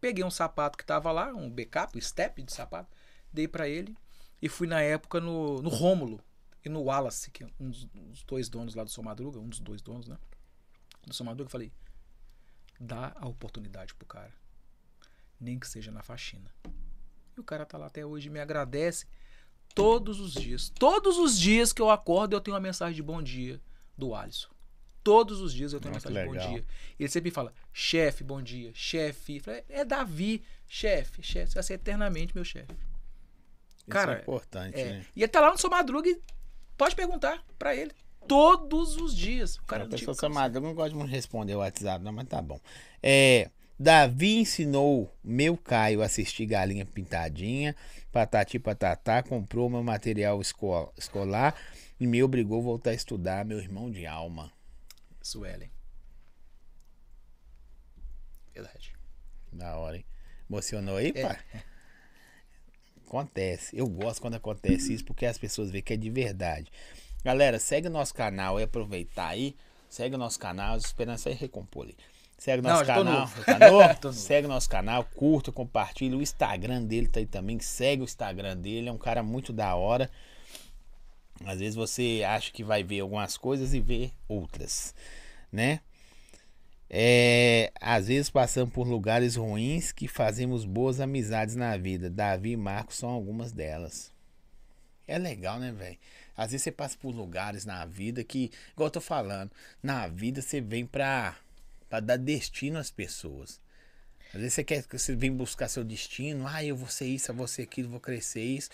Speaker 2: peguei um sapato que tava lá, um backup, um step de sapato, dei pra ele e fui na época no, no Rômulo e no Wallace, que é um dos, um dos dois donos lá do Sou Madruga, um dos dois donos, né? Do Sou Madruga, eu falei, dá a oportunidade pro cara. Nem que seja na faxina. E o cara tá lá até hoje, me agradece todos os dias. Todos os dias que eu acordo, eu tenho uma mensagem de bom dia do Alisson. Todos os dias eu tenho uma
Speaker 1: Ah, que
Speaker 2: mensagem de bom
Speaker 1: legal.
Speaker 2: dia. Ele sempre fala, chefe, bom dia, chefe. Eu falei, É Davi, chefe, chefe. Você vai ser eternamente meu chefe.
Speaker 1: Isso
Speaker 2: Cara,
Speaker 1: é importante,
Speaker 2: É.
Speaker 1: né?
Speaker 2: E ele tá lá no seu madruga e pode perguntar pra ele. Todos os dias. O
Speaker 1: a
Speaker 2: cara não
Speaker 1: pessoa
Speaker 2: tinha
Speaker 1: só madruga não gosta muito de responder o WhatsApp, não, mas tá bom. É, Davi ensinou meu Caio a assistir Galinha Pintadinha, Patati Patatá, comprou meu material esco- escolar e me obrigou a voltar a estudar, meu irmão de alma.
Speaker 2: Suelen. Verdade.
Speaker 1: Da hora, hein? Emocionou aí,
Speaker 2: É.
Speaker 1: pai? Acontece. Eu gosto quando acontece isso porque as pessoas veem que é de verdade. Galera, segue o nosso canal e aproveitar aí. Segue o nosso canal, Esperança e Recompor ali. Segue o
Speaker 2: Não,
Speaker 1: nosso
Speaker 2: já tô
Speaker 1: canal.
Speaker 2: novo.
Speaker 1: Tá novo?
Speaker 2: Tô novo.
Speaker 1: Segue o nosso canal, curta, compartilha. O Instagram dele tá aí também. Segue o Instagram dele. É um cara muito da hora. Às vezes você acha que vai ver algumas coisas e vê outras, né? É, às vezes passamos por lugares ruins que fazemos boas amizades na vida. Davi e Marcos são algumas delas. É legal, né, velho? Às vezes você passa por lugares na vida que, igual eu tô falando, na vida você vem pra, pra dar destino às pessoas. Às vezes você quer que você vem buscar seu destino, ah, eu vou ser isso, eu vou ser aquilo, vou crescer isso.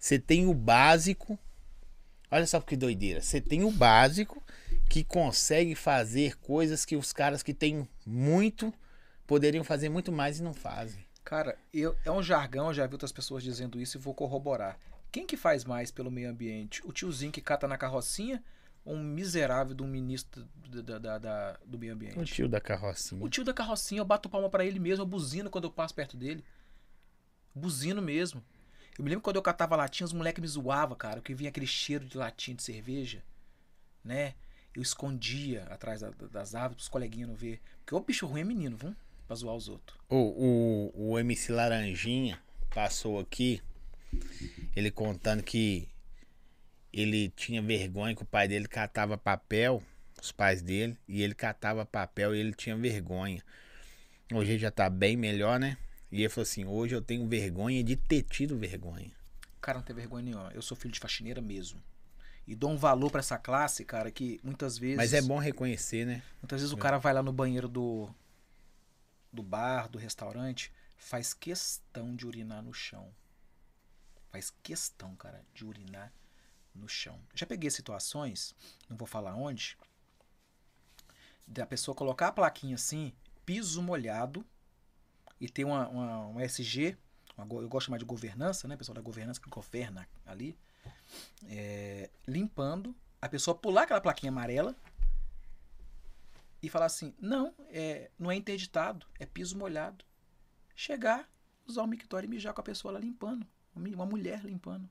Speaker 1: Você tem o básico. Olha só que doideira. Você tem o básico que consegue fazer coisas que os caras que têm muito poderiam fazer muito mais e não fazem.
Speaker 2: Cara, eu, é um jargão, eu já vi outras pessoas dizendo isso e vou corroborar. Quem que faz mais pelo meio ambiente? O tiozinho que cata na carrocinha ou um miserável de um ministro da- da- da- da- do meio ambiente?
Speaker 1: É O Um tio da carrocinha.
Speaker 2: O tio da carrocinha, eu bato palma pra ele mesmo, eu buzino quando eu passo perto dele. Buzino mesmo. Eu me lembro quando eu catava latinha, os moleques me zoavam, cara, porque vinha aquele cheiro de latinha de cerveja, né? Eu escondia atrás da- da- das árvores pros coleguinhas não ver. Porque o bicho ruim é menino, viu? Pra zoar os outros.
Speaker 1: O, o, o MC Laranjinha passou aqui, ele contando que ele tinha vergonha que o pai dele catava papel, os pais dele, e ele catava papel e ele tinha vergonha. Hoje ele já tá bem melhor, né? E ele falou assim: hoje eu tenho vergonha de ter tido vergonha.
Speaker 2: Cara, não tem vergonha nenhuma. Eu sou filho de faxineira mesmo. E dou um valor pra essa classe, cara, que muitas vezes.
Speaker 1: Mas é bom reconhecer, né?
Speaker 2: Muitas Então, vezes o cara vai lá no banheiro do, do bar, do restaurante, faz questão de urinar no chão. Faz questão, cara, de urinar no chão. Já peguei situações, não vou falar onde, da pessoa colocar a plaquinha assim, piso molhado, e tem uma, uma, uma SG, uma go- eu gosto de chamar de governança, né? Pessoal da governança que governa ali, é, limpando, a pessoa pular aquela plaquinha amarela e falar assim: não, é, não é interditado, é piso molhado. Chegar, usar o mictório e mijar com a pessoa lá limpando, uma mi- uma mulher limpando.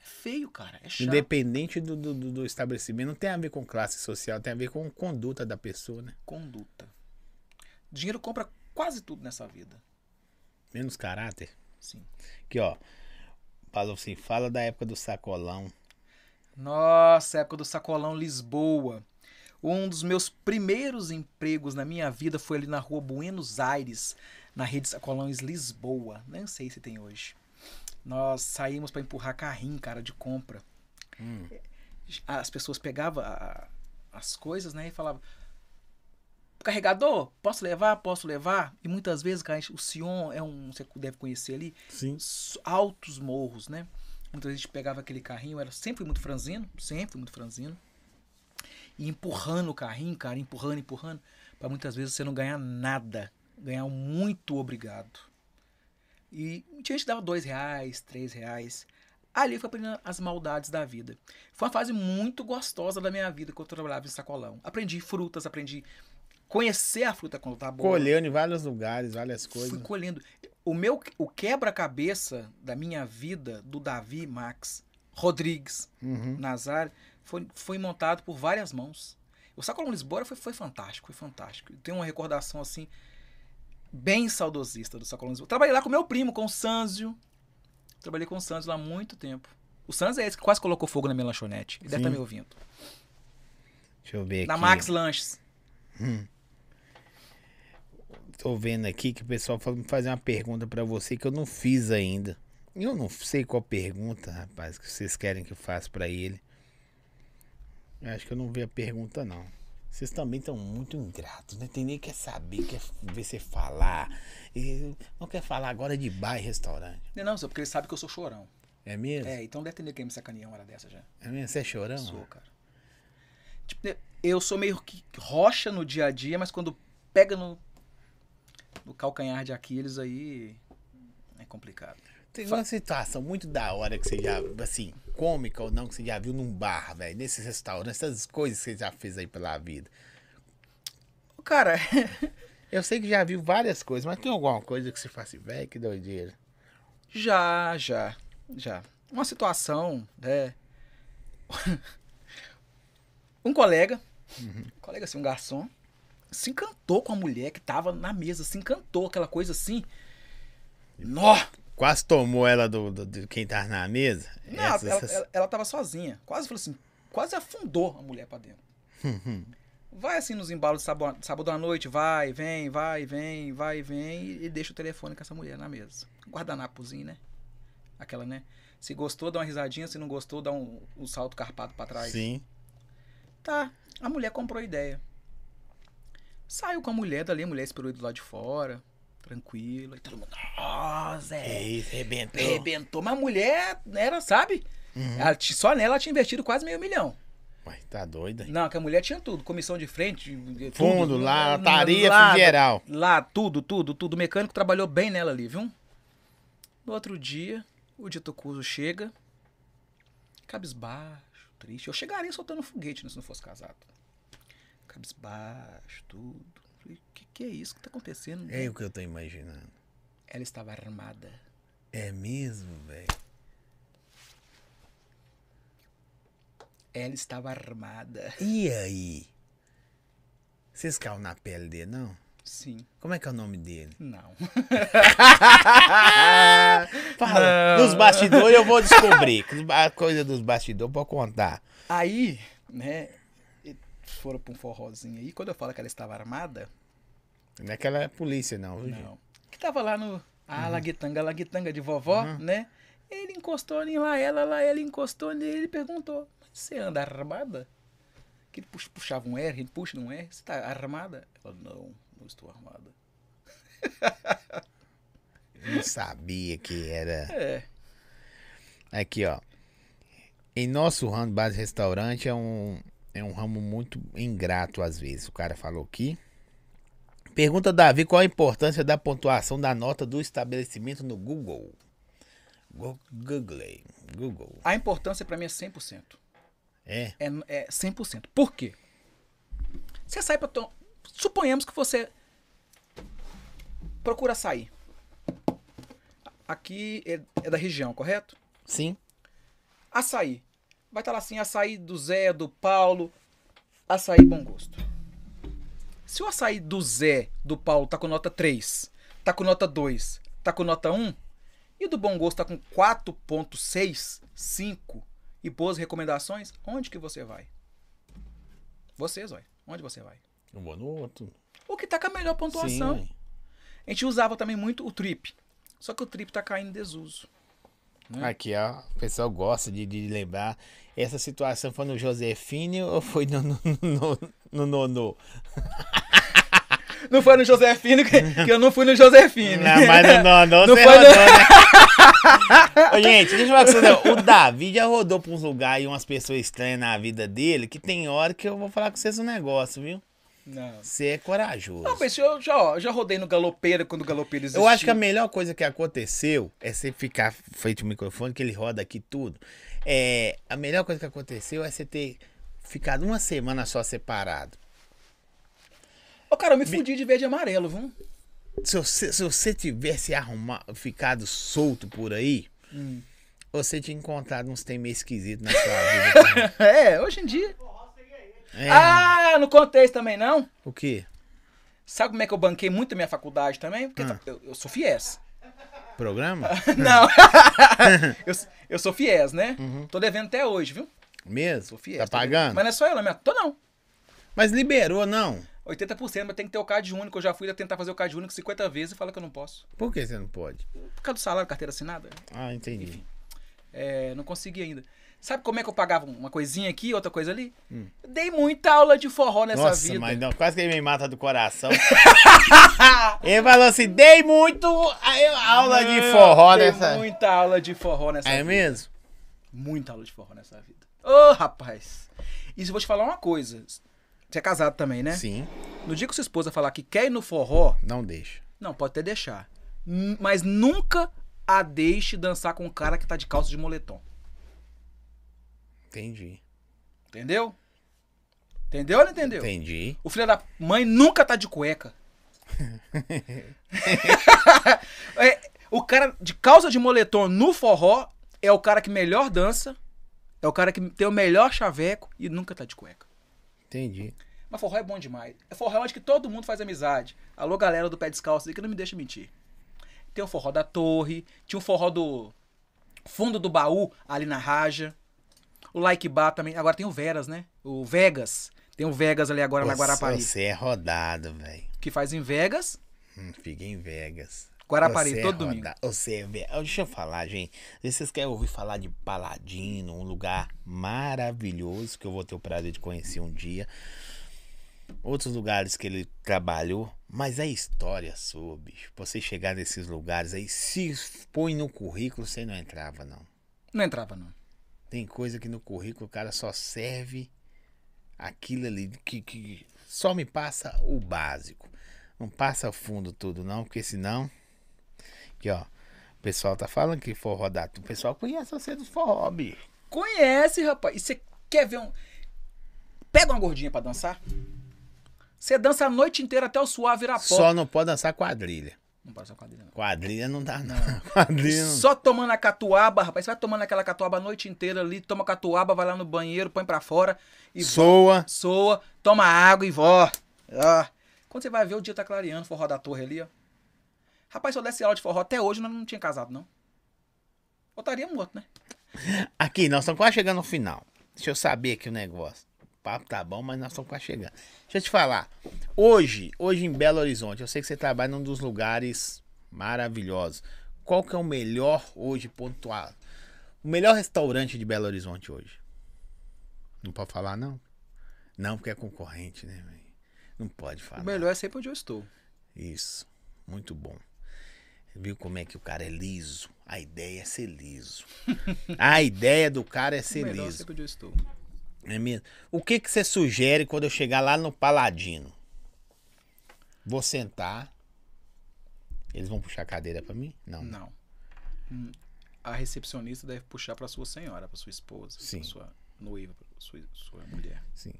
Speaker 2: É feio, cara, é chato.
Speaker 1: Independente do, do, do- do estabelecimento, não tem a ver com classe social, tem a ver com conduta da pessoa, né?
Speaker 2: Conduta. Dinheiro compra quase tudo nessa vida.
Speaker 1: Menos caráter.
Speaker 2: Sim.
Speaker 1: Aqui, ó. Falou assim, fala da época do sacolão.
Speaker 2: Nossa, época do sacolão Lisboa. Um dos meus primeiros empregos na minha vida foi ali na rua Buenos Aires, na rede Sacolões Lisboa. Nem sei se tem hoje. Nós saímos para empurrar carrinho, cara, de compra.
Speaker 1: Hum.
Speaker 2: As pessoas pegavam a- as coisas, né, e falavam: carregador, posso levar? Posso levar? E muitas vezes, cara, o Sion é um, você deve conhecer ali,
Speaker 1: Sim.
Speaker 2: s- altos morros, né? Muitas vezes a gente pegava aquele carrinho, eu era sempre fui muito franzino, sempre fui muito franzino. E empurrando o carrinho, cara, empurrando, empurrando, para muitas vezes você não ganhar nada, ganhar um muito obrigado. E tinha gente que dava dois reais, três reais. Ali eu fui aprendendo as maldades da vida. Foi uma fase muito gostosa da minha vida quando eu trabalhava em sacolão. Aprendi frutas, aprendi conhecer a fruta quando tá boa.
Speaker 1: Colhendo em vários lugares, várias coisas.
Speaker 2: Fui colhendo. O meu o quebra-cabeça da minha vida, do Davi Max Rodrigues
Speaker 1: Uhum.
Speaker 2: Nazar, foi, foi montado por várias mãos. O Sacolão Lisboa foi, foi fantástico, foi fantástico. Eu tenho uma recordação, assim, bem saudosista do Sacolão Lisboa. Trabalhei lá com meu primo, com o Sanzio. Trabalhei com o Sanzio lá há muito tempo. O Sanzio é esse que quase colocou fogo na minha lanchonete. Ele deve
Speaker 1: Sim. É
Speaker 2: estar me ouvindo.
Speaker 1: Deixa eu ver
Speaker 2: Na
Speaker 1: aqui.
Speaker 2: Max Lanches.
Speaker 1: Tô vendo aqui que o pessoal falou me fazer uma pergunta pra você que eu não fiz ainda. E Eu não sei qual pergunta, rapaz, que vocês querem que eu faça pra ele. Eu acho que eu não vi a pergunta, não. Vocês também estão muito ingratos, né? Tem nem que quer saber, quer ver você falar. E não quer falar agora de bar e restaurante.
Speaker 2: Não, não, senhor, porque ele sabe que eu sou chorão.
Speaker 1: É mesmo? É,
Speaker 2: É, então deve ter ninguém me sacanear uma hora dessa já.
Speaker 1: mesmo? Você é chorão?
Speaker 2: Sou, cara. Tipo, eu- eu sou meio que rocha no dia a dia, mas quando pega no, no calcanhar de Aquiles, aí é complicado.
Speaker 1: Tem uma situação muito da hora que você já, assim, cômica ou não, que você já viu num bar, velho, nesses restaurantes, essas coisas que você já fez aí pela vida.
Speaker 2: Cara,
Speaker 1: Eu sei que já viu várias coisas, mas tem alguma coisa que você fala assim, velho, que doideira.
Speaker 2: já, já, já. Uma situação, né? um colega, um colega assim, um garçom, se encantou com a mulher que tava na mesa, se encantou, aquela coisa assim. Nó!
Speaker 1: Quase tomou ela do, do- de quem tá na mesa.
Speaker 2: Não,
Speaker 1: Essas-
Speaker 2: ela,
Speaker 1: essas-
Speaker 2: ela, ela tava sozinha. Quase falou assim, quase afundou a mulher pra dentro.
Speaker 1: Uhum.
Speaker 2: vai assim nos embalos de sábado, sábado à noite, vai, vem, vai, vem, vai, vem, e, e deixa o telefone com essa mulher na mesa. Guardanapozinho, né? Aquela, né? Se gostou, dá uma risadinha, se não gostou, dá um, um salto carpado pra trás.
Speaker 1: Sim.
Speaker 2: Tá, a mulher comprou a ideia. Saiu com a mulher dali, a mulher esperou ele do lado de fora, tranquila, e todo mundo, nossa, é,
Speaker 1: É Uhum. isso, arrebentou.
Speaker 2: Arrebentou, mas a mulher era, sabe? Ela ti- só nela ela tinha investido quase meio milhão.
Speaker 1: Ué, tá doida. hein?
Speaker 2: Não, que a mulher tinha tudo. Comissão de frente, eh, tudo,
Speaker 1: Fundo, lá, taria,
Speaker 2: lá,
Speaker 1: geral.
Speaker 2: Lá, tudo, tudo, tudo. O mecânico trabalhou bem nela ali, viu? No outro dia, o dito cuso chega, cabisbaixo, triste. Eu chegaria soltando um foguete né, se não fosse casado. Cabisbaixo, tudo. Falei, o que, que é isso que tá acontecendo?
Speaker 1: É o que eu tô imaginando.
Speaker 2: Ela estava armada.
Speaker 1: É mesmo, velho?
Speaker 2: Ela estava armada.
Speaker 1: E aí? Vocês caem na pele dele, não?
Speaker 2: Sim.
Speaker 1: Como é que é o nome dele?
Speaker 2: Não.
Speaker 1: Fala. Nos bastidores eu vou descobrir. A coisa dos bastidores pode contar.
Speaker 2: Aí, né, foram pra um forrozinho aí. Quando eu falo que ela estava armada,
Speaker 1: Não é aquela polícia, não, viu, gente?
Speaker 2: não. Que tava lá no. Ah, laguitanga, laguitanga de vovó, né? Ele encostou em lá, ela lá, ela encostou nele e perguntou: Mas você anda armada? Que ele pux- puxava um R, ele puxa um R. Você tá armada? Ela, não, não estou armada.
Speaker 1: Eu não sabia que era.
Speaker 2: É.
Speaker 1: Aqui, ó. Em nosso ramo, bar e restaurante é um, é um ramo muito ingrato às vezes. O cara falou aqui Pergunta, Davi, qual a importância da pontuação da nota do estabelecimento no Google? Gu- Google. Google.
Speaker 2: A importância pra mim é 100%.
Speaker 1: É.
Speaker 2: É, é 100%. Por quê? Você sai pra. to- Suponhamos que você procura sair. Aqui é, é da região, correto?
Speaker 1: Sim.
Speaker 2: Açaí. Vai estar lá assim: açaí do Zé, do Paulo. Açaí bom gosto. Se o açaí do Zé, do Paulo, tá com nota 3, tá com nota 2, tá com nota 1, e o do bom gosto tá com 4,6, 5 e boas recomendações, onde que você vai? Vocês, olha. Onde você vai?
Speaker 1: Eu vou Um no outro.
Speaker 2: O que tá com a melhor pontuação.
Speaker 1: Sim, ué.
Speaker 2: a gente usava também muito o trip. Só que o trip tá caindo em desuso. Né?
Speaker 1: Aqui, ó. O pessoal gosta de, de lembrar. Essa situação foi no Josefine ou foi no no no, no, no, no?
Speaker 2: Não foi no Josefino que, que eu não fui no Josefino.
Speaker 1: Não, mas no Nonô
Speaker 2: Não
Speaker 1: você
Speaker 2: foi no-
Speaker 1: rodou, né? Ô, gente, deixa eu falar com vocês. ó. O Davi já rodou pra uns lugares e umas pessoas estranhas na vida dele que tem hora que eu vou falar com vocês um negócio, viu?
Speaker 2: Não.
Speaker 1: Você é corajoso.
Speaker 2: Não, mas eu já, ó, já rodei no Galopeira quando o Galopeira existia.
Speaker 1: Eu acho que a melhor coisa que aconteceu é você ficar frente ao microfone, que ele roda aqui tudo. É, a melhor coisa que aconteceu é você ter ficado uma semana só separado.
Speaker 2: Ô, cara, eu me fudi de verde e amarelo, viu?
Speaker 1: Se você, se você tivesse arrumado, ficado solto por aí,
Speaker 2: Hum.
Speaker 1: você tinha encontrado uns tem meio esquisito na sua vida.
Speaker 2: É, hoje em dia.
Speaker 1: É,
Speaker 2: Ah, não contei isso também, não?
Speaker 1: O quê?
Speaker 2: Sabe como é que eu banquei muito a minha faculdade também? Porque
Speaker 1: Ah.
Speaker 2: eu, eu sou fies.
Speaker 1: Programa?
Speaker 2: Não. eu, eu sou fies, né? Tô devendo até hoje, viu?
Speaker 1: Mesmo?
Speaker 2: Sou fies.
Speaker 1: Uhum. Tá
Speaker 2: tô devendo.
Speaker 1: pagando?
Speaker 2: Mas
Speaker 1: Mas,
Speaker 2: não é só ela, minha. Tô não.
Speaker 1: liberou, não.
Speaker 2: 80%, mas tem que ter o CAD único. Eu já fui tentar fazer o CAD único 50 vezes e fala que eu não posso.
Speaker 1: Por que você não pode?
Speaker 2: Por causa do salário, carteira assinada.
Speaker 1: Ah, entendi.
Speaker 2: É, não consegui ainda. Sabe como é que eu pagava uma coisinha aqui, outra coisa ali? Dei muita aula de forró nessa
Speaker 1: Hum. Nossa,
Speaker 2: vida.
Speaker 1: mas não, quase que ele me mata do coração. ele falou assim: dei muito a- eu- aula de forró
Speaker 2: Dei
Speaker 1: nessa.
Speaker 2: Muita aula de forró nessa
Speaker 1: É
Speaker 2: vida.
Speaker 1: mesmo?
Speaker 2: Muita aula de forró nessa vida. Ô, rapaz. E se eu vou te falar uma coisa. Você é casado também, né?
Speaker 1: Sim,
Speaker 2: No dia que sua esposa falar que quer ir no forró,
Speaker 1: não deixa.
Speaker 2: não, pode até deixar. N- Mas nunca a deixe dançar com um cara que tá de calça de moletom.
Speaker 1: Entendi.
Speaker 2: Entendeu? Entendeu ou não entendeu?
Speaker 1: Entendi.
Speaker 2: O filho da mãe nunca tá de cueca. É, o cara de calça de moletom no forró é o cara que melhor dança, é o cara que tem o melhor chaveco e nunca tá de cueca.
Speaker 1: Entendi.
Speaker 2: Mas forró é bom demais. É forró onde que todo mundo faz amizade. Alô, galera do pé descalço aí que não me deixa mentir. Tem o forró da torre, tinha o forró do fundo do baú ali na Raja. O Like Bar também. Agora tem o Veras, né? O Vegas. Tem o Vegas ali agora na
Speaker 1: Você-
Speaker 2: Guarapari
Speaker 1: Você é rodado, velho.
Speaker 2: que faz em Vegas,
Speaker 1: Hum, Fica em Vegas.
Speaker 2: Guarapari,
Speaker 1: Você é roda-
Speaker 2: todo domingo.
Speaker 1: Você é ve- Deixa eu falar, gente. Se vocês querem ouvir falar de Paladino, um lugar maravilhoso que eu vou ter o prazer de conhecer um dia. Outros lugares que ele trabalhou, mas a história sua, bicho. Você chegar nesses lugares aí, se põe no currículo, você não entrava, não.
Speaker 2: Não entrava, não.
Speaker 1: Tem coisa que no currículo o cara só serve aquilo ali que, que só me passa o básico. Não passa fundo tudo não, porque senão aqui ó, o pessoal tá falando que forró da o pessoal conhece você do forró, bicho.
Speaker 2: Conhece, rapaz. E você quer ver um. Pega uma gordinha pra dançar. Você dança a noite inteira até o suar virar pó.
Speaker 1: Só não pode dançar quadrilha.
Speaker 2: Não pode dançar quadrilha, não.
Speaker 1: Quadrilha não dá não. Quadrilha não.
Speaker 2: Só tomando a catuaba, rapaz. Você vai tomando aquela catuaba a noite inteira ali, toma catuaba, vai lá no banheiro, põe pra fora e
Speaker 1: Soa.
Speaker 2: soa, toma água e vó. Ó. Quando você vai ver, o dia tá clareando, forró da torre ali, ó. Rapaz, se eu desse aula de forró até hoje, eu não tinha casado, não. Eu estaria morto, né?
Speaker 1: Aqui, nós estamos quase chegando no final. Deixa eu saber aqui o negócio. O papo tá bom, mas nós estamos quase chegando. Deixa eu te falar. Hoje, hoje em Belo Horizonte, eu sei que você trabalha num dos lugares maravilhosos. Qual que é o melhor hoje pontuado? O melhor restaurante de Belo Horizonte hoje? Não pode falar, não? Não, porque é concorrente, né, velho? Não pode falar.
Speaker 2: O melhor é sempre onde eu estou.
Speaker 1: Isso. Muito bom. Viu como é que o cara é liso? A ideia é ser liso. A ideia do cara é ser
Speaker 2: Melhor
Speaker 1: liso.
Speaker 2: sempre onde eu estou.
Speaker 1: É mesmo? O que que você sugere quando eu chegar lá no Paladino? Vou sentar. Eles vão puxar a cadeira pra mim? Não.
Speaker 2: Não. Hum, A recepcionista deve puxar pra sua senhora, pra sua esposa,
Speaker 1: Sim.
Speaker 2: pra sua noiva, pra sua, sua mulher.
Speaker 1: Sim.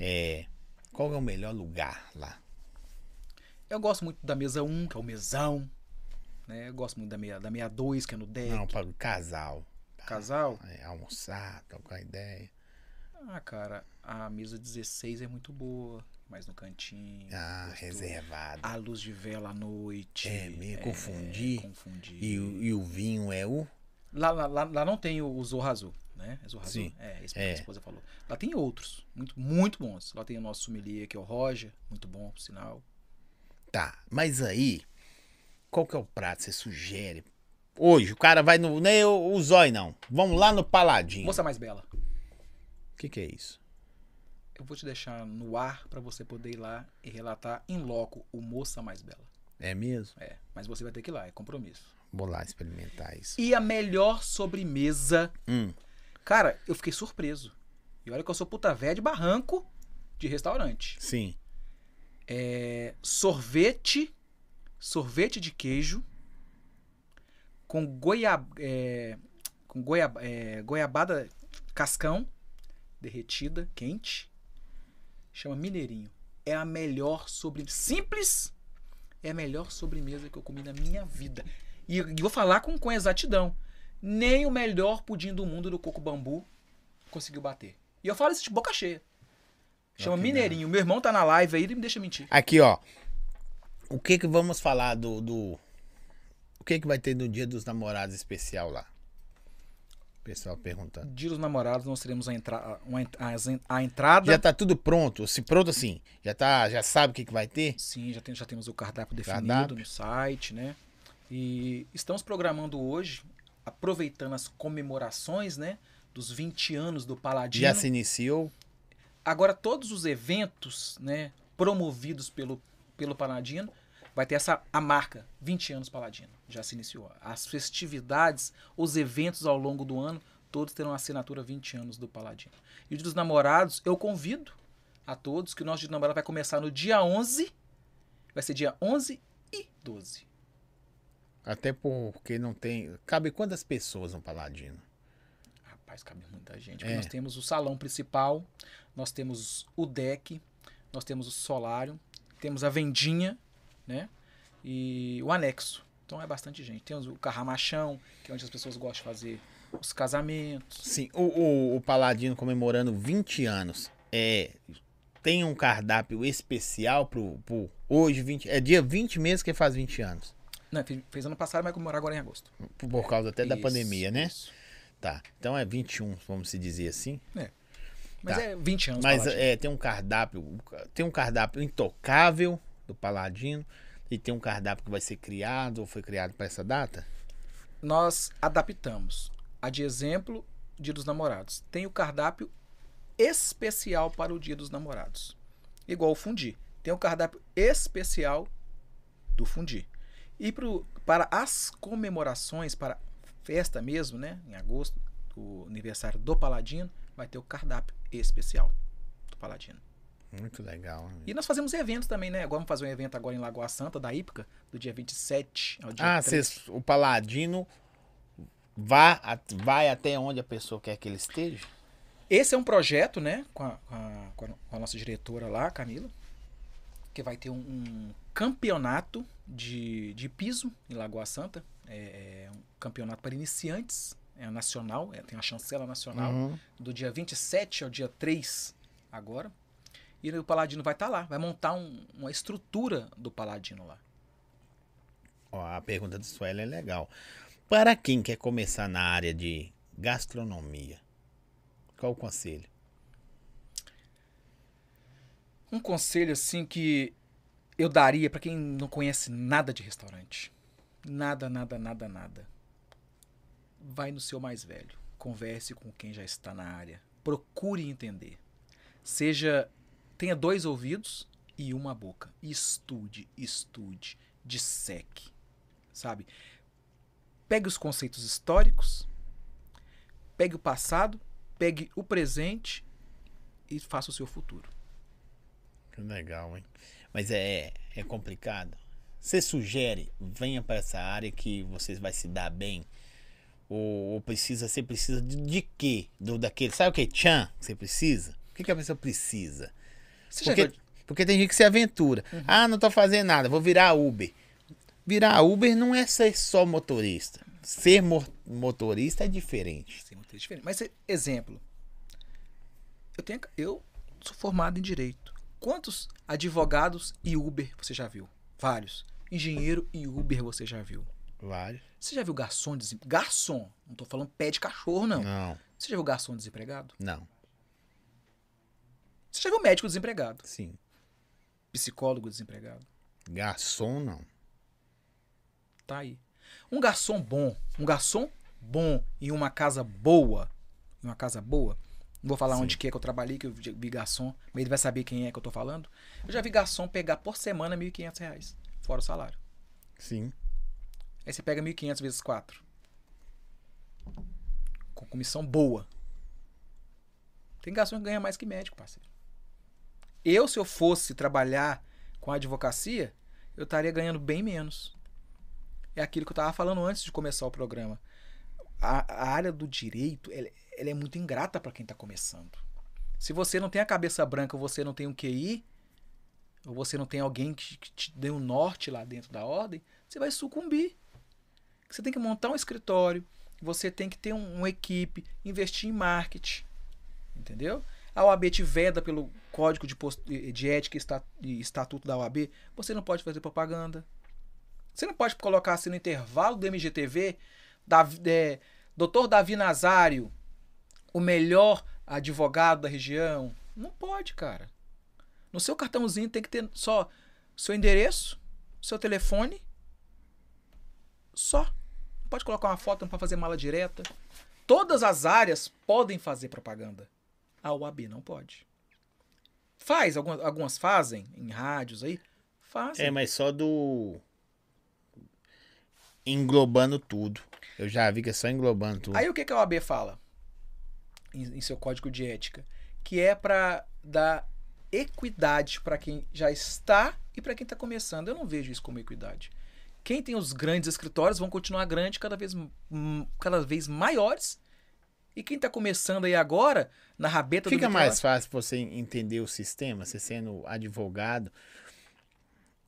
Speaker 1: É, qual é o melhor lugar lá?
Speaker 2: Eu gosto muito da mesa 1, que é o mesão. Né? Eu gosto muito da meia, da meia 2, que é no deck.
Speaker 1: Não, para o casal.
Speaker 2: Casal?
Speaker 1: É, almoçar, trocar ideia.
Speaker 2: Ah, cara, a mesa 16 é muito boa. Mais no cantinho.
Speaker 1: Ah,
Speaker 2: gostoso.
Speaker 1: reservado.
Speaker 2: A luz de vela à noite.
Speaker 1: É, meio confundir.
Speaker 2: confundir.
Speaker 1: E, o- e o vinho é o?
Speaker 2: Lá, lá, lá, lá não tem o, o Zorra Azul, né? É Zorra
Speaker 1: Sim.
Speaker 2: Azul? É, isso que
Speaker 1: É.
Speaker 2: a esposa falou. Lá tem outros, muito, muito bons. Lá tem o nosso sommelier, que é o Roger, muito bom, por sinal.
Speaker 1: Tá, mas aí, qual que é o prato que você sugere? Hoje, o cara vai no. Nem o, o zóio, não. Vamos lá no Paladinho.
Speaker 2: Moça mais bela,
Speaker 1: O que, que é isso?
Speaker 2: eu vou te deixar no ar pra você poder ir lá e relatar em loco o Moça mais bela.
Speaker 1: É mesmo?
Speaker 2: É, mas você vai ter que ir lá, é compromisso.
Speaker 1: Vou lá experimentar isso.
Speaker 2: E a melhor sobremesa.
Speaker 1: Hum.
Speaker 2: Cara, eu fiquei surpreso. E olha que eu sou puta velha de barranco de restaurante.
Speaker 1: Sim.
Speaker 2: É, sorvete, sorvete de queijo com goiaba, com goiaba, é, goiabada cascão derretida, quente. Chama mineirinho. É a melhor sobre simples, é a melhor sobremesa que eu comi na minha vida. E, e vou falar com, com exatidão. Nem o melhor pudim do mundo do coco bambu conseguiu bater. E eu falo isso de boca cheia. Chama
Speaker 1: que
Speaker 2: mineirinho. Meu irmão tá na live aí, ele me deixa mentir.
Speaker 1: Aqui, ó. O que que vamos falar do. do... O que que vai ter no Dia dos Namorados especial lá? O pessoal perguntando.
Speaker 2: Dia dos namorados, nós teremos a, entra a- uma ent- as en- a entrada.
Speaker 1: Já tá tudo pronto? Se pronto assim? Já tá, já sabe o que, que vai ter?
Speaker 2: Sim, já, tem- já temos o cardápio definido
Speaker 1: Cardápio.
Speaker 2: no site, né? E estamos programando hoje, aproveitando as comemorações, né? Dos 20 anos do Paladino.
Speaker 1: Já se iniciou?
Speaker 2: Agora, todos os eventos, né? Promovidos pelo, pelo Paladino, vai ter essa a marca, 20 anos Paladino. Já se iniciou. As festividades, os eventos ao longo do ano, todos terão a assinatura 20 anos do Paladino. E o Dia dos Namorados, eu convido a todos que o nosso Dia dos Namorados vai começar no dia 11. Vai ser dia 11 e 12.
Speaker 1: Até porque não tem. Cabe quantas pessoas no Paladino?
Speaker 2: Rapaz, cabe muita gente. porque
Speaker 1: É.
Speaker 2: Nós temos o salão principal, nós temos o deck, nós temos o solário, temos a vendinha, né? E o anexo. Então é bastante gente. Temos o carramachão, que é onde as pessoas gostam de fazer os casamentos.
Speaker 1: Sim, o, o, o Paladino comemorando 20 anos. É. Tem um cardápio especial pro, pro hoje, 20, é dia 20 mesmo que faz 20 anos.
Speaker 2: Não, fe- fez ano passado, vai comemorar agora em agosto.
Speaker 1: Por, por causa até da
Speaker 2: Isso,
Speaker 1: pandemia, né?
Speaker 2: isso.
Speaker 1: Tá. Então é 21, vamos se dizer assim.
Speaker 2: Mas
Speaker 1: Tá.
Speaker 2: é 20 anos.
Speaker 1: Mas
Speaker 2: Paladino.
Speaker 1: é, tem um cardápio. Tem um cardápio intocável do Paladino. E tem um cardápio que vai ser criado ou foi criado para essa data?
Speaker 2: Nós adaptamos. A de exemplo, Dia dos Namorados. Tem o cardápio especial para o Dia dos Namorados. Igual o fundi. Tem o cardápio especial do fundi. E pro, para as comemorações, para festa mesmo, né? Em agosto, o aniversário do Paladino, vai ter o cardápio especial do Paladino.
Speaker 1: Muito legal. né?
Speaker 2: E nós fazemos eventos também, né? Agora vamos fazer um evento agora em Lagoa Santa, da Ípica, do dia 27 ao dia
Speaker 1: Ah,
Speaker 2: 30.
Speaker 1: cês, o Paladino vá, a- vai até onde a pessoa quer que ele esteja?
Speaker 2: Esse é um projeto, né, com a, com a- com a no- com a nossa diretora lá, Camila, que vai ter um, um campeonato de, de piso em Lagoa Santa. É, é um campeonato para iniciantes, é nacional, é, tem a chancela nacional,
Speaker 1: Uhum.
Speaker 2: do dia 27 ao dia 3 agora. E o Paladino vai estar lá, vai montar um- uma estrutura do Paladino lá.
Speaker 1: Ó, a pergunta do Suela é legal. Para quem quer começar na área de gastronomia, qual o conselho?
Speaker 2: Um conselho assim que eu daria pra quem não conhece nada de restaurante. Nada, nada, nada, nada. Vai no seu mais velho. Converse com quem já está na área. Procure entender. Seja tenha dois ouvidos e uma boca. Estude, estude, disseque. Sabe? Pegue os conceitos históricos, pegue o passado, pegue o presente e faça o seu futuro.
Speaker 1: Que legal, hein? Mas é, é complicado. Você sugere, venha para essa área que você vai se dar bem? Ou, ou precisa, você precisa de, de quê? Do, daquele, sabe o que? é Tchan, que você precisa? O que, que a pessoa precisa?
Speaker 2: Você já
Speaker 1: Porque,
Speaker 2: viu-
Speaker 1: porque tem gente que se aventura. Ah, não tô fazendo nada, vou virar Uber. Virar Uber não é ser só motorista. Ser mo- motorista é diferente.
Speaker 2: Sim, muito diferente. Mas, exemplo. Eu, tenho, eu sou formado em direito. Quantos advogados e Uber você já viu? Vários. Engenheiro e Uber você já viu?
Speaker 1: Vários.
Speaker 2: Você já viu garçom desempregado? Garçom! Não tô falando pé de cachorro, não.
Speaker 1: Não,
Speaker 2: Você já viu garçom desempregado?
Speaker 1: não.
Speaker 2: Você já viu médico desempregado?
Speaker 1: Sim.
Speaker 2: Psicólogo desempregado?
Speaker 1: Garçom, não.
Speaker 2: Tá aí. Um garçom bom, um garçom bom em uma casa boa, em uma casa boa. Não vou falar
Speaker 1: Sim.
Speaker 2: onde que é que eu trabalhei, que eu vi garçom, mas ele vai saber quem é que eu tô falando. Eu já vi garçom pegar por semana 1.500 reais, fora o salário.
Speaker 1: Sim.
Speaker 2: Aí você pega 1.500 vezes 4. Com comissão boa. Tem garçom que ganha mais que médico, parceiro. Eu, se eu fosse trabalhar com a advocacia, eu estaria ganhando bem menos. É aquilo que eu estava falando antes de começar o programa. A, a área do direito, ela, ela é muito ingrata para quem está começando. Se você não tem a cabeça branca, ou você não tem um QI, ou você não tem alguém que, que te dê um norte lá dentro da ordem, você vai sucumbir. Você tem que montar um escritório, você tem que ter um- uma equipe, investir em marketing. Entendeu? A OAB te veda pelo código de, post- de ética e esta- e estatuto da OAB. Você não pode fazer propaganda. Você não pode colocar assim no intervalo do MGTV, Davi, é, Dr. Davi Nazário, o melhor advogado da região. Não pode, cara. No seu cartãozinho tem que ter só seu endereço, seu telefone só. Não pode colocar uma foto, não pode fazer mala direta. Todas as áreas podem fazer propaganda. A UAB não pode. Faz, algumas, algumas fazem, em rádios aí. Fazem.
Speaker 1: É, mas só do. Englobando tudo. Eu já vi que é só englobando tudo.
Speaker 2: Aí o que, que a OAB fala em, em seu código de ética? Que é para dar equidade para quem já está e para quem está começando. Eu não vejo isso como equidade. Quem tem os grandes escritórios vão continuar grandes, cada vez, hum, cada vez maiores. E quem está começando aí agora, na rabeta do
Speaker 1: Fica
Speaker 2: micro-
Speaker 1: mais fácil você entender o sistema, você sendo advogado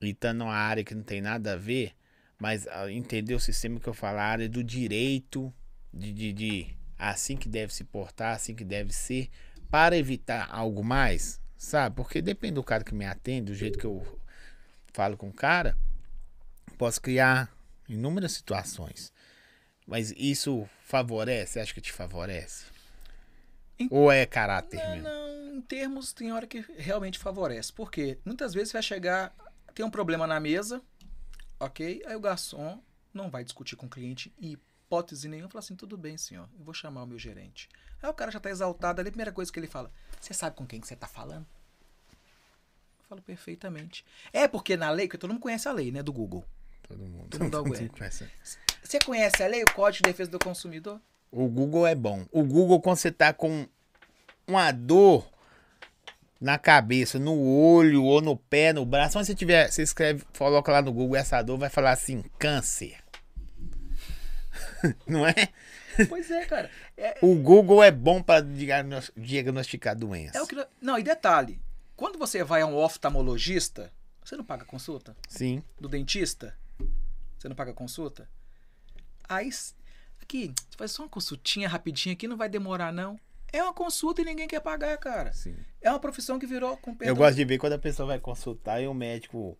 Speaker 1: e estando numa área que não tem nada a ver, mas ah, entender o sistema que eu falo, a área do direito, de, de, de assim que deve se portar, assim que deve ser, para evitar algo mais, sabe? Porque depende do cara que me atende, do jeito que eu falo com o cara, posso criar inúmeras situações. Mas isso favorece? Acha que te favorece?
Speaker 2: Em-
Speaker 1: Ou é caráter
Speaker 2: Não,
Speaker 1: mesmo?
Speaker 2: não, em termos tem hora que realmente favorece. Porque muitas vezes vai chegar, tem um problema na mesa, ok? Aí o garçom não vai discutir com o cliente em hipótese nenhuma, fala assim, tudo bem, senhor, eu vou chamar o meu gerente. Aí o cara já tá exaltado ali, a primeira coisa que ele fala, você sabe com quem que você tá falando? Eu falo perfeitamente. É porque na lei, porque todo mundo conhece a lei, né, do Google.
Speaker 1: Todo mundo.
Speaker 2: Todo mundo dá o Google.
Speaker 1: conhece.
Speaker 2: Você conhece a lei, o Código de Defesa do Consumidor?
Speaker 1: O Google é bom. O Google, quando você tá com uma dor na cabeça, no olho, ou no pé, no braço, onde você tiver, você escreve, coloca lá no Google essa dor, vai falar assim, câncer. Não é?
Speaker 2: pois é, cara. É,
Speaker 1: O Google é bom para diagnosticar doenças.
Speaker 2: É o que... Não, e detalhe. Quando você vai a um oftalmologista, você não paga consulta?
Speaker 1: Sim.
Speaker 2: Do dentista? Você não paga consulta? Aí, s- aqui, você faz só uma consultinha rapidinha aqui, não vai demorar não. É uma consulta e ninguém quer pagar, cara.
Speaker 1: Sim.
Speaker 2: É uma profissão que virou com
Speaker 1: Eu gosto de ver quando a pessoa vai consultar e o médico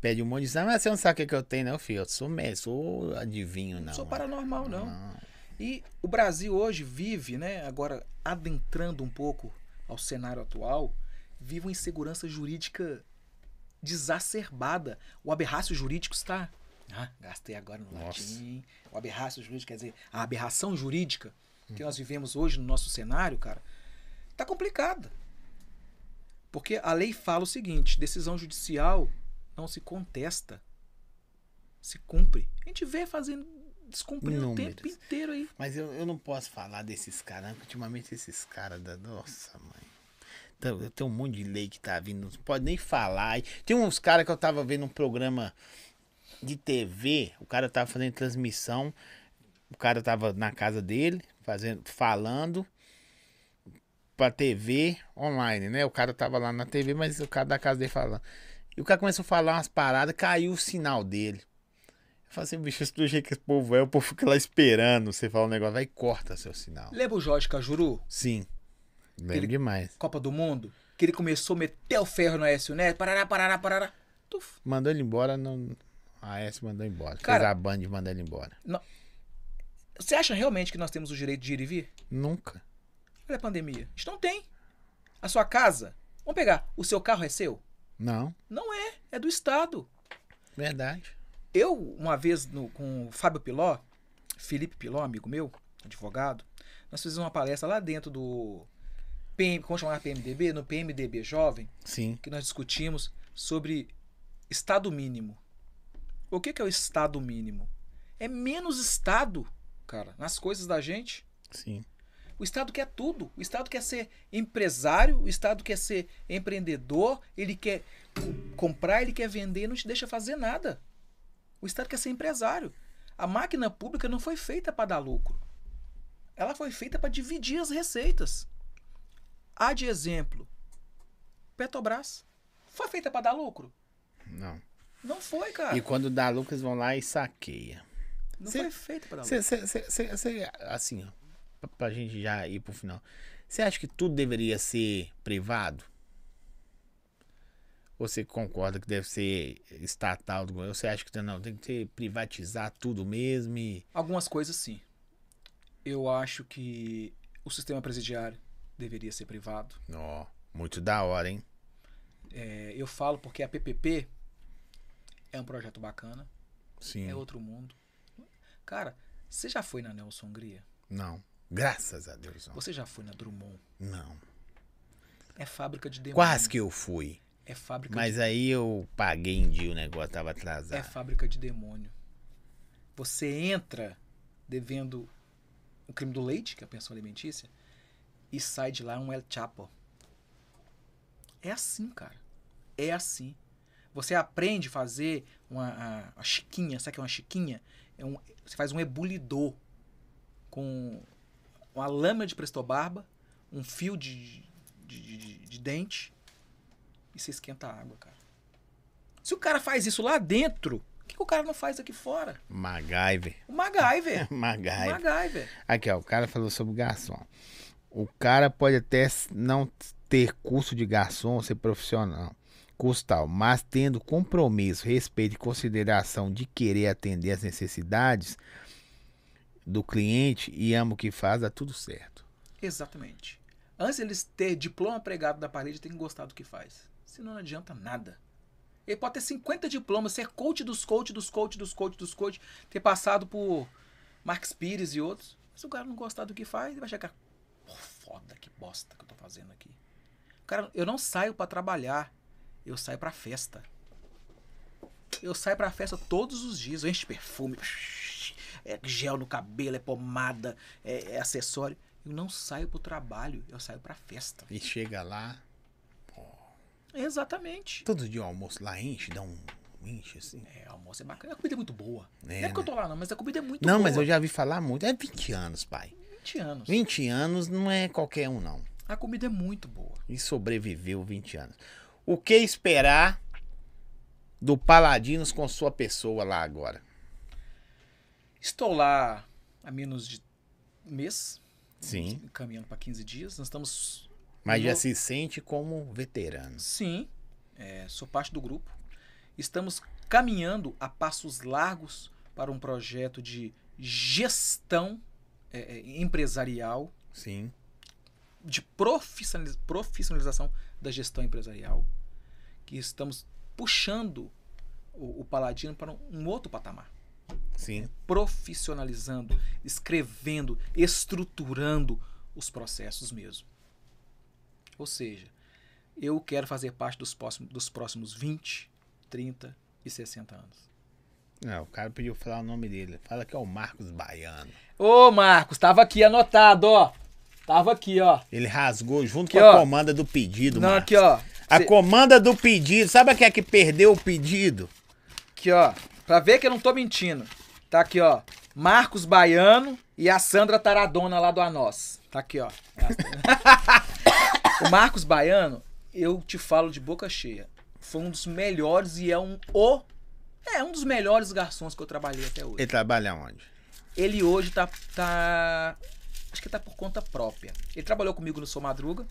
Speaker 1: pede um monte de exame. Ah, você não sabe o que, que eu tenho, não, filho. Eu sou médico, sou adivinho, não.
Speaker 2: Não sou paranormal, não.
Speaker 1: Não.
Speaker 2: E o Brasil hoje vive, né, agora adentrando um pouco ao cenário atual, vive uma insegurança jurídica desacerbada. O aberrácio jurídico está. Ah, gastei agora no
Speaker 1: Nossa.
Speaker 2: latim. O aberrácio jurídico, quer dizer, a aberração jurídica que nós vivemos hoje no nosso cenário, cara, tá complicada. Porque a lei fala o seguinte: decisão judicial não se contesta, se cumpre. A gente vê fazendo descumprindo o tempo
Speaker 1: Inúmeras.
Speaker 2: inteiro aí.
Speaker 1: Mas eu, eu não posso falar desses caras, porque ultimamente esses caras da. Nossa, mãe. Tem tem um monte de lei que tá vindo, não pode nem falar. E Tem uns caras que eu tava vendo um programa de TV, o cara tava fazendo transmissão, o cara tava na casa dele, fazendo, falando pra TV online, né? O cara tava lá na TV, mas o cara da casa dele falando. E o cara começou a falar umas paradas, caiu o sinal dele. Eu falei assim, bicho, isso do jeito que esse povo é, o povo fica lá esperando você falar um negócio, vai e corta seu sinal.
Speaker 2: Lembra o Jorge Cajuru?
Speaker 1: Sim. Lembro
Speaker 2: Ele-
Speaker 1: demais.
Speaker 2: Copa do Mundo, que ele começou a meter o ferro no Aécio Neto, parará, parará, parará. Tuf.
Speaker 1: Mandou ele embora, não. A AS mandou embora. Fez
Speaker 2: Cara-
Speaker 1: a band de mandar ele embora.
Speaker 2: Você acha realmente que nós temos o direito de ir e vir?
Speaker 1: Nunca.
Speaker 2: Olha a pandemia. A gente não tem. A sua casa, vamos pegar, o seu carro é seu?
Speaker 1: Não.
Speaker 2: Não é, é do Estado.
Speaker 1: Verdade.
Speaker 2: Eu, uma vez no- com o Fábio Piló, Felipe Piló, amigo meu, advogado, nós fizemos uma palestra lá dentro do PM, como chamar PMDB? No PMDB Jovem,
Speaker 1: Sim.
Speaker 2: que nós discutimos sobre Estado mínimo. O que, que é o Estado mínimo? É menos Estado, cara, nas coisas da gente.
Speaker 1: Sim.
Speaker 2: O Estado quer tudo. O Estado quer ser empresário, o Estado quer ser empreendedor, ele quer co- comprar, ele quer vender, não te deixa fazer nada. O Estado quer ser empresário. A máquina pública não foi feita para dar lucro. Ela foi feita para dividir as receitas. Há de exemplo, Petrobras. Foi feita para dar lucro?
Speaker 1: Não.
Speaker 2: Não foi, cara.
Speaker 1: E quando dá lucro, eles vão lá e saqueia.
Speaker 2: Não
Speaker 1: cê-
Speaker 2: foi feita para dar
Speaker 1: Cê,
Speaker 2: lucro.
Speaker 1: cê, cê, cê- cê- assim, ó, pra, pra gente já ir pro final. Você acha que tudo deveria ser privado? Ou você concorda que deve ser estatal do governo? Ou você acha que não, tem que ter, privatizar tudo mesmo e.
Speaker 2: Algumas coisas sim. Eu acho que o sistema presidiário deveria ser privado.
Speaker 1: Ó, muito da hora, hein?
Speaker 2: É, eu falo porque a PPP é um projeto bacana,
Speaker 1: Sim.
Speaker 2: é outro mundo. Cara, você já foi na Nelson Hungria?
Speaker 1: Não. Graças a Deus. Não.
Speaker 2: Você já foi na Drummond?
Speaker 1: não.
Speaker 2: É fábrica de demônio.
Speaker 1: Quase que eu fui.
Speaker 2: É fábrica,
Speaker 1: Mas aí eu paguei em dia o negócio, tava
Speaker 2: de, é
Speaker 1: atrasado.
Speaker 2: fábrica de demônio. Você entra devendo o crime do leite, que é a pensão alimentícia, e sai de lá um El Chapo. É assim, cara. É assim. Você aprende a fazer uma, a- a chiquinha, sabe o que é uma chiquinha? É um, você faz um ebulidor com uma lâmina de prestobarba, um fio de, de, de- de- de dente e você esquenta a água, cara. Se o cara faz isso lá dentro, o que, que o cara não faz aqui fora?
Speaker 1: MacGyver.
Speaker 2: O MacGyver.
Speaker 1: É,
Speaker 2: O
Speaker 1: MacGyver.
Speaker 2: MacGyver.
Speaker 1: Aqui, ó, o cara falou sobre garçom. O cara pode até s- não ter curso de garçom, ser profissional, curso tal, mas tendo compromisso, respeito e consideração de querer atender às necessidades do cliente e ama o que faz, dá tudo certo.
Speaker 2: Exatamente. Antes de eles ter diploma pregado na parede, tem que gostar do que faz. Senão não adianta nada. Ele pode ter 50 diplomas, ser coach dos coach, dos coach, dos coach, dos coach, ter passado por Marx Pires e outros. Mas se o cara não gostar do que faz, ele vai chegar. Pô, foda, que bosta que eu tô fazendo aqui. Cara, eu não saio pra trabalhar. Eu saio pra festa. Eu saio pra festa todos os dias. Eu encho de perfume. É gel no cabelo, é pomada, é, é acessório. Eu não saio pro trabalho, eu saio pra festa.
Speaker 1: E chega lá,
Speaker 2: Exatamente.
Speaker 1: todo dia o almoço lá enche, dá um enche assim.
Speaker 2: É, almoço é bacana. A comida é muito boa.
Speaker 1: É,
Speaker 2: não é porque eu tô lá, não, mas a comida é muito
Speaker 1: Não,
Speaker 2: boa.
Speaker 1: mas eu já vi falar muito. É 20 anos, pai.
Speaker 2: 20 anos.
Speaker 1: 20 anos não é qualquer um, não.
Speaker 2: A comida é muito boa.
Speaker 1: e sobreviveu 20 anos. O que esperar do Paladinos com sua pessoa lá agora?
Speaker 2: Estou lá há menos de mês,
Speaker 1: Sim.
Speaker 2: caminhando pra 15 dias. Nós estamos.
Speaker 1: Mas já
Speaker 2: Eu-
Speaker 1: se sente como veterano.
Speaker 2: Sim, é, sou parte do grupo. Estamos caminhando a passos largos para um projeto de gestão é, é, empresarial
Speaker 1: Sim.
Speaker 2: de profissionaliz- profissionalização da gestão empresarial, que estamos puxando o, o Paladino para um, um outro patamar,
Speaker 1: Sim.
Speaker 2: profissionalizando, escrevendo, estruturando os processos mesmo. Ou seja, eu quero fazer parte dos próximos, dos próximos 20, 30 e 60 anos.
Speaker 1: Não, o cara pediu falar o nome dele. Fala que é o Marcos Baiano.
Speaker 2: Ô Marcos, estava aqui anotado, ó. Tava aqui, ó.
Speaker 1: Ele rasgou junto
Speaker 2: Aqui,
Speaker 1: com a
Speaker 2: ó.
Speaker 1: comanda do pedido,
Speaker 2: Não,
Speaker 1: mano.
Speaker 2: aqui, ó.
Speaker 1: A
Speaker 2: Cê-
Speaker 1: comanda do pedido. Sabe aquele que perdeu o pedido?
Speaker 2: Aqui, ó. Pra ver que eu não tô mentindo. Tá aqui, ó. Marcos Baiano e a Sandra Taradona lá do Anós. Tá aqui, ó. o Marcos Baiano, eu te falo de boca cheia. Foi um dos melhores e é um o. É um dos melhores garçons que eu trabalhei até hoje.
Speaker 1: Ele trabalha onde?
Speaker 2: Ele hoje tá. tá acho que tá por conta própria. Ele trabalhou comigo no Sou Madruga.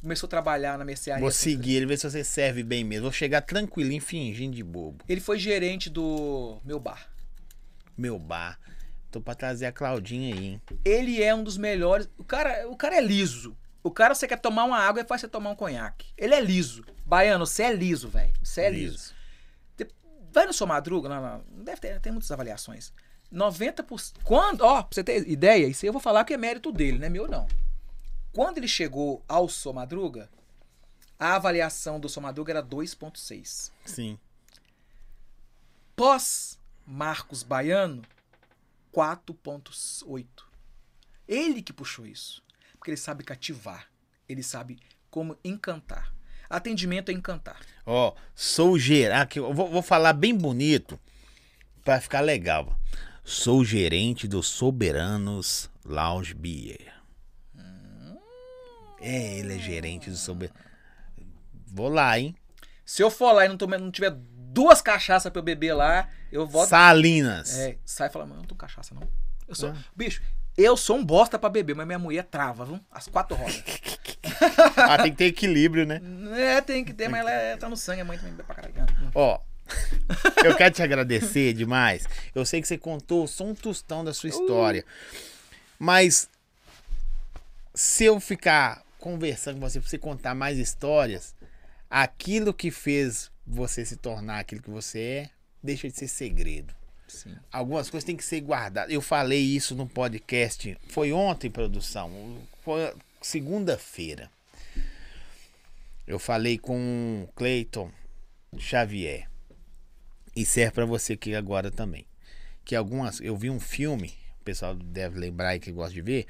Speaker 2: Começou a trabalhar na mercearia.
Speaker 1: Vou seguir ele, ver se você serve bem mesmo. Vou chegar tranquilinho, fingindo de bobo.
Speaker 2: Ele foi gerente do meu bar.
Speaker 1: Meu bar. Tô pra trazer a Claudinha aí, hein?
Speaker 2: ele é um dos melhores. O cara, o cara é liso. O cara, você quer tomar uma água e faz você tomar um conhaque. Ele é liso. Baiano, você é liso, velho. Você é liso. Te- Vai no seu madruga, não, não, deve ter, tem muitas avaliações. 90%. Quando, ó, pra você ter ideia, isso aí eu vou falar que é mérito dele, não é meu não. Quando ele chegou ao Sou Madruga, a avaliação do Sou Madruga era 2,6.
Speaker 1: Sim.
Speaker 2: Pós Marcos Baiano, 4.8. Ele que puxou isso. Porque ele sabe cativar. Ele sabe como encantar. Atendimento é encantar.
Speaker 1: Ó, sou gerente. Aqui, eu vou, vou falar bem bonito pra ficar legal. ó. Sou gerente do Soberanos Lounge Beer. É, ele é gerente do Soberanos. Vou lá, hein?
Speaker 2: Se eu for lá e não, tomar- não tiver duas cachaças pra eu beber lá, eu volto.
Speaker 1: Salinas.
Speaker 2: É, sai e fala, mano, eu não tô com cachaça, não. Eu sou.
Speaker 1: Ah.
Speaker 2: Bicho, eu sou um bosta pra beber, mas minha mulher trava, viu? As quatro rodas.
Speaker 1: Ah, tem que ter equilíbrio, né?
Speaker 2: é, tem que ter, mas ela é- tá no sangue, a mãe também bebe pra caralho.
Speaker 1: Ó, eu quero te agradecer demais. Eu sei que você contou só um tostão da sua história. Mas se eu ficar conversando com você pra você contar mais histórias, aquilo que fez você se tornar aquilo que você é, deixa de ser segredo.
Speaker 2: Sim.
Speaker 1: Algumas coisas têm que ser guardadas. Eu falei isso no podcast. Foi ontem, produção. Foi segunda-feira. Eu falei com o Cleiton Xavier. E serve pra você aqui agora também. Que algumas. Eu vi um filme, o pessoal deve lembrar aí que gosta de ver,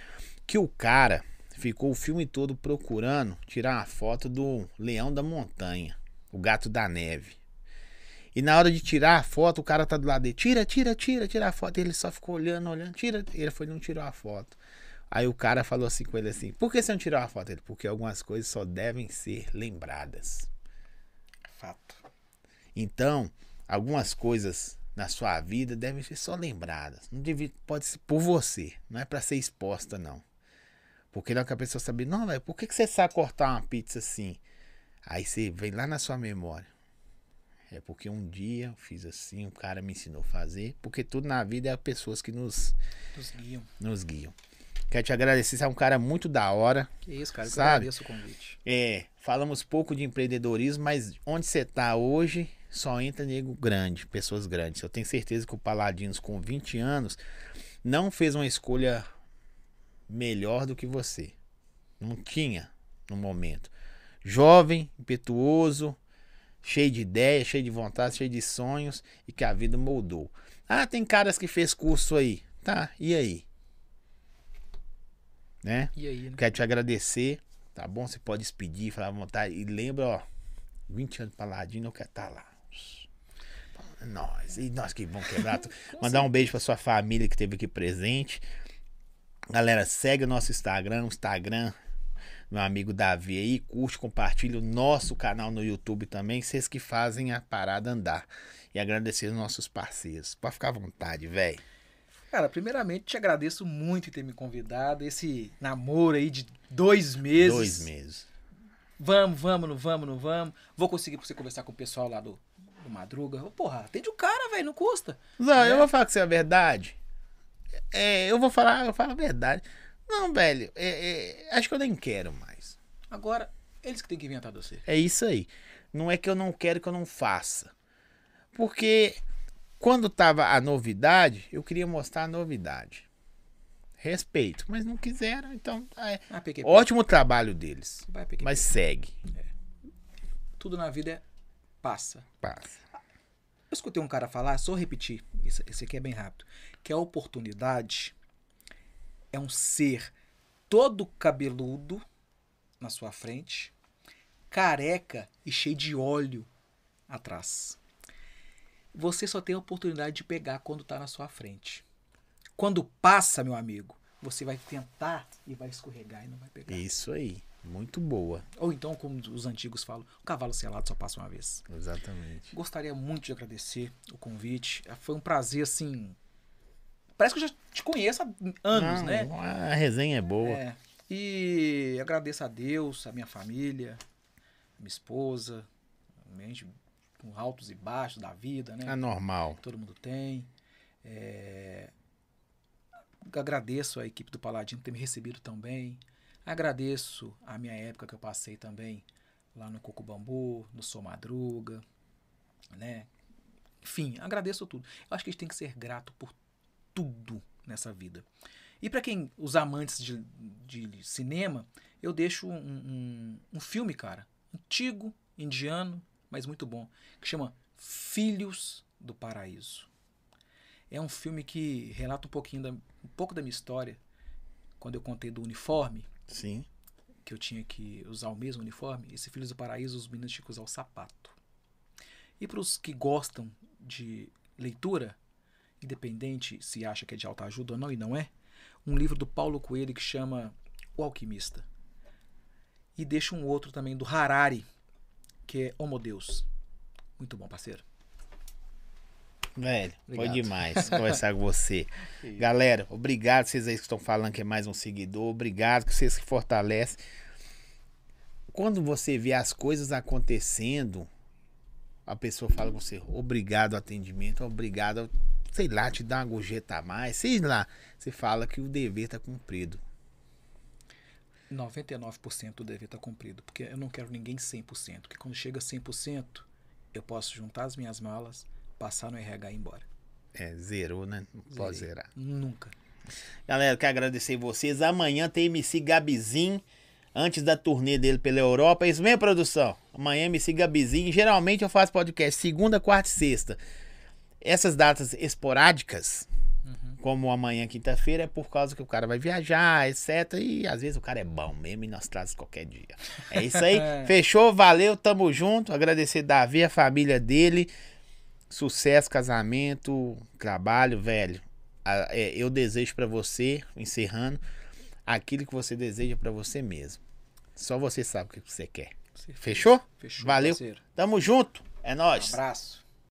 Speaker 1: que o cara ficou o filme todo procurando tirar uma foto do Leão da Montanha, o gato da neve. E na hora de tirar a foto, o cara tá do lado dele. Tira, tira, tira, tira a foto. Ele só ficou olhando, olhando, tira. Ele foi não tirou a foto. Aí o cara falou assim com ele assim: Por que você não tirou a foto? Ele, porque algumas coisas só devem ser lembradas.
Speaker 2: Fato.
Speaker 1: Então, algumas coisas na sua vida devem ser só lembradas. Não deve, pode ser por você, não é para ser exposta, não. Porque não é que a pessoa sabe, não, velho, por que, que você sabe cortar uma pizza assim? Aí você vem lá na sua memória. É porque um dia eu fiz assim, o cara me ensinou a fazer. Porque tudo na vida é pessoas que nos,
Speaker 2: Dos guiam.
Speaker 1: nos guiam. Quero te agradecer, você é um cara muito da hora.
Speaker 2: Que isso, cara. Eu que
Speaker 1: Sabe?
Speaker 2: agradeço o convite.
Speaker 1: É, falamos pouco de empreendedorismo, mas onde você tá hoje só entra nego grande, pessoas grandes. Eu tenho certeza que o Paladinos, com 20 anos, não fez uma escolha melhor do que você. Não tinha no momento. Jovem, impetuoso, cheio de ideias, cheio de vontade, cheio de sonhos e que a vida moldou. Ah, tem caras que fez curso aí. Tá, e aí? Né?
Speaker 2: E aí, né?
Speaker 1: Quero te agradecer, tá bom? Você pode despedir, falar à vontade. E lembra, ó, 20 anos paladino, eu quero estar lá. Nós, e nós que vamos quebrar. tudo. Mandar um beijo pra sua família que esteve aqui presente. Galera, segue o nosso Instagram, o Instagram, meu amigo Davi aí, curte, compartilha o nosso canal no YouTube também, vocês que fazem a parada andar. E agradecer os nossos parceiros. Pode ficar à vontade, velho.
Speaker 2: Cara, primeiramente te agradeço muito em ter me convidado. Esse namoro aí de dois meses.
Speaker 1: Dois meses.
Speaker 2: Vamos, vamos, não vamos, não vamos. Vou conseguir pra você conversar com o pessoal lá do, do Madruga. Ô, Porra, atende o cara, velho, não custa.
Speaker 1: Não,
Speaker 2: né?
Speaker 1: eu vou falar com você a verdade. É, eu vou falar, eu falo a verdade. Não, velho, é, é, acho que eu nem quero mais.
Speaker 2: Agora, eles que têm que inventar você.
Speaker 1: É isso aí. Não é que eu não quero que eu não faça. Porque quando tava a novidade, eu queria mostrar a novidade. Respeito, mas não quiseram, então é,
Speaker 2: Ah, PQP.
Speaker 1: ótimo trabalho deles.
Speaker 2: Vai, PQP.
Speaker 1: Mas segue,
Speaker 2: Tudo na vida é passa.
Speaker 1: passa.
Speaker 2: Tá. Eu escutei um cara falar, só repetir, esse, esse aqui é bem rápido, que a oportunidade é um ser todo cabeludo na sua frente, careca e cheio de óleo atrás. Você só tem a oportunidade de pegar quando tá na sua frente. Quando passa, meu amigo, você vai tentar e vai escorregar e não vai pegar.
Speaker 1: Isso aí. Muito boa.
Speaker 2: Ou então, como os antigos falam, o cavalo selado só passa uma vez.
Speaker 1: Exatamente.
Speaker 2: Gostaria muito de agradecer o convite. Foi um prazer, assim. Parece que eu já te conheço há anos,
Speaker 1: Não,
Speaker 2: né?
Speaker 1: A resenha Ah, é boa.
Speaker 2: É. E agradeço a Deus, a minha família, minha esposa, gente com altos e baixos da vida, né?
Speaker 1: É normal.
Speaker 2: Todo mundo tem. É, Agradeço a equipe do Paladino por ter me recebido também. Agradeço a minha época que eu passei também lá no Coco Bambu, no Sou Madruga, né? Enfim, agradeço tudo. Eu acho que a gente tem que ser grato por tudo nessa vida. E para quem, os amantes de, de cinema, eu deixo um, um, um filme, cara, antigo, indiano, mas muito bom, que chama Filhos do Paraíso. É um filme que relata um pouquinho da, um pouco da minha história, quando eu contei do uniforme,
Speaker 1: Sim.
Speaker 2: que eu tinha que usar o mesmo uniforme, esse Filhos do Paraíso, os meninos tinham que usar o sapato. E para os que gostam de leitura, independente se acha que é de alta ajuda ou não, e não é, um livro do Paulo Coelho que chama O Alquimista. E deixa um outro também do Harari, que é Homo Deus. Muito bom, parceiro.
Speaker 1: Velho, foi
Speaker 2: Obrigado.
Speaker 1: demais conversar com você. Galera, obrigado vocês aí que estão falando que é mais um seguidor. Obrigado que vocês que fortalecem. Quando você vê as coisas acontecendo, a pessoa fala com você, obrigado ao atendimento, obrigado, ao- sei lá, te dá uma gorjeta a mais, sei lá. Você fala que o dever tá cumprido.
Speaker 2: 99% do dever estar cumprido, porque eu não quero ninguém 100%, porque quando chega 100%, eu posso juntar as minhas malas, passar no RH e ir embora.
Speaker 1: É, zerou, né? Não pode
Speaker 2: Zerei.
Speaker 1: zerar.
Speaker 2: Nunca.
Speaker 1: Galera, quero agradecer vocês. Amanhã tem MC Gabizinho, antes da turnê dele pela Europa. É Isso mesmo, produção? Amanhã MC Gabizinho. Geralmente eu faço podcast segunda, quarta e sexta. Essas datas esporádicas, como amanhã, quinta-feira, é por causa que o cara vai viajar, etc. E às vezes o cara é bom mesmo e nós traz qualquer dia. É isso aí. Fechou, valeu, tamo junto. Agradecer Davi, a família dele. Sucesso, casamento, trabalho, velho. A- é, eu desejo pra você, encerrando, aquilo que você deseja pra você mesmo. Só você sabe o que você quer. Fechou?
Speaker 2: Fechou,
Speaker 1: Valeu.
Speaker 2: parceiro.
Speaker 1: Tamo junto. É nóis.
Speaker 2: Abraço.